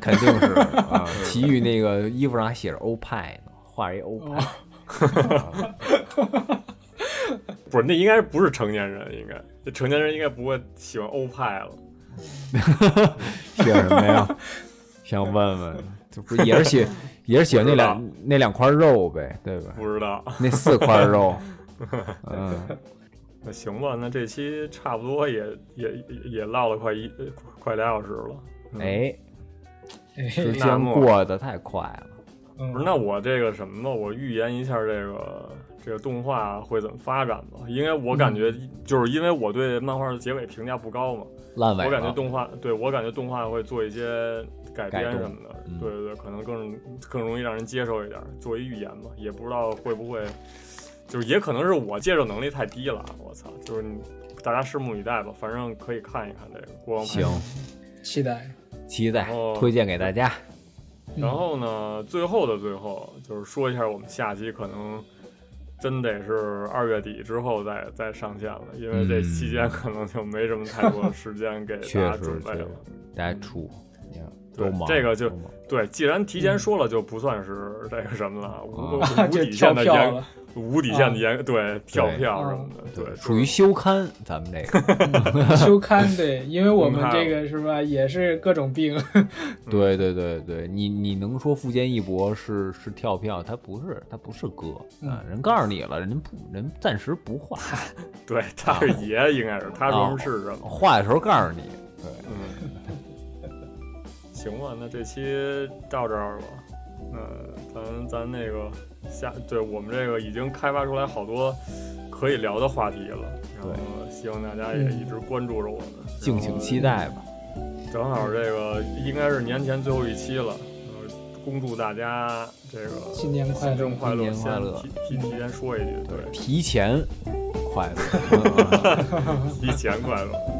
C: 肯定 是啊。奇遇那个衣服上还写着欧派呢，画着一欧派。
B: 不是那应该不是成年人，应该成年人应该不会喜欢欧派了。
C: 写什么呀？ 想问问，这不是也是 写也是写那
B: 不
C: 两那两块肉呗，对吧？
B: 不知道，
C: 那四块 肉，嗯。
B: 那行吧，那这期差不多也也也也唠了快一呃快俩小时了。
C: 哎，
D: 哎
C: 时
B: 那
C: 间
B: 么
C: 过得太快了。
D: 嗯
B: 不是，那我这个什么吧，我预言一下这个这个动画会怎么发展吧，因为我感
D: 嗯
B: 觉就是因为我对漫画的结尾评价不高嘛，
C: 烂尾
B: 我感觉
C: 了，
B: 动画对我感觉动画会做一些改编
C: 啊改动
B: 什么的，
C: 嗯
B: 对对对，可能更更容易让人接受一点，做一预言吧，也不知道会不会，就是也可能是我接受能力太低了，我操，就是你大家拭目以待吧，反正可以看一看这个国王
C: 行，
D: 期待，
C: 期待
B: 然后
C: 推荐给大家。
B: 然后呢，最后的最后，就是说一下我们下期可能真得是二月底之后再再上线了，因为这
C: 嗯
B: 期间可能就没什么太多时间给
C: 确
B: 大家
C: 实
B: 准备
C: 确
B: 了
C: 实。大家出，
B: 对
C: 都忙
B: 这个就
C: 都忙
B: 对，既然提前说了，就不算是这个什么了，无
D: 嗯
B: 无
D: 就
B: 底
D: 跳
B: 线的
D: 票
B: 延
D: 了，
B: 无底线的延对跳票什么的，对，
C: 对，属于休刊，咱们这嗯个，
D: 休刊对，因为我
B: 公
D: 们
B: 开
D: 这个是吧，也是各种病，
C: 对对对对，你你能说富坚义博是是跳票？他不是，他不是哥啊，人告诉你了，人不人暂时不画，
B: 对， 他是爷应该是，他说
C: 哦
B: 是什么？
C: 画的时候告诉你，
B: 嗯，行吧，那这期到这儿吧。嗯，咱咱那个下，对我们这个已经开发出来好多可以聊的话题了。然后希望大家也一直关注着我们，
C: 敬请期。待吧。
B: 正好这个应该是年前最后一期了，嗯，恭祝大家这个
D: 新年快
B: 新
D: 乐
B: 春快乐，
C: 新年快乐
B: 先提提提 前说一句，对，
C: 提前快乐，嗯
B: 提前快乐。